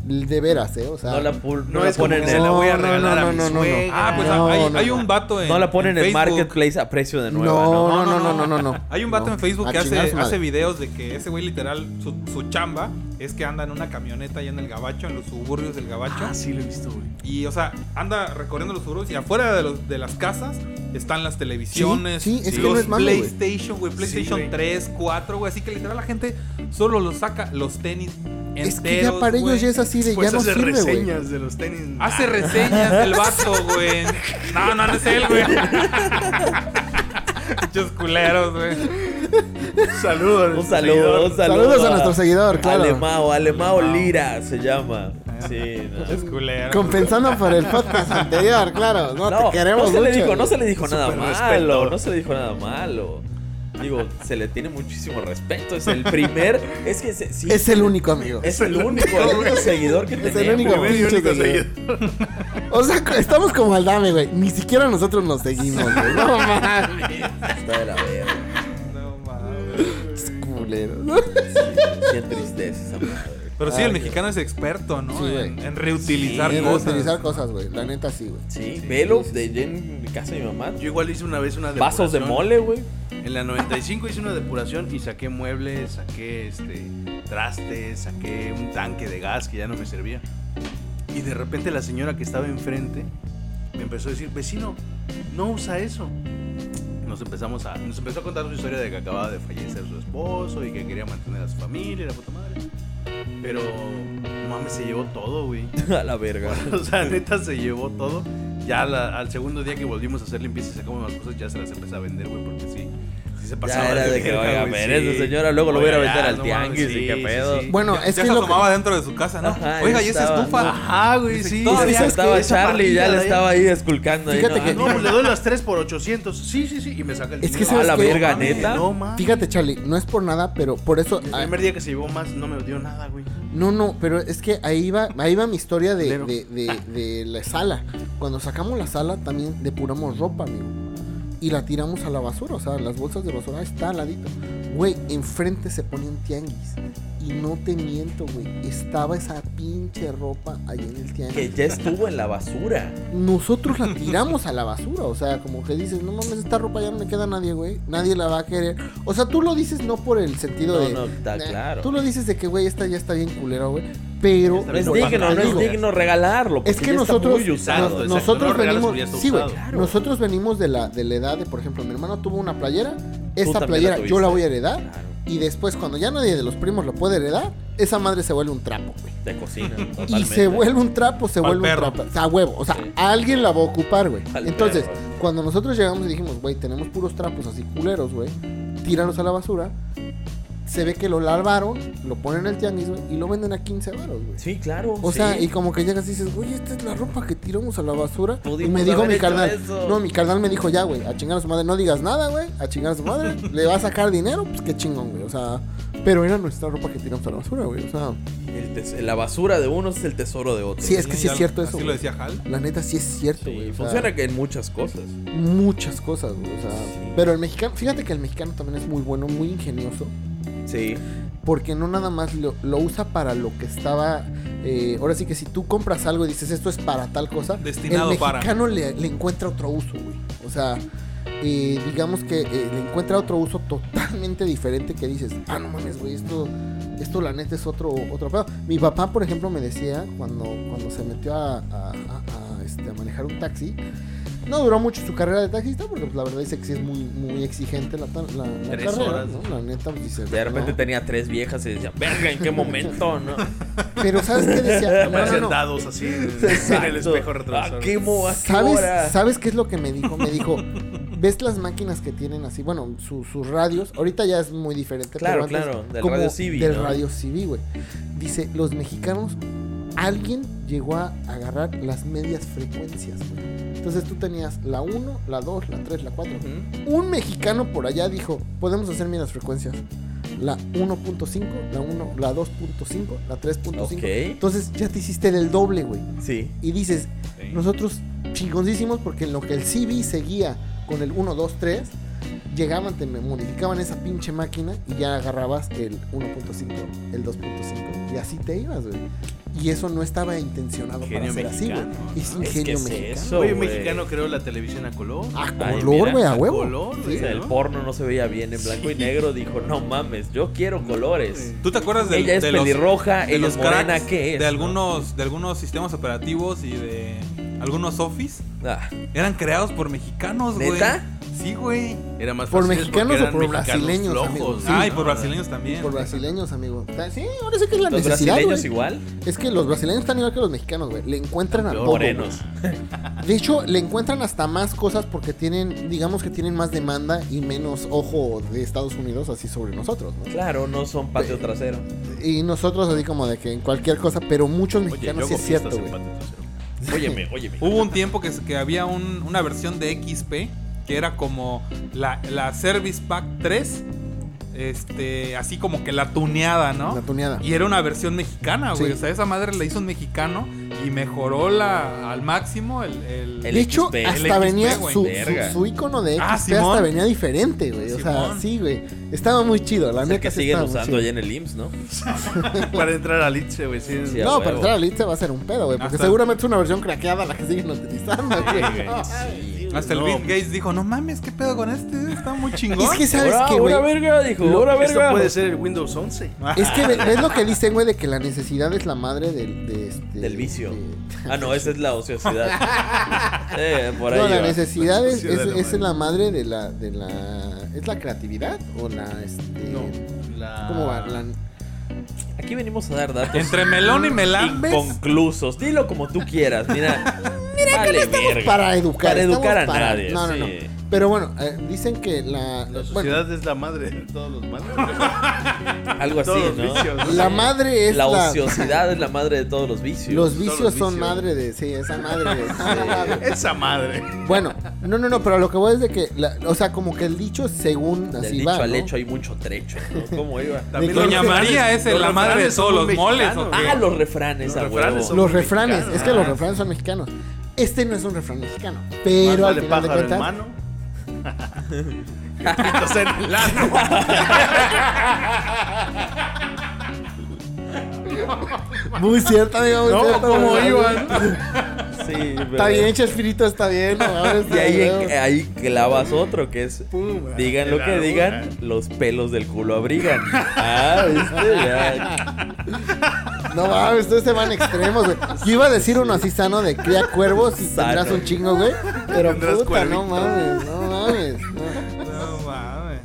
Speaker 4: De veras, ¿eh? O sea,
Speaker 2: No la, pu- no
Speaker 3: No
Speaker 2: la
Speaker 3: es como
Speaker 2: ponen
Speaker 3: que
Speaker 2: en
Speaker 3: se
Speaker 2: el,
Speaker 3: la
Speaker 2: no,
Speaker 3: voy a
Speaker 4: no,
Speaker 3: regalar
Speaker 4: no,
Speaker 3: a mi
Speaker 4: no, no, no.
Speaker 3: suegra.
Speaker 5: Ah, pues
Speaker 4: No,
Speaker 5: hay,
Speaker 4: no,
Speaker 5: hay
Speaker 4: no.
Speaker 5: un vato en.
Speaker 2: la ponen en el
Speaker 5: Facebook.
Speaker 2: marketplace a precio de nueva, ¿no?
Speaker 4: no, no, no, no, no, no.
Speaker 5: Hay un vato
Speaker 4: No.
Speaker 5: en Facebook
Speaker 4: A
Speaker 5: que hace,
Speaker 4: chingar a su madre.
Speaker 5: hace videos de que ese güey literal, su, su chamba es que anda en una camioneta allá en el gabacho, en los suburbios del gabacho.
Speaker 3: Ah, sí lo he visto, güey.
Speaker 5: Y, o sea, anda recorriendo los suburbios y afuera de, los- de las casas están las televisiones,
Speaker 4: Sí, sí, es que
Speaker 5: los
Speaker 4: no es mame, güey.
Speaker 5: PlayStation, güey, PlayStation
Speaker 3: Sí, güey.
Speaker 5: 3, 4, güey. Así que literal la gente solo los saca los tenis enteros,
Speaker 4: Es que ya para ellos
Speaker 5: güey.
Speaker 4: ya es así de
Speaker 3: Pues
Speaker 4: ya no
Speaker 3: hace
Speaker 4: sirve, güey.
Speaker 3: reseñas de los tenis.
Speaker 5: Hace reseñas del vato, güey. No, no, no es él, güey. Muchos culeros, güey.
Speaker 3: Un saludo. a
Speaker 2: Un saludo,
Speaker 3: nuestro
Speaker 2: un saludo.
Speaker 3: seguidor.
Speaker 4: Saludos a nuestro seguidor, claro.
Speaker 2: Alemao, Alemao Lira se llama. Sí, no.
Speaker 5: Muchos culeros.
Speaker 4: Compensando por el podcast anterior, claro. No,
Speaker 2: No,
Speaker 4: te queremos
Speaker 2: no se le
Speaker 4: mucho,
Speaker 2: dijo, no
Speaker 4: güey.
Speaker 2: se le dijo
Speaker 3: Súper
Speaker 2: nada malo,
Speaker 3: respeto.
Speaker 2: no se le dijo nada malo. Digo, se le tiene muchísimo respeto, es el primer, es que se- sí,
Speaker 4: Es el único amigo.
Speaker 2: es el único, el único seguidor que
Speaker 4: el
Speaker 2: tenemos.
Speaker 4: único
Speaker 3: Primer y
Speaker 4: pinche
Speaker 3: único
Speaker 4: seguidor.
Speaker 3: seguidor.
Speaker 4: O sea, co- estamos como al dame, güey. Ni siquiera nosotros nos seguimos, güey. No mames.
Speaker 2: Está de la verga.
Speaker 5: No, mames.
Speaker 4: Culeros.
Speaker 2: Qué tristeza esa madre.
Speaker 5: Pero sí,
Speaker 4: Ay,
Speaker 5: el mexicano es experto, ¿no?
Speaker 4: Sí, güey.
Speaker 5: en, en reutilizar
Speaker 4: Y
Speaker 5: cosas.
Speaker 4: reutilizar cosas, güey. La neta sí, güey.
Speaker 2: Sí, velo de yo en mi casa de mi mamá.
Speaker 3: Yo igual hice una vez una depuración.
Speaker 2: Vasos de mole, güey.
Speaker 3: En la 95 hice una depuración y saqué muebles, saqué este trastes, saqué un tanque de gas que ya no me servía. Y de repente la señora que estaba enfrente me empezó a decir, vecino, no usa eso. Nos empezamos a, nos empezó a contar su historia de que acababa de fallecer su esposo y que quería mantener a su familia, y la puta madre. Pero, no mames, se llevó todo, güey.
Speaker 2: A la verga.
Speaker 3: O sea, neta se llevó todo. Ya la- al segundo día que volvimos a hacer limpieza y sacamos las cosas, ya se las empecé a vender, güey, porque sí. Sí se pasaba.
Speaker 2: era de que, oiga, pero esa señora luego lo
Speaker 3: Oiga,
Speaker 2: hubiera vender
Speaker 3: ya,
Speaker 2: al
Speaker 3: no
Speaker 2: tianguis
Speaker 3: mames,
Speaker 2: y qué pedo.
Speaker 4: Bueno,
Speaker 5: ya
Speaker 4: es
Speaker 5: ya
Speaker 4: que
Speaker 5: se
Speaker 4: lo que-
Speaker 5: asomaba dentro de su casa, ¿no?
Speaker 2: Ajá, ahí
Speaker 5: Oiga, ¿y esa
Speaker 2: estaba.
Speaker 5: estufa?
Speaker 3: Ajá, güey, sí.
Speaker 5: Todavía
Speaker 2: Todavía estaba
Speaker 3: esa
Speaker 2: Charlie, ya
Speaker 3: parrilla
Speaker 2: le
Speaker 3: de-
Speaker 2: estaba ahí esculcando. ahí,
Speaker 4: Fíjate
Speaker 2: no,
Speaker 4: que-
Speaker 3: No,
Speaker 2: no,
Speaker 3: pues le doy las tres por 800. Sí, sí, sí. Y me saca el
Speaker 4: Es que
Speaker 3: dinero. Ah,
Speaker 4: ¿sabes
Speaker 2: A la
Speaker 4: qué?
Speaker 2: verga,
Speaker 3: mames,
Speaker 2: neta.
Speaker 3: No, mames.
Speaker 4: Fíjate, Charlie, no es por nada, pero por eso.
Speaker 3: El
Speaker 4: ah,
Speaker 3: primer día que se llevó más, no me dio nada, güey.
Speaker 4: No, no, pero es que ahí va, ahí va mi historia de,
Speaker 3: Culero.
Speaker 4: de- de- de la sala. Cuando sacamos la sala también depuramos ropa, amigo. Y la tiramos a la basura, o sea, las bolsas de basura ahí está al ladito. Güey, enfrente se ponían tianguis. Y no te miento, güey. Estaba esa pinche ropa ahí en el tianguis.
Speaker 2: que ya estuvo en la basura.
Speaker 4: Nosotros la tiramos a la basura, o sea, como que dices, no mames, esta ropa ya no le queda a nadie, güey. Nadie la va a querer. O sea, tú lo dices no por el sentido
Speaker 2: No,
Speaker 4: de.
Speaker 2: no, está
Speaker 4: eh, "Nah",
Speaker 2: claro.
Speaker 4: Tú lo dices de que, güey, esta ya está bien culera, güey. Pero.
Speaker 3: Está
Speaker 2: No es
Speaker 3: Pero
Speaker 2: digno, no es
Speaker 4: Digo,
Speaker 2: digno regalarlo.
Speaker 4: es
Speaker 2: porque
Speaker 4: que
Speaker 2: ya está
Speaker 4: nosotros,
Speaker 2: muy
Speaker 3: usado,
Speaker 4: no-
Speaker 2: usado.
Speaker 3: exacto, no
Speaker 4: nosotros
Speaker 3: lo regalas
Speaker 4: venimos,
Speaker 3: porque ya está
Speaker 4: sí, güey,
Speaker 3: usado.
Speaker 2: Claro.
Speaker 4: nosotros venimos de la, de la edad de, por ejemplo, mi hermano tuvo una playera,
Speaker 2: también la
Speaker 4: esta playera yo la
Speaker 2: tuviste.
Speaker 4: voy a heredar
Speaker 2: Claro,
Speaker 4: y después cuando ya nadie de los primos lo puede heredar, esa madre se vuelve un trapo, güey.
Speaker 2: de cocina.
Speaker 4: Y
Speaker 2: totalmente.
Speaker 4: se vuelve un trapo, se
Speaker 5: Pa'l
Speaker 4: vuelve un
Speaker 5: perro.
Speaker 4: trapo. O sea, huevo. O sea,
Speaker 2: Sí.
Speaker 4: alguien la va a ocupar, güey.
Speaker 2: Pa'l
Speaker 4: Entonces,
Speaker 2: perro.
Speaker 4: cuando nosotros llegamos y dijimos, güey, tenemos puros trapos así culeros, güey, tíralos a la basura. Se ve que lo larvaron, lo ponen en el tianguis, güey, y lo venden a 15 baros, güey.
Speaker 2: Sí, claro.
Speaker 4: O
Speaker 2: sí.
Speaker 4: sea, y como que llegas y dices, güey, esta es la ropa que tiramos a la basura. Y
Speaker 2: Pudimos
Speaker 4: me dijo
Speaker 2: haber
Speaker 4: mi
Speaker 2: hecho
Speaker 4: carnal.
Speaker 2: eso.
Speaker 4: No, mi carnal me dijo, ya, güey, a chingar a su madre. No digas nada, güey, a chingar a su madre. le va a sacar dinero, pues qué chingón, güey. O sea, Pero era nuestra ropa que tiramos a la basura, güey. O sea,
Speaker 2: El tes- la basura de uno es el tesoro de otro.
Speaker 4: Sí, es que sí
Speaker 5: Ya-
Speaker 4: es cierto eso,
Speaker 5: Así lo
Speaker 4: güey.
Speaker 5: decía Hal.
Speaker 4: la neta sí es cierto,
Speaker 2: Sí,
Speaker 4: güey. o sea,
Speaker 2: funciona que en muchas cosas.
Speaker 4: muchas cosas, güey. O sea,
Speaker 2: Sí.
Speaker 4: pero el mexicano, fíjate que el mexicano también es muy bueno, muy ingenioso.
Speaker 2: Sí.
Speaker 4: Porque no nada más lo, lo usa para lo que estaba. eh, ahora sí que si tú compras algo y dices esto es para tal cosa,
Speaker 5: Destinado
Speaker 4: el
Speaker 5: para.
Speaker 4: mexicano le, le encuentra otro uso, güey. O sea, eh, digamos que eh, le encuentra otro uso totalmente diferente que dices, ah, no mames, güey, esto, esto la neta es otro, otro pedo. Mi papá, por ejemplo, me decía cuando, cuando se metió a, a- a- a, este, a manejar un taxi. No duró mucho su carrera de taxista porque pues, la verdad dice que sí es muy, muy exigente la, ta- la, la
Speaker 2: Tres
Speaker 4: carrera,
Speaker 2: horas.
Speaker 4: ¿no? La neta pues, dice,
Speaker 2: De repente
Speaker 4: "No".
Speaker 2: tenía tres viejas y decía, verga, ¿en qué momento? ¿No?
Speaker 4: Pero ¿sabes qué decía? No, no,
Speaker 3: Aparecían
Speaker 4: no.
Speaker 3: dados así en el
Speaker 2: Exacto.
Speaker 3: espejo
Speaker 2: ¿A
Speaker 3: retrovisor.
Speaker 2: qué, mo- a qué hora?
Speaker 4: ¿Sabes, ¿Sabes qué es lo que me dijo? Me dijo, ¿ves las máquinas que tienen así? Bueno, su- sus radios. Ahorita ya es muy diferente.
Speaker 2: Claro,
Speaker 4: pero antes,
Speaker 2: claro, del
Speaker 4: como
Speaker 2: radio CB,
Speaker 4: Del
Speaker 2: ¿no?
Speaker 4: radio CB, güey. Dice, los mexicanos, alguien llegó a agarrar las medias frecuencias, güey. Entonces tú tenías la 1, la 2, la 3, la 4.
Speaker 2: Ujú.
Speaker 4: Un mexicano por allá dijo, podemos hacer medias frecuencias. La 1.5, la 1, la 2.5, la 3.5.
Speaker 2: Ok.
Speaker 4: Entonces ya te hiciste del doble, güey.
Speaker 2: Sí.
Speaker 4: Y dices, nosotros chingoncísimos porque en lo que el CB seguía con el 1, 2, 3, llegaban, te modificaban esa pinche máquina y ya agarrabas el 1.5, el 2.5 y así te ibas, güey. Y eso no estaba intencionado
Speaker 3: Ingenio
Speaker 4: para ser
Speaker 3: mexicano,
Speaker 4: así,
Speaker 3: ¿no?
Speaker 4: güey. Es
Speaker 2: Es que
Speaker 4: ingenio
Speaker 2: es
Speaker 4: mexicano.
Speaker 2: eso,
Speaker 3: Oye, un
Speaker 2: güey.
Speaker 3: mexicano creó la televisión a color.
Speaker 4: A
Speaker 2: Ay, mira,
Speaker 4: color, güey, a
Speaker 3: a
Speaker 4: huevo.
Speaker 3: color,
Speaker 2: O
Speaker 3: güey,
Speaker 2: sea, el
Speaker 3: ¿no?
Speaker 2: porno no se veía bien en blanco y negro. Dijo, no mames, yo quiero colores.
Speaker 5: ¿Tú te acuerdas del-
Speaker 2: Ella es
Speaker 5: de los-
Speaker 2: pelirroja,
Speaker 5: de
Speaker 2: ella
Speaker 5: los
Speaker 2: es morena,
Speaker 5: cracks,
Speaker 2: ¿qué es?
Speaker 5: de
Speaker 2: no?
Speaker 5: algunos de algunos sistemas operativos y de algunos office
Speaker 2: Ah,
Speaker 5: eran creados por mexicanos, güey.
Speaker 2: ¿Neta?
Speaker 5: Sí, güey.
Speaker 3: Era más
Speaker 4: ¿Por
Speaker 3: fácil
Speaker 4: mexicanos
Speaker 3: porque
Speaker 4: o por
Speaker 3: eran mexicanos
Speaker 4: brasileños,
Speaker 3: flojos,
Speaker 4: amigo?
Speaker 3: ¿no?
Speaker 4: Sí.
Speaker 5: ah, y por brasileños
Speaker 4: Y
Speaker 5: también.
Speaker 4: por brasileños, amigo. Está- Sí, ahora sí que es la
Speaker 2: ¿Los
Speaker 4: necesidad,
Speaker 2: brasileños
Speaker 4: güey.
Speaker 2: igual?
Speaker 4: Es que los brasileños están igual que los mexicanos, güey. Le encuentran a
Speaker 3: Los
Speaker 4: todo. güey.
Speaker 2: Morenos.
Speaker 4: De hecho, le encuentran hasta más cosas porque tienen, digamos que tienen más demanda y menos ojo de Estados Unidos así sobre nosotros, ¿no?
Speaker 2: Claro, no son patio trasero.
Speaker 4: Y nosotros así como de que en cualquier cosa, pero muchos
Speaker 3: Oye, yo
Speaker 4: mexicanos sí
Speaker 3: hago
Speaker 4: es cierto,
Speaker 3: fiestas en
Speaker 4: güey.
Speaker 3: patio trasero. Óyeme, óyeme.
Speaker 4: Uh,
Speaker 5: Hubo un tiempo que, se- que había un- una versión de XP que era como la, la Service Pack 3. Este, así como que la tuneada, ¿no?
Speaker 4: La tuneada.
Speaker 5: Y era una versión mexicana, güey.
Speaker 4: Sí.
Speaker 5: O sea, esa madre la hizo un mexicano y mejoró la, al máximo el. el-
Speaker 2: El
Speaker 4: de hecho,
Speaker 2: XP,
Speaker 4: hasta
Speaker 5: el XP,
Speaker 4: venía
Speaker 5: güey,
Speaker 4: su,
Speaker 2: verga.
Speaker 4: su, su icono de XP,
Speaker 5: Ah,
Speaker 4: hasta
Speaker 5: Simón.
Speaker 4: venía diferente, güey. O sea,
Speaker 5: Simón.
Speaker 4: sí, güey. Estaba muy chido, la
Speaker 2: Es el
Speaker 4: neta.
Speaker 2: que
Speaker 4: sí
Speaker 2: siguen
Speaker 4: estaba muy
Speaker 2: usando
Speaker 4: chido.
Speaker 2: allá en el IMSS, ¿no?
Speaker 3: Para entrar al Itche, güey. Sí,
Speaker 2: Sí,
Speaker 3: no,
Speaker 2: a
Speaker 4: No,
Speaker 2: huevo.
Speaker 4: pero entrar a la lista va a ser un pedo, güey. Porque
Speaker 5: Hasta-
Speaker 4: seguramente es una versión craqueada la que siguen utilizando, güey.
Speaker 3: güey,
Speaker 5: Hasta el
Speaker 3: No.
Speaker 5: Bill Gates dijo: No mames, ¿qué pedo con este? Está muy chingón.
Speaker 4: Es que sabes
Speaker 2: Ahora,
Speaker 4: que, güey.
Speaker 2: ahora verga, dijo,
Speaker 3: Lo-
Speaker 2: ahora
Speaker 3: esto
Speaker 2: verga.
Speaker 3: puede ser el Windows 11.
Speaker 4: Es que ve- ves lo que dicen, güey, de que la necesidad es la madre del, de este-
Speaker 2: Del vicio.
Speaker 4: de-
Speaker 2: Ah, no, esa es la ociosidad. Eh, por ahí.
Speaker 4: no, la
Speaker 2: va.
Speaker 4: necesidad es,
Speaker 3: Necesidad
Speaker 4: es,
Speaker 3: de la
Speaker 4: es la madre de la, de la. ¿Es la creatividad? ¿O la. Este,
Speaker 3: La...
Speaker 4: ¿Cómo va? La-
Speaker 2: Aquí venimos a dar datos
Speaker 5: Entre melón y melambes.
Speaker 2: inconclusos. Dilo como tú quieras. Mira, mira vale, verga.
Speaker 4: para educar.
Speaker 2: Para
Speaker 4: estamos
Speaker 2: educar a
Speaker 4: para-
Speaker 2: nadie.
Speaker 4: No, no, no.
Speaker 2: sí.
Speaker 4: Pero bueno, eh, dicen que la.
Speaker 3: La
Speaker 4: bueno,
Speaker 3: sociedad es la madre de todos los males.
Speaker 2: Algo así,
Speaker 3: Todos los
Speaker 2: ¿no?
Speaker 3: vicios.
Speaker 4: la madre es
Speaker 2: la
Speaker 4: la.
Speaker 2: ociosidad es la madre de todos los vicios.
Speaker 4: Los
Speaker 3: los
Speaker 4: vicios
Speaker 3: vicios.
Speaker 4: son madre de. Sí, esa madre de. madre.
Speaker 3: Esa madre.
Speaker 4: Bueno, no, no, no, pero lo que voy es de que. la- o sea, como que el dicho según.
Speaker 2: Del
Speaker 4: Así
Speaker 2: dicho
Speaker 4: va,
Speaker 2: al
Speaker 4: ¿no?
Speaker 2: hecho hay mucho trecho, ¿no? ¿Cómo iba?
Speaker 3: También
Speaker 4: Doña
Speaker 3: los refranes-
Speaker 5: María es
Speaker 3: los
Speaker 5: la madre de
Speaker 3: refranes son
Speaker 5: todos los
Speaker 3: muy
Speaker 5: moles,
Speaker 3: mexicanos.
Speaker 5: ¿o qué?
Speaker 2: Ah, los refranes,
Speaker 3: Los
Speaker 2: a
Speaker 3: refranes
Speaker 2: huevo.
Speaker 3: son-
Speaker 4: Los
Speaker 3: Somos
Speaker 4: refranes,
Speaker 3: mexicanos.
Speaker 4: es que los
Speaker 5: Ah,
Speaker 4: refranes son mexicanos. Este no es un refrán mexicano, pero
Speaker 3: Más
Speaker 4: al
Speaker 3: vale
Speaker 4: final de
Speaker 3: pájaro en
Speaker 4: cuentas,
Speaker 3: mano. que pitos en el ano.
Speaker 4: muy cierto, amigo, muy cierto. muy bueno.
Speaker 2: Sí,
Speaker 4: Está
Speaker 2: pero-
Speaker 4: bien, Chespirito, está bien. no mames,
Speaker 2: Y ahí,
Speaker 4: está bien.
Speaker 2: ahí clavas otro que es digan lo
Speaker 3: la
Speaker 2: que
Speaker 3: luna.
Speaker 2: digan, los pelos del culo abrigan. Ah, viste, ya.
Speaker 4: No mames, ustedes se van extremos, güey. Yo iba a decir uno así sano de cría cuervos y
Speaker 2: Sano.
Speaker 4: tendrás un chingo, güey. Pero
Speaker 3: Tendrás
Speaker 4: puta,
Speaker 3: cuervito.
Speaker 4: no mames, no mames. No.
Speaker 5: No mames.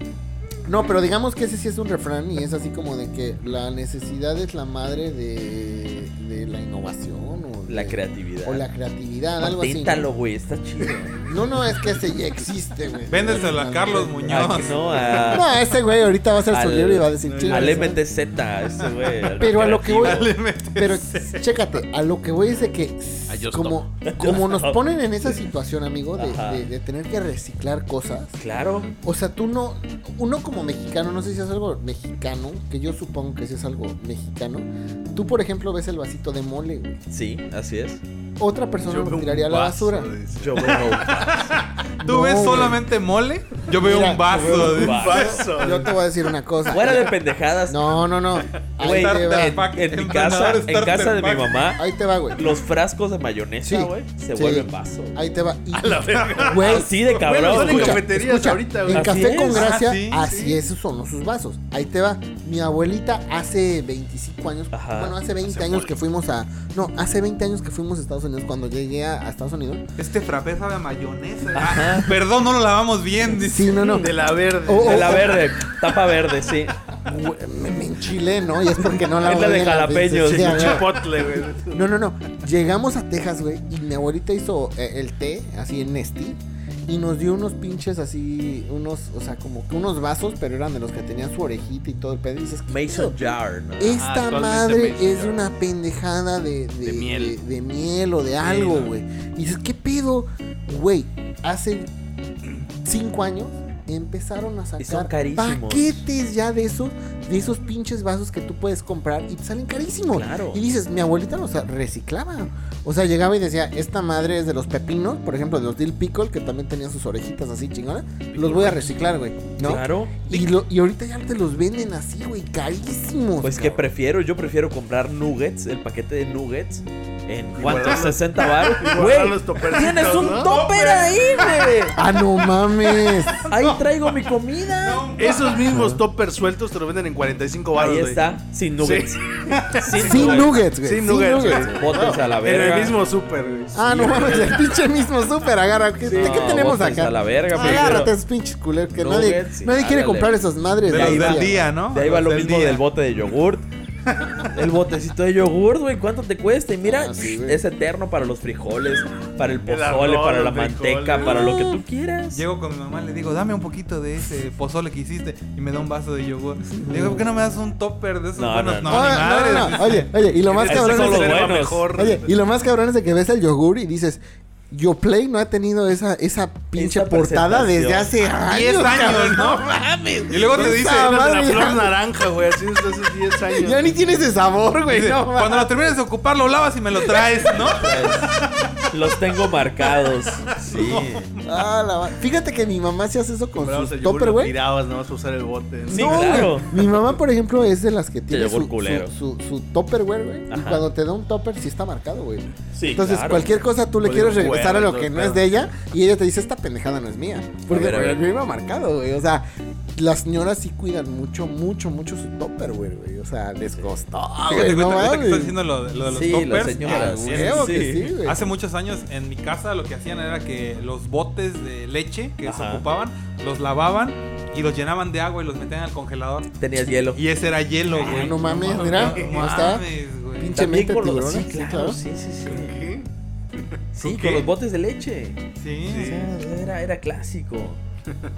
Speaker 4: No, pero digamos que ese sí es un refrán y es así como de que la necesidad es la madre de, de la innovación o
Speaker 2: La
Speaker 4: de-
Speaker 2: creatividad.
Speaker 4: O la creatividad, algo así. ¿no?
Speaker 2: Paténtalo, güey, está chido.
Speaker 4: No, no, es que ese ya existe, güey.
Speaker 5: Véndeselo a Carlos Muñoz.
Speaker 2: Ah, que no, a-
Speaker 4: No, ese güey ahorita va a hacer su
Speaker 2: al-
Speaker 4: libro y va a decir "Chinga,
Speaker 2: Al
Speaker 4: ¿no?".
Speaker 2: MTZ, ese güey. al
Speaker 4: Pero a lo que voy.
Speaker 2: creativo.
Speaker 4: Pero chécate, a lo que voy es de que.
Speaker 2: Ah,
Speaker 3: A Just
Speaker 4: Como, como nos ponen en esa situación, amigo, de,
Speaker 2: Ajá.
Speaker 4: de- de tener que reciclar cosas.
Speaker 2: Claro.
Speaker 4: O sea, tú no. Uno como mexicano, no sé si es algo mexicano, que yo supongo que si es algo mexicano. Tú, por ejemplo, ves el vasito de mole, güey.
Speaker 2: Sí, así es.
Speaker 4: Otra persona
Speaker 3: Yo
Speaker 4: lo
Speaker 3: veo un
Speaker 4: tiraría a la
Speaker 3: vaso,
Speaker 4: basura.
Speaker 3: dice.
Speaker 2: Yo veo.
Speaker 5: ¿Tú
Speaker 4: No,
Speaker 5: ves
Speaker 4: güey.
Speaker 5: solamente mole? Yo veo
Speaker 4: Mira,
Speaker 5: un vaso.
Speaker 2: yo veo un
Speaker 5: de-
Speaker 2: vaso.
Speaker 4: Yo te voy a decir una cosa.
Speaker 2: Fuera de pendejadas.
Speaker 4: No, no, no. Ahí
Speaker 2: Güey,
Speaker 4: te va.
Speaker 2: en,
Speaker 5: pack,
Speaker 2: en mi
Speaker 5: emprendedor
Speaker 2: casa, en
Speaker 5: starter
Speaker 2: casa de mi
Speaker 5: pack.
Speaker 2: mamá,
Speaker 4: Ahí te va, güey.
Speaker 2: los frascos de mayonesa,
Speaker 4: Sí,
Speaker 2: güey, se
Speaker 4: sí.
Speaker 2: vuelven vaso.
Speaker 4: Ahí te va. Y-
Speaker 3: A la verga.
Speaker 4: Güey,
Speaker 2: Así de cabrón.
Speaker 3: Bueno, son en
Speaker 2: güey.
Speaker 4: escucha,
Speaker 3: cafeterías
Speaker 4: escucha,
Speaker 3: ahorita, güey.
Speaker 4: En
Speaker 2: Así
Speaker 4: Café con
Speaker 2: es.
Speaker 4: Gracia,
Speaker 5: Ah, sí,
Speaker 4: así
Speaker 5: sí.
Speaker 4: esos son los sus vasos. Ahí te va. Mi abuelita hace 25 años,
Speaker 2: Ajá.
Speaker 4: bueno, hace 20 años que fuimos a. No, hace 20 años que fuimos a Estados Unidos, cuando llegué a, a Estados Unidos.
Speaker 5: Este frappé sabe a mayonesa. Ah, Perdón, no lo lavamos bien. Dice.
Speaker 4: Sí, no, no.
Speaker 3: De la verde.
Speaker 4: Oh,
Speaker 2: De la verde, tapa verde, sí.
Speaker 4: Güey, Me, me enchilé, ¿no? Y es porque no la
Speaker 2: Es la de
Speaker 4: olía
Speaker 2: jalapeños.
Speaker 4: sí, a ver.
Speaker 3: Chipotle, güey.
Speaker 4: No, no, no. Llegamos a Texas, güey, y mi abuelita hizo eh, el té, así en Nesti, y nos dio unos pinches así, unos, o sea, como que unos vasos, pero eran de los que tenían su orejita y todo el pedo. Y dices, ¿qué
Speaker 2: Mason
Speaker 4: pedo?
Speaker 2: jar, ¿no?
Speaker 4: Esta
Speaker 3: actualmente
Speaker 4: madre
Speaker 3: Mason
Speaker 4: es
Speaker 3: Jar.
Speaker 4: una pendejada de, de,
Speaker 3: De miel.
Speaker 4: de- de miel o de algo,
Speaker 3: no.
Speaker 4: güey. Y dices, ¿qué pedo? Güey, hace cinco años empezaron a
Speaker 2: Y son
Speaker 4: sacar
Speaker 2: carísimos.
Speaker 4: paquetes ya de esos, de esos pinches vasos que tú puedes comprar y te salen carísimos.
Speaker 2: Claro.
Speaker 4: Y dices, mi abuelita los reciclaba. O sea, llegaba y decía, esta madre es de los pepinos, por ejemplo, de los dill pickle, que también tenían sus orejitas así chingonas. Los voy a reciclar, güey. ¿No?
Speaker 2: Claro.
Speaker 4: Y, lo- y ahorita ya te los venden así, güey, carísimos.
Speaker 2: Pues que prefiero, yo prefiero comprar nuggets, el paquete de nuggets en cuánto
Speaker 3: guardarlos.
Speaker 2: 60 bar.
Speaker 3: guardar
Speaker 2: Güey,
Speaker 3: los topercitos,
Speaker 2: tienes un
Speaker 3: ¿no?
Speaker 2: topper ahí, bebé.
Speaker 4: Ah, no mames.
Speaker 2: Ahí traigo mi comida.
Speaker 3: Esos mismos toppers sueltos te lo venden en 45 baros,
Speaker 2: Ahí
Speaker 3: güey.
Speaker 2: está, sin nuggets.
Speaker 3: Sí.
Speaker 2: Sin,
Speaker 4: Sin nuggets, güey.
Speaker 3: Sin nuggets, güey.
Speaker 2: Botes a la
Speaker 3: En
Speaker 2: verga.
Speaker 3: el mismo súper, güey.
Speaker 4: Ah, no mames, el pinche mismo súper agarra. ¿Qué, ¿de qué
Speaker 2: No,
Speaker 4: tenemos
Speaker 2: botes
Speaker 4: acá? Ah,
Speaker 2: A la verga,
Speaker 4: Agárrate
Speaker 2: prefiero.
Speaker 4: esos pinches culeros que
Speaker 2: Nuggets
Speaker 4: nadie,
Speaker 2: y
Speaker 4: nadie quiere
Speaker 2: ándale.
Speaker 4: comprar esas madres.
Speaker 5: De
Speaker 4: güey.
Speaker 5: los
Speaker 2: ahí
Speaker 5: del
Speaker 2: va.
Speaker 5: día, ¿no?
Speaker 2: De ahí va
Speaker 5: Los
Speaker 2: lo mismo
Speaker 5: día.
Speaker 2: del bote de yogurt. El botecito de yogurt, güey, ¿cuánto te cuesta? Y mira,
Speaker 4: Ah, sí, güey.
Speaker 2: es eterno para los frijoles, para el pozole,
Speaker 3: arroz,
Speaker 2: para la
Speaker 3: los
Speaker 2: manteca,
Speaker 3: frijoles.
Speaker 2: para lo que tú quieras.
Speaker 5: Llego con mi mamá, le digo, dame un poquito de ese pozole que hiciste. Y me da un vaso de yogur. Le digo, ¿por qué no me das un topper de esos?
Speaker 2: No,
Speaker 5: buenos?
Speaker 2: no,
Speaker 5: ni
Speaker 4: Ah, no,
Speaker 5: madres,
Speaker 4: no, no.
Speaker 5: dice.
Speaker 4: Oye, oye, y lo más
Speaker 2: Esos
Speaker 4: cabrón
Speaker 2: son
Speaker 4: es
Speaker 2: los
Speaker 4: de-
Speaker 2: buenos.
Speaker 4: Oye, y lo más cabrón es de que ves el yogur y dices, Yo Play no ha tenido esa, esa pinche
Speaker 2: Esa
Speaker 4: portada desde hace años.
Speaker 5: 10 años,
Speaker 4: cabrón.
Speaker 5: ¿no?
Speaker 3: mames.
Speaker 5: Y luego te dice,
Speaker 4: Esa
Speaker 3: Eran de
Speaker 4: madre
Speaker 3: la
Speaker 4: ya-
Speaker 3: flor naranja, güey. Así desde hace 10 años.
Speaker 4: Ya ni tiene ese sabor, güey.
Speaker 5: dice,
Speaker 4: no mames.
Speaker 5: cuando lo termines de ocupar, lo lavas y me lo traes, ¿no?
Speaker 2: Pues, los tengo marcados. Sí.
Speaker 4: Ah, la va- Fíjate que mi mamá se hace eso con
Speaker 3: Comprabas
Speaker 4: sus
Speaker 3: el yogur y
Speaker 4: topper,
Speaker 3: lo
Speaker 4: güey.
Speaker 3: tirabas nada más para usar el bote.
Speaker 2: Sí,
Speaker 4: No, güey.
Speaker 2: claro.
Speaker 4: Mi mamá, por ejemplo, es de las que tiene
Speaker 2: llegó
Speaker 4: su,
Speaker 2: el culero.
Speaker 4: su, su, su topperware, güey. Y
Speaker 2: Ajá.
Speaker 4: cuando te da un topper, sí está marcado, güey.
Speaker 2: Sí,
Speaker 4: Entonces,
Speaker 2: claro.
Speaker 4: cualquier cosa tú le
Speaker 3: Código
Speaker 4: quieres regresar a
Speaker 3: QR,
Speaker 4: lo
Speaker 3: todo
Speaker 4: que
Speaker 3: el
Speaker 4: no es
Speaker 3: pedo.
Speaker 4: de ella. Y ella te dice, esta pendejada no es mía. Porque
Speaker 2: A ver, a
Speaker 4: por
Speaker 2: ver.
Speaker 4: el iba marcado, güey. O sea, las señoras sí cuidan mucho, mucho, mucho su topperware, güey. O sea, les costó,
Speaker 5: Fíjate,
Speaker 4: Ah, güey. No
Speaker 5: cuenta, ahorita que
Speaker 4: mames.
Speaker 5: estás diciendo lo, lo de los
Speaker 2: Sí, las
Speaker 5: toppers.
Speaker 2: señoras,
Speaker 5: ah,
Speaker 4: Ah,
Speaker 2: sí,
Speaker 5: güey.
Speaker 4: huevo
Speaker 2: sí.
Speaker 4: que sí, güey.
Speaker 5: Hace muchos años en mi casa lo que hacían era que los botes de leche que se
Speaker 2: Ajá.
Speaker 5: ocupaban, los lavaban y los llenaban de agua y los metían al congelador.
Speaker 2: Tenías hielo.
Speaker 5: Y ese era hielo,
Speaker 4: Ah,
Speaker 5: güey.
Speaker 4: no mames, mira, ¿cómo está?
Speaker 5: mames, güey.
Speaker 4: Pinche
Speaker 2: También
Speaker 4: mente
Speaker 2: con los...
Speaker 4: tiburona,
Speaker 2: Sí,
Speaker 4: sí,
Speaker 2: claro,
Speaker 4: claro.
Speaker 2: sí, sí, sí.
Speaker 5: ¿Con
Speaker 2: Sí,
Speaker 5: qué?
Speaker 2: con los botes de leche. O
Speaker 5: Sí.
Speaker 2: sea, era, era clásico.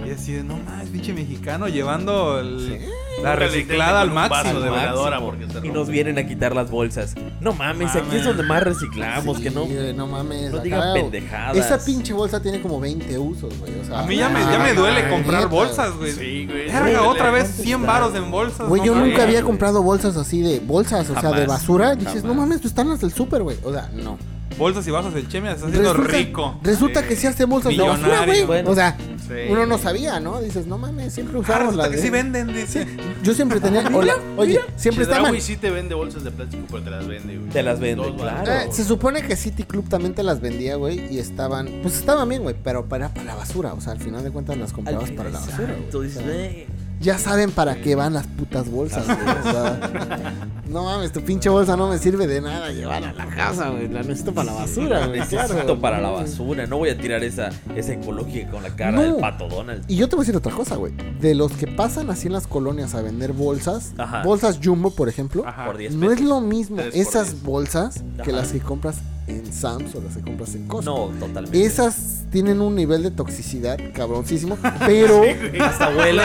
Speaker 5: Y así de, no mames, pinche mexicano llevando el- la
Speaker 3: Nunca le
Speaker 5: reciclada
Speaker 3: intenten con
Speaker 5: al
Speaker 3: un vaso
Speaker 5: máximo.
Speaker 3: de
Speaker 2: al máximo.
Speaker 3: veladora porque se
Speaker 2: Y
Speaker 3: rompe.
Speaker 2: nos vienen a quitar las bolsas. No mames, aquí es
Speaker 5: Mames.
Speaker 2: donde más reciclamos,
Speaker 4: Sí,
Speaker 2: que no.
Speaker 4: güey, no mames.
Speaker 2: no
Speaker 4: acá,
Speaker 2: digan
Speaker 4: güey.
Speaker 2: pendejadas.
Speaker 4: Esa pinche bolsa tiene como 20 usos, güey. O sea,
Speaker 5: A mí ya me, ya me
Speaker 4: ah,
Speaker 5: duele comprar
Speaker 4: neta,
Speaker 5: bolsas, güey.
Speaker 3: Sí, güey.
Speaker 5: Verga, otra vez
Speaker 2: ¿Cuánto
Speaker 5: 100
Speaker 2: está?
Speaker 5: varos en bolsas.
Speaker 4: Güey,
Speaker 5: no
Speaker 4: yo
Speaker 5: mames.
Speaker 4: nunca había comprado bolsas así de bolsas, o sea, de
Speaker 2: Jamás,
Speaker 4: basura. Dices,
Speaker 2: jamás.
Speaker 4: no mames, tú están las del súper, güey. O sea, no.
Speaker 5: Bolsas y vasos del Chemia, estás haciendo rico.
Speaker 4: Resulta
Speaker 3: Sí.
Speaker 4: que sí hacen bolsas de basura,
Speaker 5: Millonario.
Speaker 4: güey.
Speaker 2: Bueno.
Speaker 4: o sea,
Speaker 3: Sí.
Speaker 4: uno no sabía, ¿no? Dices, no mames, siempre
Speaker 5: Ah,
Speaker 4: usamos
Speaker 5: resulta
Speaker 4: la
Speaker 5: que
Speaker 4: de...
Speaker 5: sí venden, dice.
Speaker 4: Yo siempre tenía... Hola, oye, siempre estaban...
Speaker 3: Chedraui sí te vende bolsas de plástico, pero te las vende, güey.
Speaker 2: Te las vende,
Speaker 3: Dos varos.
Speaker 2: claro.
Speaker 4: Eh, se supone que City Club también te las vendía, güey, y estaban... Pues estaban bien, güey, pero para, para la basura. O sea, al final de cuentas las
Speaker 2: Al
Speaker 4: comprabas para la
Speaker 2: final,
Speaker 4: basura, güey.
Speaker 2: exacto,
Speaker 4: O sea,
Speaker 2: dices,
Speaker 4: ya saben para qué van las putas bolsas, güey. o sea, no mames, tu pinche bolsa no me sirve de nada llevarla a la casa, güey. La necesito para la basura, güey. claro,
Speaker 2: Necesito
Speaker 4: güey.
Speaker 2: para la basura. No voy a tirar esa, esa ecológica con la cara del
Speaker 4: No.
Speaker 2: pato Donald.
Speaker 4: Y yo te voy a decir otra cosa, güey. De los que pasan así en las colonias a vender bolsas,
Speaker 2: Ajá.
Speaker 4: bolsas jumbo, por ejemplo,
Speaker 5: Ajá.
Speaker 2: Por 10
Speaker 4: no
Speaker 2: pesos.
Speaker 4: es lo mismo
Speaker 3: Tres por
Speaker 4: esas
Speaker 3: diez.
Speaker 4: bolsas que
Speaker 2: Ajá.
Speaker 4: las que compras en Sam's o las que compras en
Speaker 2: No,
Speaker 4: Costco.
Speaker 2: totalmente.
Speaker 4: Esas tienen un nivel de toxicidad cabroncísimo, pero...
Speaker 2: Hasta huele.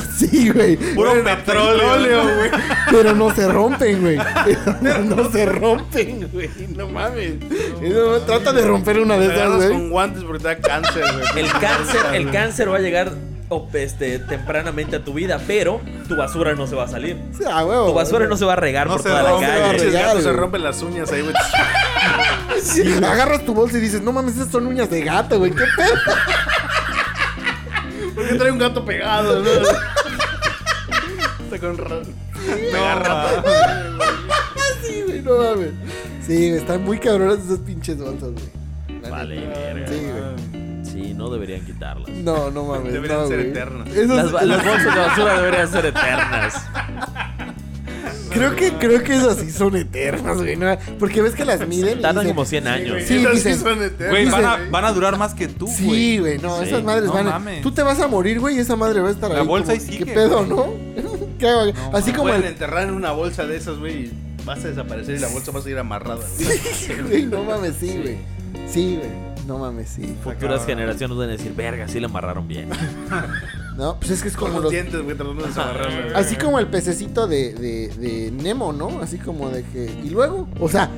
Speaker 4: sí, güey.
Speaker 3: Puro petróleo, güey.
Speaker 4: Pero no se rompen, güey. Pero no se rompen, güey. No mames. Eso, trata de romper una de esas,
Speaker 3: Agarras
Speaker 4: güey.
Speaker 3: con guantes porque te da cáncer, güey.
Speaker 2: El cáncer, el cáncer va a llegar o, este, tempranamente a tu vida, pero tu basura no se va a salir.
Speaker 4: Sí, ah, huevo.
Speaker 2: Tu basura no se va a regar
Speaker 5: No
Speaker 2: por
Speaker 5: se
Speaker 2: toda
Speaker 5: va,
Speaker 2: la
Speaker 5: no se va a
Speaker 2: calle.
Speaker 3: Pinches
Speaker 4: regar,
Speaker 3: gatos se
Speaker 4: güey.
Speaker 3: rompen las uñas ahí, güey.
Speaker 4: Sí, agarras tu bolsa y dices, no mames, esas son uñas de gato, güey. ¿Qué pedo?
Speaker 3: ¿Por qué trae un gato pegado, no? Está con ra- Pega rata.
Speaker 4: Sí, güey, no mames. Sí, güey, están muy cabronas esas pinches bolsas, güey. La
Speaker 2: Vale,
Speaker 4: neta.
Speaker 2: verga.
Speaker 4: Sí, güey.
Speaker 2: Sí, no deberían quitarlas.
Speaker 4: No, no mames.
Speaker 3: Deberían
Speaker 4: no,
Speaker 3: ser
Speaker 4: güey.
Speaker 3: eternas.
Speaker 4: Esas-
Speaker 2: Las, ba- las bolsas de basura deberían ser eternas.
Speaker 4: Creo que, creo que esas sí son eternas, güey. no, porque ves que las miden. y
Speaker 2: Tardan
Speaker 4: dicen-
Speaker 2: como 100 años.
Speaker 4: Sí,
Speaker 3: Esas
Speaker 4: dicen-
Speaker 3: son eternas.
Speaker 5: Güey, van a,
Speaker 4: Dice-
Speaker 5: van a durar más que tú, uh, güey.
Speaker 4: Sí, güey, no,
Speaker 2: Sí,
Speaker 4: esas madres
Speaker 5: no
Speaker 4: van a...
Speaker 5: mames.
Speaker 4: Tú te vas a morir, güey, y esa madre va a estar
Speaker 5: La
Speaker 4: ahí.
Speaker 5: bolsa
Speaker 4: como,
Speaker 5: ahí sigue,
Speaker 4: ¿Qué pedo,
Speaker 5: güey.
Speaker 4: no? ¿Qué hago? Así como
Speaker 3: Pueden
Speaker 4: el...
Speaker 3: enterrar en una bolsa de esas, güey. y Vas a desaparecer y la bolsa va a seguir amarrada, güey.
Speaker 4: Güey, no mames, sí, güey. Sí, güey. No mames, sí.
Speaker 2: Futuras
Speaker 5: cabrón.
Speaker 2: generaciones van a decir, verga, sí la amarraron bien.
Speaker 4: No, pues es que es
Speaker 3: Con
Speaker 4: como
Speaker 3: los
Speaker 4: los...
Speaker 3: dientes, güey, tratando de desamarrarla. güey.
Speaker 4: Así como el pececito de, de, de Nemo, ¿no? Así como de que... ¿Y luego? O sea,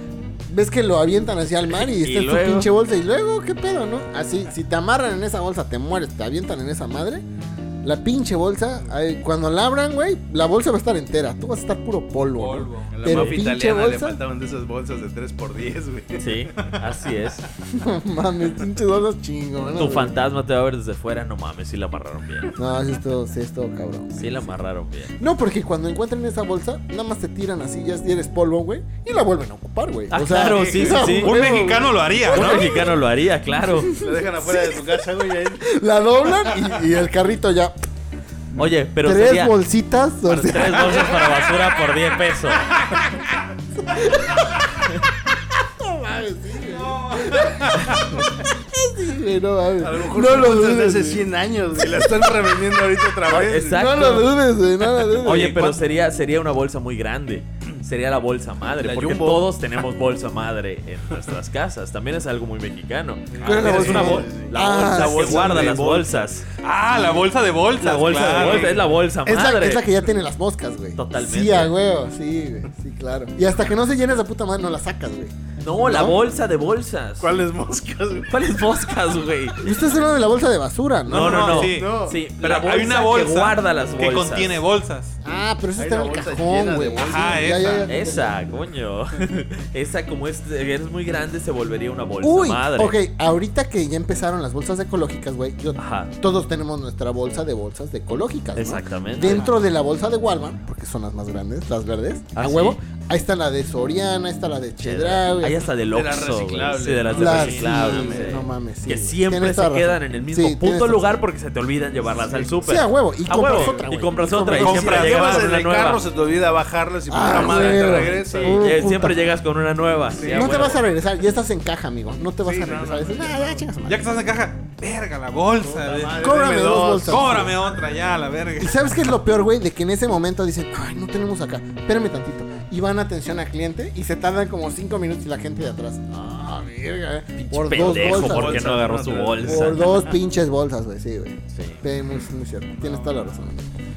Speaker 4: ves que lo avientan hacia el mar y está en su
Speaker 2: luego?
Speaker 4: pinche bolsa. ¿Y luego qué pedo, no? Así, si te amarran en esa bolsa, te mueres. Te avientan en esa madre. La pinche bolsa, ay, cuando la abran, güey, la bolsa va a estar entera. Tú vas a estar puro polvo. ¿no?
Speaker 5: Polvo.
Speaker 3: A la
Speaker 4: Pero
Speaker 3: mafia
Speaker 4: pinche
Speaker 3: italiana le
Speaker 4: bolsa.
Speaker 3: faltaban de esas bolsas de 3x10, güey.
Speaker 2: Sí, así es.
Speaker 4: No mames, pinches bolas chingonas.
Speaker 2: Tu
Speaker 4: güey.
Speaker 2: fantasma te va a ver desde fuera. No mames, sí la amarraron bien.
Speaker 4: No, sí esto, sí esto, cabrón.
Speaker 2: Sí la amarraron bien.
Speaker 4: No, porque cuando encuentran esa bolsa, nada más te tiran así, ya eres polvo, güey, y la vuelven a ocupar, güey.
Speaker 2: Ah, claro, sí, sí,
Speaker 4: no,
Speaker 2: sí.
Speaker 5: Un
Speaker 4: güey,
Speaker 5: mexicano lo haría,
Speaker 2: Un
Speaker 5: ¿no?
Speaker 2: mexicano lo haría, claro.
Speaker 3: La dejan afuera de tu casa, güey. y ahí-
Speaker 4: La doblan y, y el carrito ya.
Speaker 2: Oye, pero
Speaker 4: tres
Speaker 2: sería
Speaker 4: bolsitas. o
Speaker 2: para-
Speaker 4: sea,
Speaker 2: tres bolsas para basura por 10 pesos.
Speaker 4: güey, no, mames.
Speaker 3: A lo mejor
Speaker 4: no
Speaker 3: son
Speaker 4: lo
Speaker 3: bolsas de
Speaker 4: dudes.
Speaker 3: hace
Speaker 4: güey.
Speaker 3: 100 años, güey. La están revendiendo ahorita otra vez.
Speaker 2: Exacto.
Speaker 4: No lo dudes, güey, no lo dudes.
Speaker 2: Oye, pero
Speaker 5: ¿cuánto?
Speaker 2: sería, sería una bolsa muy grande. Sería la bolsa madre.
Speaker 3: La
Speaker 2: porque
Speaker 3: Jumbo.
Speaker 2: todos tenemos bolsa madre en nuestras casas. También es algo muy mexicano.
Speaker 4: ¿Cuál es la
Speaker 2: Es
Speaker 4: bolsa
Speaker 2: una bol-
Speaker 4: madre?
Speaker 2: la
Speaker 4: Ah,
Speaker 2: bolsa,
Speaker 4: sí,
Speaker 2: que guarda
Speaker 3: de
Speaker 2: las
Speaker 3: bolsa.
Speaker 2: bolsas.
Speaker 5: Ah, la bolsa de bolsas.
Speaker 2: La bolsa de
Speaker 5: claro.
Speaker 2: bolsa, es la bolsa
Speaker 4: Es la,
Speaker 2: madre.
Speaker 4: es la que ya tiene las moscas, güey.
Speaker 2: Totalmente.
Speaker 4: Sí, a huevo, sí, güey, sí, claro. Y hasta que no se llene esa puta madre, no la sacas, güey.
Speaker 2: No, la
Speaker 4: ¿No?
Speaker 2: bolsa de bolsas.
Speaker 3: ¿Cuáles moscas, güey?
Speaker 2: ¿Cuáles moscas, güey?
Speaker 4: Y usted se habla de la bolsa de basura, ¿no?
Speaker 2: No, no, no.
Speaker 5: Sí,
Speaker 3: no.
Speaker 2: Sí,
Speaker 5: Pero
Speaker 2: la
Speaker 5: hay una bolsa
Speaker 2: que guarda las bolsas.
Speaker 5: que contiene bolsas.
Speaker 4: Ah, pero eso
Speaker 3: Hay
Speaker 4: está en
Speaker 3: una
Speaker 4: el
Speaker 3: bolsa
Speaker 4: cajón,
Speaker 3: llena
Speaker 4: güey.
Speaker 3: de bolsas.
Speaker 5: Ajá, esa.
Speaker 2: Esa, coño. Esa, como es, es muy grande, se volvería una bolsa
Speaker 4: Uy,
Speaker 2: madre.
Speaker 4: ok, ahorita que ya empezaron las bolsas ecológicas, güey, yo-
Speaker 2: Ajá.
Speaker 4: todos tenemos nuestra bolsa de bolsas de ecológicas. ¿no?
Speaker 2: Exactamente.
Speaker 4: Dentro de la bolsa de Walmart, porque son las más grandes, las verdes,
Speaker 2: Ah,
Speaker 4: a huevo,
Speaker 2: sí.
Speaker 4: ahí está la de Soriana, ahí está la de Chedra,
Speaker 2: Ahí
Speaker 4: güey.
Speaker 2: está del
Speaker 3: De las
Speaker 2: Oxxo, güey.
Speaker 3: reciclables.
Speaker 2: Sí, de las de
Speaker 4: Las-
Speaker 2: reciclables.
Speaker 4: sí,
Speaker 2: sí.
Speaker 4: no mames, sí,
Speaker 2: que
Speaker 4: güey.
Speaker 2: siempre
Speaker 4: Tienes
Speaker 2: se
Speaker 4: toda razón.
Speaker 2: quedan en el mismo
Speaker 4: Sí, tienes
Speaker 2: puto
Speaker 4: toda
Speaker 2: lugar
Speaker 4: razón.
Speaker 2: porque se te olvidan llevarlas al súper.
Speaker 4: Sí, a huevo, y compras
Speaker 2: huevo,
Speaker 4: otra,
Speaker 2: Y
Speaker 4: güey.
Speaker 2: compras
Speaker 4: Y
Speaker 2: otra y
Speaker 4: compras
Speaker 2: siempre
Speaker 3: Compras,
Speaker 2: llegas
Speaker 3: llevas
Speaker 2: con
Speaker 3: en
Speaker 2: una
Speaker 3: el
Speaker 2: nueva.
Speaker 3: carro, se te olvida bajarlas y
Speaker 4: Ah,
Speaker 3: puta madre te
Speaker 4: güey.
Speaker 2: Sí,
Speaker 3: regresa.
Speaker 4: Uh,
Speaker 2: eh,
Speaker 4: puta.
Speaker 2: siempre llegas con una nueva. Sí, a
Speaker 4: no te
Speaker 2: huevo.
Speaker 4: vas a regresar, ya estás en caja, amigo. No te vas
Speaker 3: Sí,
Speaker 4: a
Speaker 3: no,
Speaker 4: regresar.
Speaker 3: no.
Speaker 4: Dices, "Nah, ya chingas, madre".
Speaker 5: Ya que estás en caja, verga, la bolsa. de-
Speaker 3: madre.
Speaker 4: Cóbrame
Speaker 3: deme
Speaker 4: dos
Speaker 3: dos.
Speaker 4: bolsas.
Speaker 5: Cóbrame otra ya, la verga.
Speaker 4: Y sabes qué es lo peor, güey, de que en ese momento dicen, ay, no tenemos acá, espérame tantito. Y van a atención al cliente y se tardan como cinco minutos y la gente de atrás. Ah, verga, eh. Por dos
Speaker 2: Pendejo,
Speaker 4: bolsas.
Speaker 2: ¿por qué no agarró su bolsa?
Speaker 4: Por dos pinches bolsas, güey, sí, güey.
Speaker 2: Sí.
Speaker 4: Sí, muy, muy cierto. Tienes toda la razón. güey.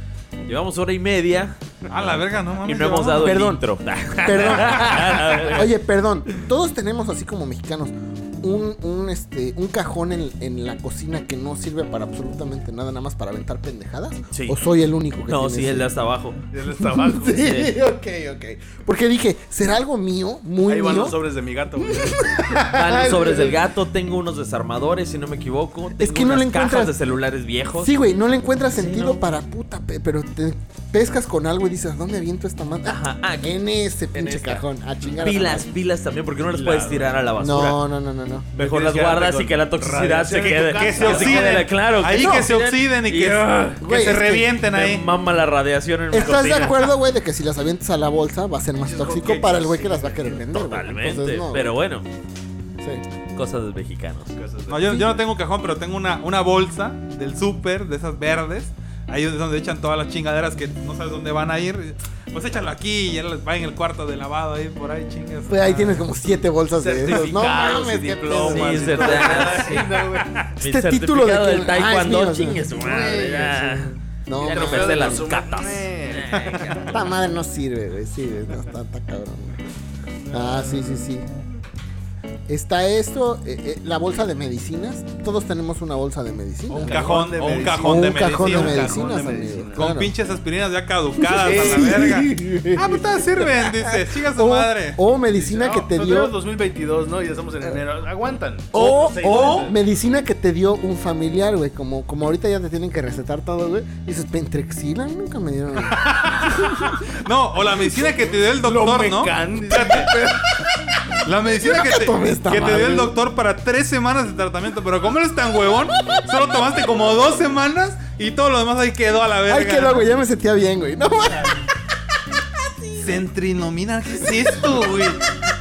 Speaker 2: Llevamos hora y media
Speaker 5: Ah, la verga, no mames.
Speaker 2: y no
Speaker 5: ya
Speaker 2: hemos
Speaker 5: vamos.
Speaker 2: dado
Speaker 4: Perdón.
Speaker 2: el intro.
Speaker 4: Perdón. Oye, perdón. Todos tenemos así como mexicanos un, un, este, un cajón en, en la cocina que no sirve para absolutamente nada, nada más para aventar pendejadas.
Speaker 2: Sí.
Speaker 4: ¿O soy el único que
Speaker 2: No,
Speaker 4: tiene
Speaker 2: sí,
Speaker 4: ese?
Speaker 2: el de hasta abajo.
Speaker 3: Ya le está abajo.
Speaker 4: Sí, ok, ok. Porque dije, ¿será algo mío? Muy
Speaker 3: Ahí van
Speaker 4: mío.
Speaker 3: los sobres de mi gato, güey.
Speaker 2: Van los sobres del gato, tengo unos desarmadores, si no me equivoco. Tengo
Speaker 4: Es que no
Speaker 2: unas
Speaker 4: le encuentras-
Speaker 2: cajas de celulares viejos.
Speaker 4: Sí, güey, no le encuentras sentido
Speaker 2: no.
Speaker 4: para puta, pe- pero te pescas con algo y dices, ¿a dónde aviento esta madre?
Speaker 2: Ajá, ah, aquí.
Speaker 4: en ese pinche
Speaker 2: esta.
Speaker 4: cajón, a chingar. a la
Speaker 2: Pilas,
Speaker 4: madre.
Speaker 2: pilas también, porque no las puedes tirar a la basura.
Speaker 4: No, no, no, no, no.
Speaker 2: Mejor las
Speaker 3: Tienes que darte
Speaker 2: guardas y
Speaker 3: con
Speaker 2: que la toxicidad se
Speaker 3: radiación en tu
Speaker 2: quede.
Speaker 3: casa.
Speaker 5: Que se
Speaker 2: que quede
Speaker 5: oxiden.
Speaker 2: claro.
Speaker 5: Ahí que se oxiden y que, que
Speaker 4: Güey,
Speaker 5: se
Speaker 4: es que
Speaker 5: revienten
Speaker 2: ¡ah! Me
Speaker 5: ahí.
Speaker 2: mama la radiación en mi
Speaker 4: ¿Estás de
Speaker 2: cocina.
Speaker 4: acuerdo, güey, de que si las avientas a la bolsa va a ser más
Speaker 3: Dices,
Speaker 4: tóxico
Speaker 3: ok,
Speaker 4: para el güey
Speaker 3: sí,
Speaker 4: que las va a querer vender? güey?
Speaker 2: Totalmente.
Speaker 4: Entonces, no,
Speaker 2: pero bueno,
Speaker 4: sí.
Speaker 2: cosas de mexicanos.
Speaker 5: No, yo, yo no tengo cajón, pero tengo una, una bolsa del súper, de esas verdes. Ahí es donde echan todas las chingaderas que no sabes dónde van a ir. Pues échalo aquí y ya les va en el cuarto de lavado ahí por ahí, chingas.
Speaker 4: Pues ahí tienes como siete bolsas de esos. No
Speaker 2: Certificados
Speaker 4: mames,
Speaker 2: y
Speaker 4: qué
Speaker 2: diplomas
Speaker 4: pedo.
Speaker 2: y
Speaker 4: Sí,
Speaker 2: certificados, sí.
Speaker 4: no, güey.
Speaker 2: Mi
Speaker 4: Este título de
Speaker 2: certificado
Speaker 4: que-
Speaker 2: del taekwondo,
Speaker 4: Ah, es mío,
Speaker 2: chingue su madre,
Speaker 4: güey,
Speaker 2: ya.
Speaker 4: sí. No,
Speaker 2: Ya
Speaker 4: mames.
Speaker 2: no de las
Speaker 3: Resumen.
Speaker 2: catas.
Speaker 4: Esta madre no sirve, güey. Sí, güey, no, está, está cabrón, güey. Ah, sí, sí, sí. Está esto, eh, eh, la bolsa de medicinas. Todos tenemos una bolsa de medicinas.
Speaker 5: Un cajón de
Speaker 3: O
Speaker 5: medicina.
Speaker 3: un
Speaker 4: O
Speaker 5: cajón de
Speaker 4: un cajón de
Speaker 5: medicina.
Speaker 4: medicinas,
Speaker 3: de
Speaker 4: amigo,
Speaker 3: medicina.
Speaker 5: Con
Speaker 4: claro.
Speaker 5: pinches aspirinas ya caducadas a
Speaker 4: Sí.
Speaker 5: la verga. Ah, pues todas sirven, dice. Chinga su
Speaker 4: O,
Speaker 5: madre.
Speaker 4: o medicina que te
Speaker 3: nos vemos
Speaker 4: dio.
Speaker 3: 2022, ¿no? Ya estamos en enero. Aguantan.
Speaker 4: O,
Speaker 3: Seis
Speaker 4: o
Speaker 3: meses.
Speaker 4: medicina que te dio un familiar, güey. Como, como ahorita ya te tienen que recetar todo, güey. Y dices, Pentrexila nunca me dieron. güey".
Speaker 5: No, o la medicina que te dio el doctor, ¿no?
Speaker 3: Lomecan, dice.
Speaker 5: La medicina que te,
Speaker 4: tomé esta
Speaker 5: que te dio
Speaker 4: madre.
Speaker 5: el doctor para tres semanas de tratamiento. Pero como eres tan huevón, solo tomaste como dos semanas y todo lo demás ahí quedó a la verga.
Speaker 4: Ay, quedó, güey. Ya me sentía bien, güey. No mames.
Speaker 5: Centrinomina, ¿qué es esto, güey?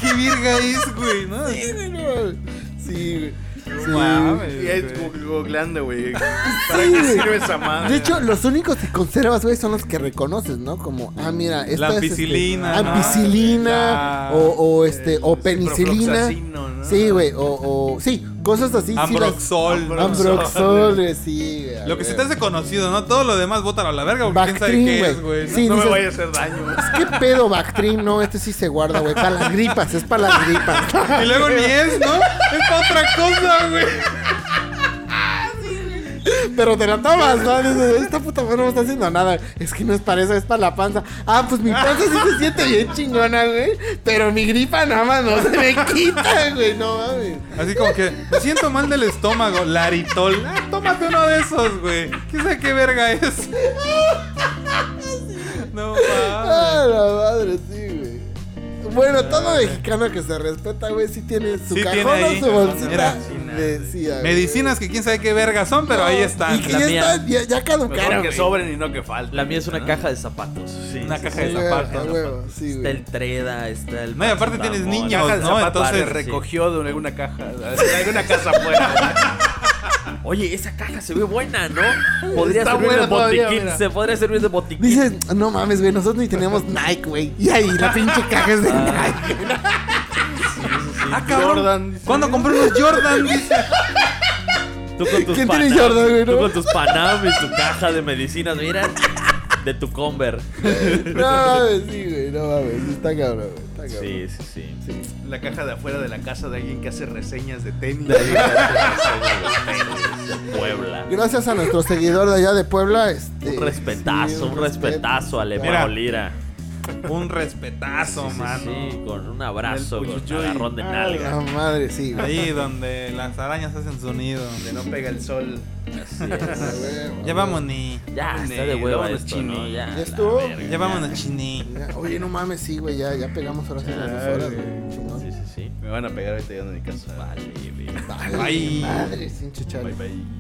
Speaker 5: ¿Qué virga es, güey? ¿No?
Speaker 4: Sí, güey, no mames. Sí, güey. Sí.
Speaker 5: Mames,
Speaker 3: Y ahí
Speaker 5: güey.
Speaker 3: es googleando, güey. ¿Para
Speaker 4: Sí,
Speaker 3: qué
Speaker 4: güey.
Speaker 3: sirve esa madre?
Speaker 4: De hecho, los únicos que conservas, güey, son los que reconoces, ¿no? Como, ah, mira, esta es, este,
Speaker 5: ampicilina,
Speaker 4: ah,
Speaker 5: ¿no?
Speaker 4: ampicilina,
Speaker 5: La-
Speaker 4: o, o, este, o
Speaker 3: el
Speaker 4: penicilina.
Speaker 3: ciprofloxacino, ¿no?
Speaker 4: Sí, güey, o, o, sí, cosas así. sí las-
Speaker 5: Ambroxol. ¿no?
Speaker 4: Ambroxol, güey, sí, güey. a
Speaker 5: Lo que se te
Speaker 4: ver.
Speaker 5: hace conocido, ¿no? Todo lo demás, bótalo a la verga porque quién sabe
Speaker 4: Bactrim,
Speaker 5: qué es,
Speaker 4: güey.
Speaker 5: güey. ¿no?
Speaker 4: Sí,
Speaker 3: no me
Speaker 4: dices-
Speaker 3: vaya a hacer daño.
Speaker 4: Pues, ¿Qué pedo, Bactrim? No, este sí se guarda, güey. Para las gripas, es para las gripas.
Speaker 5: Y luego ni es, ¿no? Es para otra cosa, güey.
Speaker 4: Pero te lo tomas, ¿no? Dices, esta puta madre no me está haciendo nada. Es que no es para eso, es para la panza. Ah, pues mi panza sí se siente bien chingona, güey. Pero mi gripa nada más no se me quita, güey. No mames.
Speaker 5: Así como que, me siento mal del estómago, laritol. Ah, tómate uno de esos, güey. ¿Quién sabe qué verga es? No mames.
Speaker 4: Ah, la madre, sí, güey. Bueno, todo mexicano que se respeta, güey, sí tiene su
Speaker 5: Sí
Speaker 4: cajón
Speaker 5: tiene ahí,
Speaker 4: o su bolsita
Speaker 5: mira,
Speaker 4: de sida, güey.
Speaker 5: Medicinas que quién sabe qué verga son, pero ahí
Speaker 4: Y
Speaker 5: están.
Speaker 4: que
Speaker 2: La
Speaker 4: ya,
Speaker 2: mía.
Speaker 4: están- ya, ya
Speaker 3: Mejor
Speaker 4: caducaron.
Speaker 3: que
Speaker 4: güey.
Speaker 3: sobren y no que falten.
Speaker 2: La mía es una
Speaker 3: ¿no?
Speaker 2: caja de zapatos. Sí,
Speaker 5: Una
Speaker 2: sí,
Speaker 5: caja
Speaker 2: sí.
Speaker 5: de
Speaker 4: Sí, güey,
Speaker 5: zapatos.
Speaker 4: a huevo, sí,
Speaker 2: Está
Speaker 4: güey.
Speaker 2: el Treda, está el.
Speaker 5: No, y aparte tienes
Speaker 2: paracetamol.
Speaker 5: niños,
Speaker 3: Caja de
Speaker 5: ¿no?
Speaker 3: zapatos
Speaker 5: Entonces,
Speaker 3: que recogió de alguna caja. De alguna casa afuera.
Speaker 2: Oye, esa caja se ve buena, ¿no? Podría
Speaker 3: Está
Speaker 2: servir de
Speaker 3: buena todavía,
Speaker 2: botiquín.
Speaker 3: mira.
Speaker 2: Se podría servir de botiquín.
Speaker 4: Dices, no mames, güey, nosotros ni teníamos Nike, güey. Y ahí la pinche caja es de Nike.
Speaker 5: Ah, cabrón.
Speaker 3: Jordan, dice.
Speaker 5: ¿Cuándo compré unos Jordan? Dice.
Speaker 2: Tú con tus
Speaker 4: ¿Quién tiene
Speaker 2: Panam,
Speaker 4: Jordan, güey,
Speaker 2: Tú
Speaker 4: no?
Speaker 2: con tus Panam y tu caja de medicinas, mira. De tu Conver.
Speaker 4: No mames, sí, güey, no mames. Está cabrón, güey. Está cabrón.
Speaker 2: Sí, sí, sí.
Speaker 3: La caja de afuera de la casa de alguien que hace reseñas de tenis.
Speaker 2: Puebla.
Speaker 4: Gracias a nuestro seguidor de allá de Puebla, este.
Speaker 2: Un respetazo,
Speaker 4: sí,
Speaker 2: un respetazo a
Speaker 5: Mira.
Speaker 2: Lemao Lira.
Speaker 5: Un respetazo,
Speaker 2: Sí,
Speaker 5: mano.
Speaker 2: sí, con un abrazo,
Speaker 3: El
Speaker 2: con un
Speaker 3: puyuyuy.
Speaker 2: agarrón de
Speaker 4: La
Speaker 2: nalga.
Speaker 4: madre, sí, güey.
Speaker 5: Ahí donde las arañas hacen su nido.
Speaker 3: Donde no pega el sol.
Speaker 2: Así es.
Speaker 5: Ya vamos ni.
Speaker 2: Ya, está
Speaker 3: Ne,
Speaker 2: de hueva
Speaker 3: vámonos,
Speaker 2: esto, ¿no?
Speaker 3: chini.
Speaker 2: Ya,
Speaker 4: ¿Ya
Speaker 2: la
Speaker 4: estuvo?
Speaker 2: verga,
Speaker 5: Ya vámonos, chini.
Speaker 4: Ya, Oye, no mames, sí, güey, ya, ya pegamos horas y horas,
Speaker 3: Ay,
Speaker 4: horas,
Speaker 3: güey.
Speaker 4: güey. Chingón.
Speaker 2: Sí, sí, sí.
Speaker 3: Me van a pegar ahorita llegando a mi casa.
Speaker 2: Vale, güey.
Speaker 4: Vale,
Speaker 5: Ay.
Speaker 4: madre, sin chichar.
Speaker 3: bye.